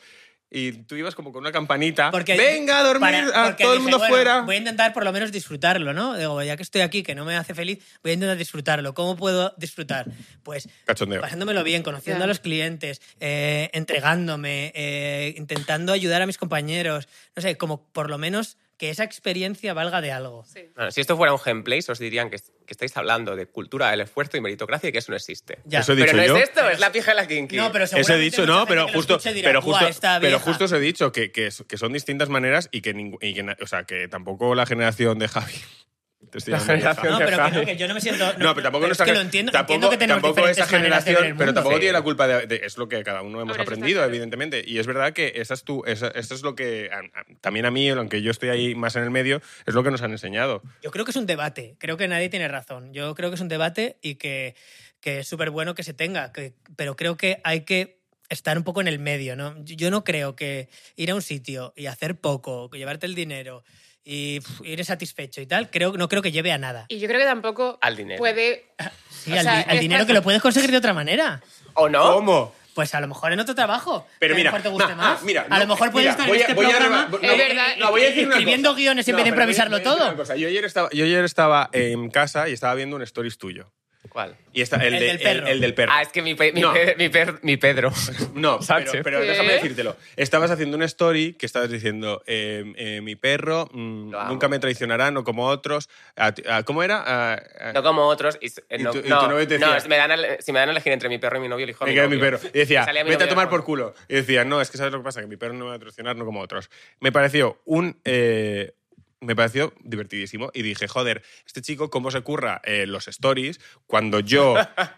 Speaker 3: y tú ibas como con una campanita.
Speaker 4: Porque-
Speaker 3: Ah, Venga a dormir,
Speaker 4: para-
Speaker 3: a
Speaker 4: porque
Speaker 3: todo el
Speaker 4: dije,
Speaker 3: mundo
Speaker 4: bueno,
Speaker 3: fuera.
Speaker 4: Voy a intentar por lo menos disfrutarlo, ¿no? Digo, "Pues ya que estoy aquí, que no me hace feliz, voy a intentar disfrutarlo. ¿Cómo puedo disfrutar? Pues
Speaker 3: Cachondeo.
Speaker 4: pasándomelo bien, conociendo
Speaker 2: Ya.
Speaker 4: a los clientes, eh, entregándome, eh, intentando ayudar a mis compañeros. No sé, como por lo menos que esa experiencia valga de algo.
Speaker 2: Sí.
Speaker 5: Bueno, si esto fuera un gameplay, os dirían que, que estáis hablando de cultura del esfuerzo y meritocracia y que eso no existe.
Speaker 4: Ya.
Speaker 3: Eso he dicho
Speaker 5: Pero no
Speaker 3: yo.
Speaker 5: es esto, es la pija de la kinky.
Speaker 4: No, pero
Speaker 3: Eso he
Speaker 4: seguramente
Speaker 3: dicho,
Speaker 4: mucha
Speaker 3: no,
Speaker 4: gente
Speaker 3: pero
Speaker 4: que lo
Speaker 3: justo,
Speaker 4: escuche dirá,
Speaker 3: pero
Speaker 4: "Buah,
Speaker 3: justo,
Speaker 4: esta
Speaker 3: pero
Speaker 4: vieja".
Speaker 3: justo os he dicho que, que, que son distintas maneras y que, ningú- y que na- o sea, que tampoco la generación de Javi. Te estoy
Speaker 5: La
Speaker 3: llamando vieja.
Speaker 5: generación
Speaker 4: No, pero que, no,
Speaker 5: Javi.
Speaker 4: que yo no me siento.
Speaker 3: No, pero tampoco
Speaker 4: es
Speaker 3: nuestra
Speaker 4: que
Speaker 3: gen-
Speaker 4: lo entiendo,
Speaker 3: tampoco,
Speaker 4: entiendo que tenemos
Speaker 3: tampoco
Speaker 4: diferentes
Speaker 3: esa
Speaker 4: maneras de
Speaker 3: generación,
Speaker 4: ver el
Speaker 3: pero
Speaker 4: mundo.
Speaker 3: tampoco
Speaker 5: Sí.
Speaker 3: tiene la culpa de, de- es lo que cada uno hemos
Speaker 2: Hombre, eso está
Speaker 3: aprendido,
Speaker 2: claro.
Speaker 3: evidentemente, y es verdad que esa es tu esa- esto es lo que a- a- también a mí, aunque yo estoy ahí más en el medio, es lo que nos han enseñado.
Speaker 4: Yo creo que es un debate, creo que nadie tiene razón. Yo creo que es un debate y que, que es súper bueno que se tenga, que- pero creo que hay que estar un poco en el medio, ¿no? Yo- Yo no creo que ir a un sitio y hacer poco, llevarte el dinero y pf, ir satisfecho y tal, creo, no creo que lleve a nada.
Speaker 2: Y yo creo que tampoco
Speaker 5: Al dinero.
Speaker 2: puede.
Speaker 4: Sí,
Speaker 2: o
Speaker 4: al,
Speaker 2: sea,
Speaker 4: di- al
Speaker 2: es
Speaker 4: dinero
Speaker 2: más-
Speaker 4: que lo puedes conseguir de otra manera.
Speaker 5: ¿O no?
Speaker 3: ¿Cómo?
Speaker 4: Pues a lo mejor en otro trabajo.
Speaker 3: Pero
Speaker 4: que
Speaker 3: mira,
Speaker 4: a lo mejor te guste
Speaker 3: ah,
Speaker 4: más.
Speaker 3: ah, mira,
Speaker 4: a
Speaker 3: no,
Speaker 4: lo mejor puedes
Speaker 3: mira,
Speaker 4: estar
Speaker 3: voy
Speaker 4: en
Speaker 3: a-
Speaker 4: este
Speaker 3: voy a
Speaker 4: programa
Speaker 3: reba-
Speaker 2: Es verdad,
Speaker 3: eh, no, voy a decir una
Speaker 4: escribiendo
Speaker 3: cosa.
Speaker 4: guiones en
Speaker 3: No,
Speaker 4: vez de
Speaker 3: pero voy a-
Speaker 4: improvisarlo
Speaker 3: voy a decir
Speaker 4: todo.
Speaker 3: una cosa. Yo ayer estaba, yo ayer estaba en casa y estaba viendo un stories tuyo.
Speaker 5: ¿Cuál?
Speaker 3: Y está el,
Speaker 4: El
Speaker 3: de-
Speaker 4: del perro.
Speaker 3: el- el del perro.
Speaker 5: Ah, es que mi, pe- mi,
Speaker 3: No.
Speaker 5: pe- mi per- mi Pedro.
Speaker 3: No, pero,
Speaker 5: Sánchez.
Speaker 3: pero
Speaker 2: ¿Qué?
Speaker 3: déjame decírtelo. Estabas haciendo una story que estabas diciendo, eh, eh, mi perro mm,
Speaker 5: Lo amo.
Speaker 3: nunca me traicionará, no como otros. A ti- a- ¿Cómo era? A- a-
Speaker 5: No como otros. Y, s- eh,
Speaker 3: Y
Speaker 5: no,
Speaker 3: tu- y tu
Speaker 5: no,
Speaker 3: novio te
Speaker 5: no,
Speaker 3: decía-
Speaker 5: si me dan a- si me dan a elegir entre mi perro y mi novio, elijo a
Speaker 3: me quedé mi
Speaker 5: novio.
Speaker 3: perro. Y decía,
Speaker 5: Salía mi
Speaker 3: vete a
Speaker 5: novio
Speaker 3: tomar
Speaker 5: con-
Speaker 3: por culo. Y decía, no, es que sabes lo que pasa, que mi perro no me va a traicionar, no como otros. Me pareció un... eh, me pareció divertidísimo y dije, joder, este chico, ¿cómo se curra eh, los stories cuando yo...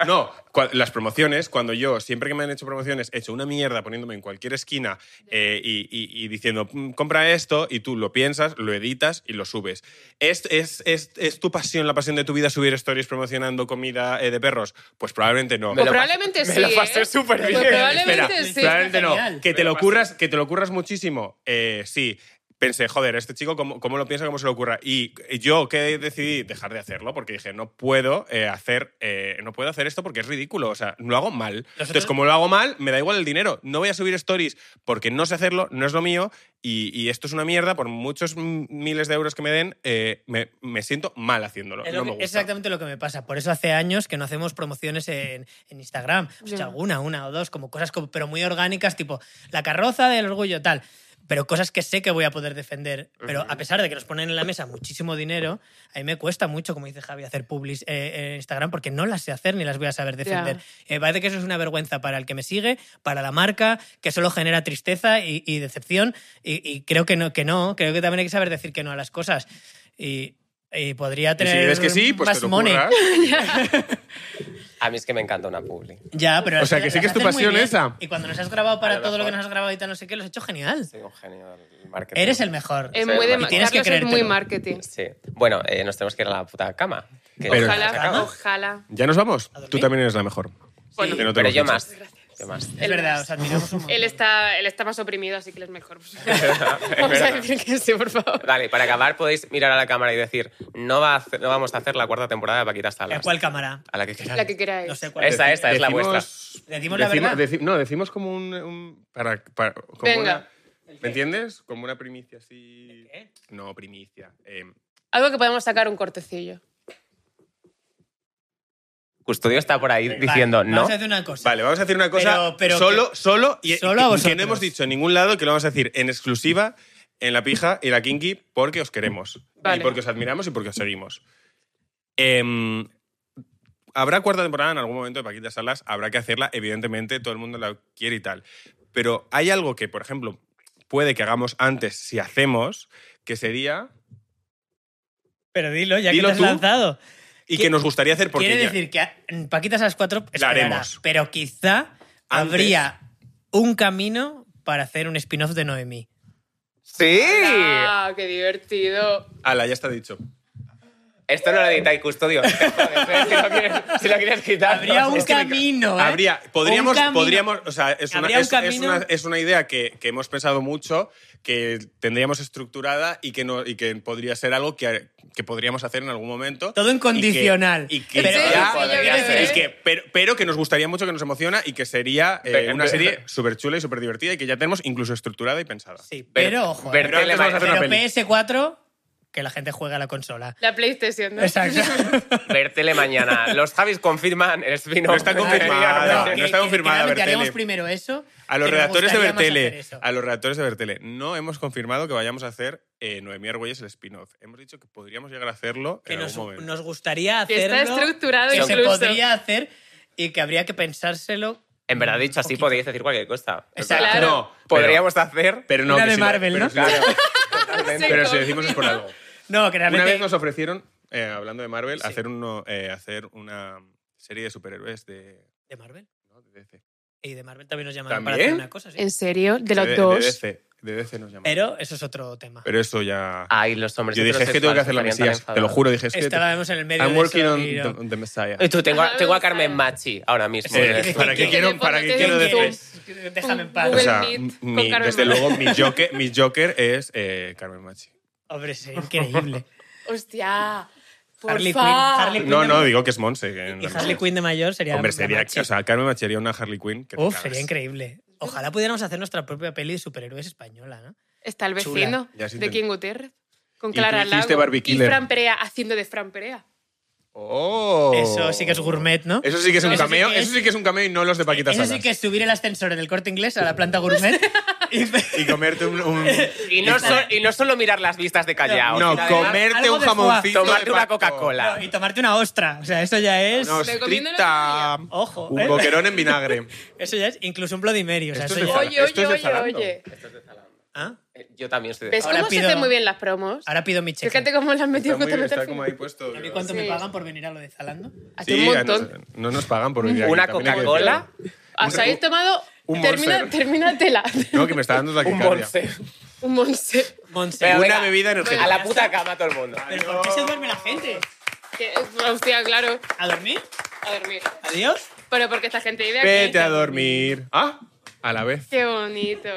Speaker 3: No, cua- las promociones, cuando yo, siempre que me han hecho promociones, he hecho una mierda poniéndome en cualquier esquina eh, y, y- y diciendo, "Mm, compra esto, y tú lo piensas, lo editas y lo subes. ¿Es, es, es, es tu pasión, la pasión de tu vida subir stories promocionando comida eh, de perros? Pues probablemente no.
Speaker 5: Me lo
Speaker 2: Pues
Speaker 5: pasé-
Speaker 2: probablemente
Speaker 5: me
Speaker 2: sí,
Speaker 5: lo pasé
Speaker 2: ¿eh?
Speaker 5: súper
Speaker 2: Pues
Speaker 5: bien.
Speaker 2: probablemente
Speaker 3: Espera,
Speaker 2: sí.
Speaker 3: probablemente
Speaker 4: Está
Speaker 3: no.
Speaker 4: genial.
Speaker 3: Que te, lo curras, que te lo curras muchísimo, eh, sí. Pensé, joder, este chico, ¿cómo, cómo lo piensa, cómo se lo ocurra? Y yo que decidí dejar de hacerlo porque dije, no puedo, eh, hacer, eh, no puedo hacer esto porque es ridículo, o sea, lo hago mal. Entonces, como lo hago mal, me da igual el dinero. No voy a subir stories porque no sé hacerlo, no es lo mío y, y esto es una mierda. Por muchos m- miles de euros que me den, eh, me, me siento mal haciéndolo.
Speaker 4: Es
Speaker 3: no
Speaker 4: lo
Speaker 3: me gusta.
Speaker 4: que- exactamente lo que me pasa. Por eso hace años que no hacemos promociones en, en Instagram. Hemos hecho
Speaker 2: Ya.
Speaker 4: alguna, una o dos, como cosas como- pero muy orgánicas, tipo la carroza del orgullo, tal. Pero cosas que sé que voy a poder defender. Pero a pesar de que nos ponen en la mesa muchísimo dinero, a mí me cuesta mucho, como dice Javi, hacer publis eh, en Instagram porque no las sé hacer ni las voy a saber defender. Me parece que eso es una vergüenza para el que me sigue, para la marca, que solo genera tristeza y, y decepción. Y, y creo que no, que no. Creo que también hay que saber decir que no a las cosas. Y, y podría
Speaker 3: Y
Speaker 4: tener
Speaker 3: si ves que sí, pues
Speaker 4: más
Speaker 3: te lo
Speaker 4: money.
Speaker 3: curras.
Speaker 5: A mí es que me encanta una publi.
Speaker 4: Ya, pero
Speaker 3: O
Speaker 4: las-
Speaker 3: sea, que sí
Speaker 4: las
Speaker 3: que es tu
Speaker 4: haces muy
Speaker 3: pasión
Speaker 4: bien.
Speaker 3: esa.
Speaker 4: Y cuando nos has grabado para
Speaker 5: A lo
Speaker 4: todo lo que
Speaker 5: mejor.
Speaker 4: nos has grabado y tal, no sé qué, lo has hecho genial.
Speaker 5: Soy un genio del marketing.
Speaker 4: Eres el mejor.
Speaker 2: Es
Speaker 5: Sí,
Speaker 2: muy de
Speaker 5: y
Speaker 2: ma-
Speaker 4: tienes que
Speaker 2: Carlos es muy
Speaker 4: creértelo.
Speaker 2: marketing.
Speaker 5: Sí. Bueno, eh, nos tenemos que ir a la puta cama. que-
Speaker 3: Pero-
Speaker 2: Ojalá,
Speaker 5: Acabo.
Speaker 2: ojalá.
Speaker 3: Ya nos vamos.
Speaker 4: dormir?
Speaker 3: Tú también eres la mejor.
Speaker 2: Bueno.
Speaker 3: Que no te
Speaker 5: pero
Speaker 3: hemos
Speaker 5: yo
Speaker 3: dicho.
Speaker 5: más. Yo más.
Speaker 4: Es verdad, os admiramos un montón.
Speaker 2: Él está, él está más oprimido, así que él es mejor. Vamos a
Speaker 5: verdad.
Speaker 2: decir que sí, por favor.
Speaker 5: Vale, para acabar podéis mirar a la cámara y decir, no, va a hacer- no vamos a hacer la cuarta temporada de Paquita
Speaker 4: ¿A
Speaker 5: Salas.
Speaker 4: cuál cámara?
Speaker 5: A la que queráis.
Speaker 2: La que queráis.
Speaker 4: No sé cuál.
Speaker 5: Esta, esta es la
Speaker 3: Decimos-
Speaker 5: vuestra.
Speaker 4: ¿Decimos la
Speaker 3: decimo-
Speaker 4: verdad?
Speaker 3: deci- no, decimos como un... un- para, para- como
Speaker 2: Venga.
Speaker 3: una- ¿Me entiendes? Como una primicia así...
Speaker 4: qué?
Speaker 3: No, primicia. Eh,
Speaker 2: Algo que podemos sacar un cortecillo.
Speaker 5: Custodio está por ahí diciendo,
Speaker 4: Vale,
Speaker 5: no.
Speaker 4: Vamos a hacer una cosa.
Speaker 3: vale, vamos a decir una cosa
Speaker 4: Pero- pero
Speaker 3: solo, solo, y,
Speaker 4: solo
Speaker 3: y- y que
Speaker 4: a vosotros.
Speaker 3: no hemos dicho en ningún lado que lo vamos a decir en exclusiva, en la pija y la kinky, porque os queremos.
Speaker 2: Vale.
Speaker 3: Y porque os admiramos y porque os seguimos. Em, habrá cuarta temporada en algún momento de Paquita Salas, habrá que hacerla, evidentemente, todo el mundo la quiere y tal. Pero hay algo que, por ejemplo, puede que hagamos antes si hacemos, que sería...
Speaker 4: Pero dilo, ya
Speaker 3: Dilo
Speaker 4: que te has
Speaker 3: tú.
Speaker 4: lanzado.
Speaker 3: Y
Speaker 4: ¿Qué-
Speaker 3: que nos gustaría hacer porque...
Speaker 4: Quiere
Speaker 3: ya-
Speaker 4: decir que a- en Paquitas a las cuatro esperará,
Speaker 3: haremos.
Speaker 4: Pero quizá
Speaker 3: Antes.
Speaker 4: habría un camino para hacer un spin-off de Noemí.
Speaker 5: ¡Sí!
Speaker 2: ¡Ah, qué divertido!
Speaker 3: Ala, ya está dicho.
Speaker 5: Esto no lo editáis, Custodio. si, lo quieres, si lo quieres quitar.
Speaker 4: Habría
Speaker 5: no sé.
Speaker 4: un
Speaker 5: Es que me-
Speaker 4: camino, ¿eh?
Speaker 3: Habría, podríamos,
Speaker 4: Un camino.
Speaker 3: podríamos, o sea, es una,
Speaker 4: Habría un
Speaker 3: es, es
Speaker 4: camino.
Speaker 3: una, es una idea que, que hemos pensado mucho, que tendríamos estructurada y que, no, y que podría ser algo que, que podríamos hacer en algún momento.
Speaker 4: Todo
Speaker 3: Y que-
Speaker 4: incondicional.
Speaker 3: Y que,
Speaker 4: Pero-
Speaker 3: ya-
Speaker 2: Sí, sí, yo
Speaker 5: podría
Speaker 2: creo
Speaker 5: ser.
Speaker 3: y que- pero, pero que nos gustaría mucho, que nos emociona y que sería eh,
Speaker 5: Venga,
Speaker 3: una
Speaker 5: pero-
Speaker 3: serie súper chula y súper divertida y que ya tenemos incluso estructurada y pensada.
Speaker 4: Sí, pero,
Speaker 5: Pero-
Speaker 4: ojo.
Speaker 5: pero
Speaker 4: eh.
Speaker 3: Pero antes vamos a hacer una
Speaker 4: Pero
Speaker 3: peli.
Speaker 4: PS4, que la gente juega a la consola.
Speaker 2: La PlayStation, ¿no?
Speaker 4: Exacto.
Speaker 5: Bertele mañana. Los Javis confirman el spin-off.
Speaker 3: No está confirmada.
Speaker 4: Que-
Speaker 3: no está
Speaker 4: que-
Speaker 3: confirmada,
Speaker 4: que realmente
Speaker 3: Bertele.
Speaker 4: haríamos primero eso.
Speaker 3: A los
Speaker 4: pero nos
Speaker 3: redactores de
Speaker 4: gustaría más hacer
Speaker 3: Bertele,
Speaker 4: eso.
Speaker 3: a los redactores de Bertele, no hemos confirmado que vayamos a hacer eh, Noemí Argüelles el spin-off. Hemos dicho que podríamos llegar a hacerlo
Speaker 4: Que
Speaker 3: en
Speaker 4: nos,
Speaker 3: algún momento.
Speaker 4: nos gustaría
Speaker 2: Que
Speaker 4: hacerlo.
Speaker 2: está estructurado
Speaker 4: que se
Speaker 2: incluso.
Speaker 4: podría hacer y que habría que pensárselo.
Speaker 5: En verdad, dicho así,
Speaker 4: Poquito.
Speaker 5: podríais decir cualquier cosa.
Speaker 4: Exacto.
Speaker 2: Claro.
Speaker 3: No, podríamos.
Speaker 5: Podríamos hacer.
Speaker 3: Pero no,
Speaker 4: Una
Speaker 3: que
Speaker 4: de
Speaker 3: si la-
Speaker 4: Marvel,
Speaker 3: pero
Speaker 4: ¿no?
Speaker 3: si la- pero
Speaker 2: Se
Speaker 3: si
Speaker 2: confirma.
Speaker 3: decimos es por algo.
Speaker 4: No, que
Speaker 3: Una
Speaker 4: realmente.
Speaker 3: vez nos ofrecieron, eh, hablando de Marvel,
Speaker 4: Sí.
Speaker 3: hacer, uno, eh, hacer una serie de superhéroes de,
Speaker 4: De Marvel.
Speaker 3: no, de DC.
Speaker 4: Y de Marvel también nos llamaron para
Speaker 3: ¿También?
Speaker 4: hacer una cosa, sí.
Speaker 2: ¿En serio? ¿De los
Speaker 3: de, de
Speaker 2: dos?
Speaker 3: DC, de DC nos llamaron. Pero,
Speaker 4: Pero eso es otro tema.
Speaker 3: eso ya...
Speaker 2: Ah,
Speaker 5: Ay, los hombres.
Speaker 3: Yo dije, es que tengo que hacer la Mesías, te lo juro, dije, es que...
Speaker 4: Estábamos en el medio
Speaker 3: I'm
Speaker 4: de
Speaker 3: working
Speaker 4: eso
Speaker 3: on
Speaker 4: y
Speaker 3: the,
Speaker 4: no.
Speaker 3: on the Messiah.
Speaker 5: Y tú, tengo, a-
Speaker 2: Ajá,
Speaker 5: tengo a
Speaker 2: me
Speaker 5: Carmen
Speaker 2: gusta.
Speaker 5: Machi ahora mismo.
Speaker 3: Eh,
Speaker 5: en el-
Speaker 3: ¿Para qué
Speaker 2: que
Speaker 3: quiero,
Speaker 2: le
Speaker 3: para qué
Speaker 2: pongas
Speaker 3: quiero
Speaker 2: en
Speaker 3: DC?
Speaker 2: Zoom.
Speaker 4: Déjame en paz.
Speaker 3: O sea,
Speaker 2: Google Meet
Speaker 3: mi-
Speaker 2: con Carmen
Speaker 3: desde
Speaker 2: Machi.
Speaker 3: luego, mi Joker, mi Joker es eh, Carmen Machi.
Speaker 4: Hombre, sí, increíble.
Speaker 2: ¡Hostia! ¡Por
Speaker 4: Harley Quinn.
Speaker 2: fa!
Speaker 4: Harley Quinn.
Speaker 3: No,
Speaker 4: de-
Speaker 3: no, digo que es Monse. que
Speaker 4: Y
Speaker 3: no-
Speaker 4: Harley Quinn de mayor sería.
Speaker 3: Hombre,
Speaker 4: la
Speaker 3: sería,
Speaker 4: machi.
Speaker 3: o sea, Carmen Machi sería una Harley Quinn. que te
Speaker 4: Uf,
Speaker 3: cagas.
Speaker 4: sería increíble. Ojalá pudiéramos hacer nuestra propia peli de superhéroes española, ¿no?
Speaker 2: Está el
Speaker 4: Chula.
Speaker 2: vecino
Speaker 3: Ya has
Speaker 2: de
Speaker 3: intent-
Speaker 2: King Gutierrez. Con
Speaker 3: Y tú
Speaker 2: Clara
Speaker 3: hiciste
Speaker 2: Lago.
Speaker 3: Barbie
Speaker 2: y
Speaker 3: Killer.
Speaker 2: Fran Perea haciendo de Fran Perea.
Speaker 3: ¡Oh!
Speaker 4: Eso sí que es gourmet, ¿no?
Speaker 3: Eso sí que es un
Speaker 4: Eso sí
Speaker 3: cameo.
Speaker 4: que es-
Speaker 3: Eso sí que es un cameo y no los de Paquita
Speaker 4: Eso sí
Speaker 3: Salas.
Speaker 4: que es subir el ascensor en el corte inglés a la planta gourmet y
Speaker 3: Y comerte un. un-
Speaker 5: Y no, so- y no solo mirar las vistas de Callao.
Speaker 3: no,
Speaker 5: sino además
Speaker 3: comerte
Speaker 4: algo
Speaker 3: un
Speaker 4: de foie.
Speaker 3: jamoncito. de
Speaker 5: Tomarte una
Speaker 3: Paco.
Speaker 5: Coca-Cola.
Speaker 4: y tomarte una ostra. O sea, eso ya es.
Speaker 3: Una
Speaker 2: Recomiendo la
Speaker 3: ostrita.
Speaker 4: Ojo,
Speaker 3: Un
Speaker 4: ¿eh?
Speaker 3: boquerón en vinagre.
Speaker 4: Eso ya es incluso un Bloody Mary. O sea,
Speaker 3: Esto
Speaker 4: eso
Speaker 3: es
Speaker 4: ya-
Speaker 3: de
Speaker 2: Oye,
Speaker 3: Esto
Speaker 2: oye,
Speaker 3: es de
Speaker 2: oye,
Speaker 3: Zalando.
Speaker 2: oye.
Speaker 4: ¿Ah?
Speaker 5: Eh, Yo también soy de
Speaker 2: ¿Ves
Speaker 4: Ahora
Speaker 2: cómo
Speaker 4: pido-
Speaker 2: se hacen muy bien las promos?
Speaker 4: Ahora pido mi cheque.
Speaker 2: Fíjate cómo las metió
Speaker 3: Está, muy-
Speaker 2: justamente
Speaker 3: está
Speaker 2: al
Speaker 3: como
Speaker 2: final.
Speaker 3: ahí puesto.
Speaker 4: ¿A mí cuánto
Speaker 2: Sí.
Speaker 4: me pagan por venir a lo de Zalando?
Speaker 2: Hace
Speaker 3: Sí,
Speaker 2: un
Speaker 3: a nos-
Speaker 2: montón.
Speaker 3: no nos pagan por venir aquí,
Speaker 5: Una
Speaker 3: también hay que
Speaker 5: Coca-Cola.
Speaker 3: decirlo.
Speaker 2: Os habéis tomado.
Speaker 3: un
Speaker 2: Termina,
Speaker 3: Monster.
Speaker 2: termínatela.
Speaker 3: No, que me está dando la
Speaker 5: Un
Speaker 3: taquicardia.
Speaker 5: bolse.
Speaker 2: un monster.
Speaker 4: Monse.
Speaker 5: Venga,
Speaker 3: Una
Speaker 5: venga,
Speaker 3: bebida energética.
Speaker 5: A la puta cama todo el mundo.
Speaker 4: ¿Pero por qué se duerme la gente?
Speaker 2: Que- hostia, claro.
Speaker 4: ¿A dormir?
Speaker 2: A dormir.
Speaker 4: ¿Adiós?
Speaker 2: Pero porque esta gente vive aquí.
Speaker 3: Vete a dormir. Ah, a la vez.
Speaker 2: Qué bonito.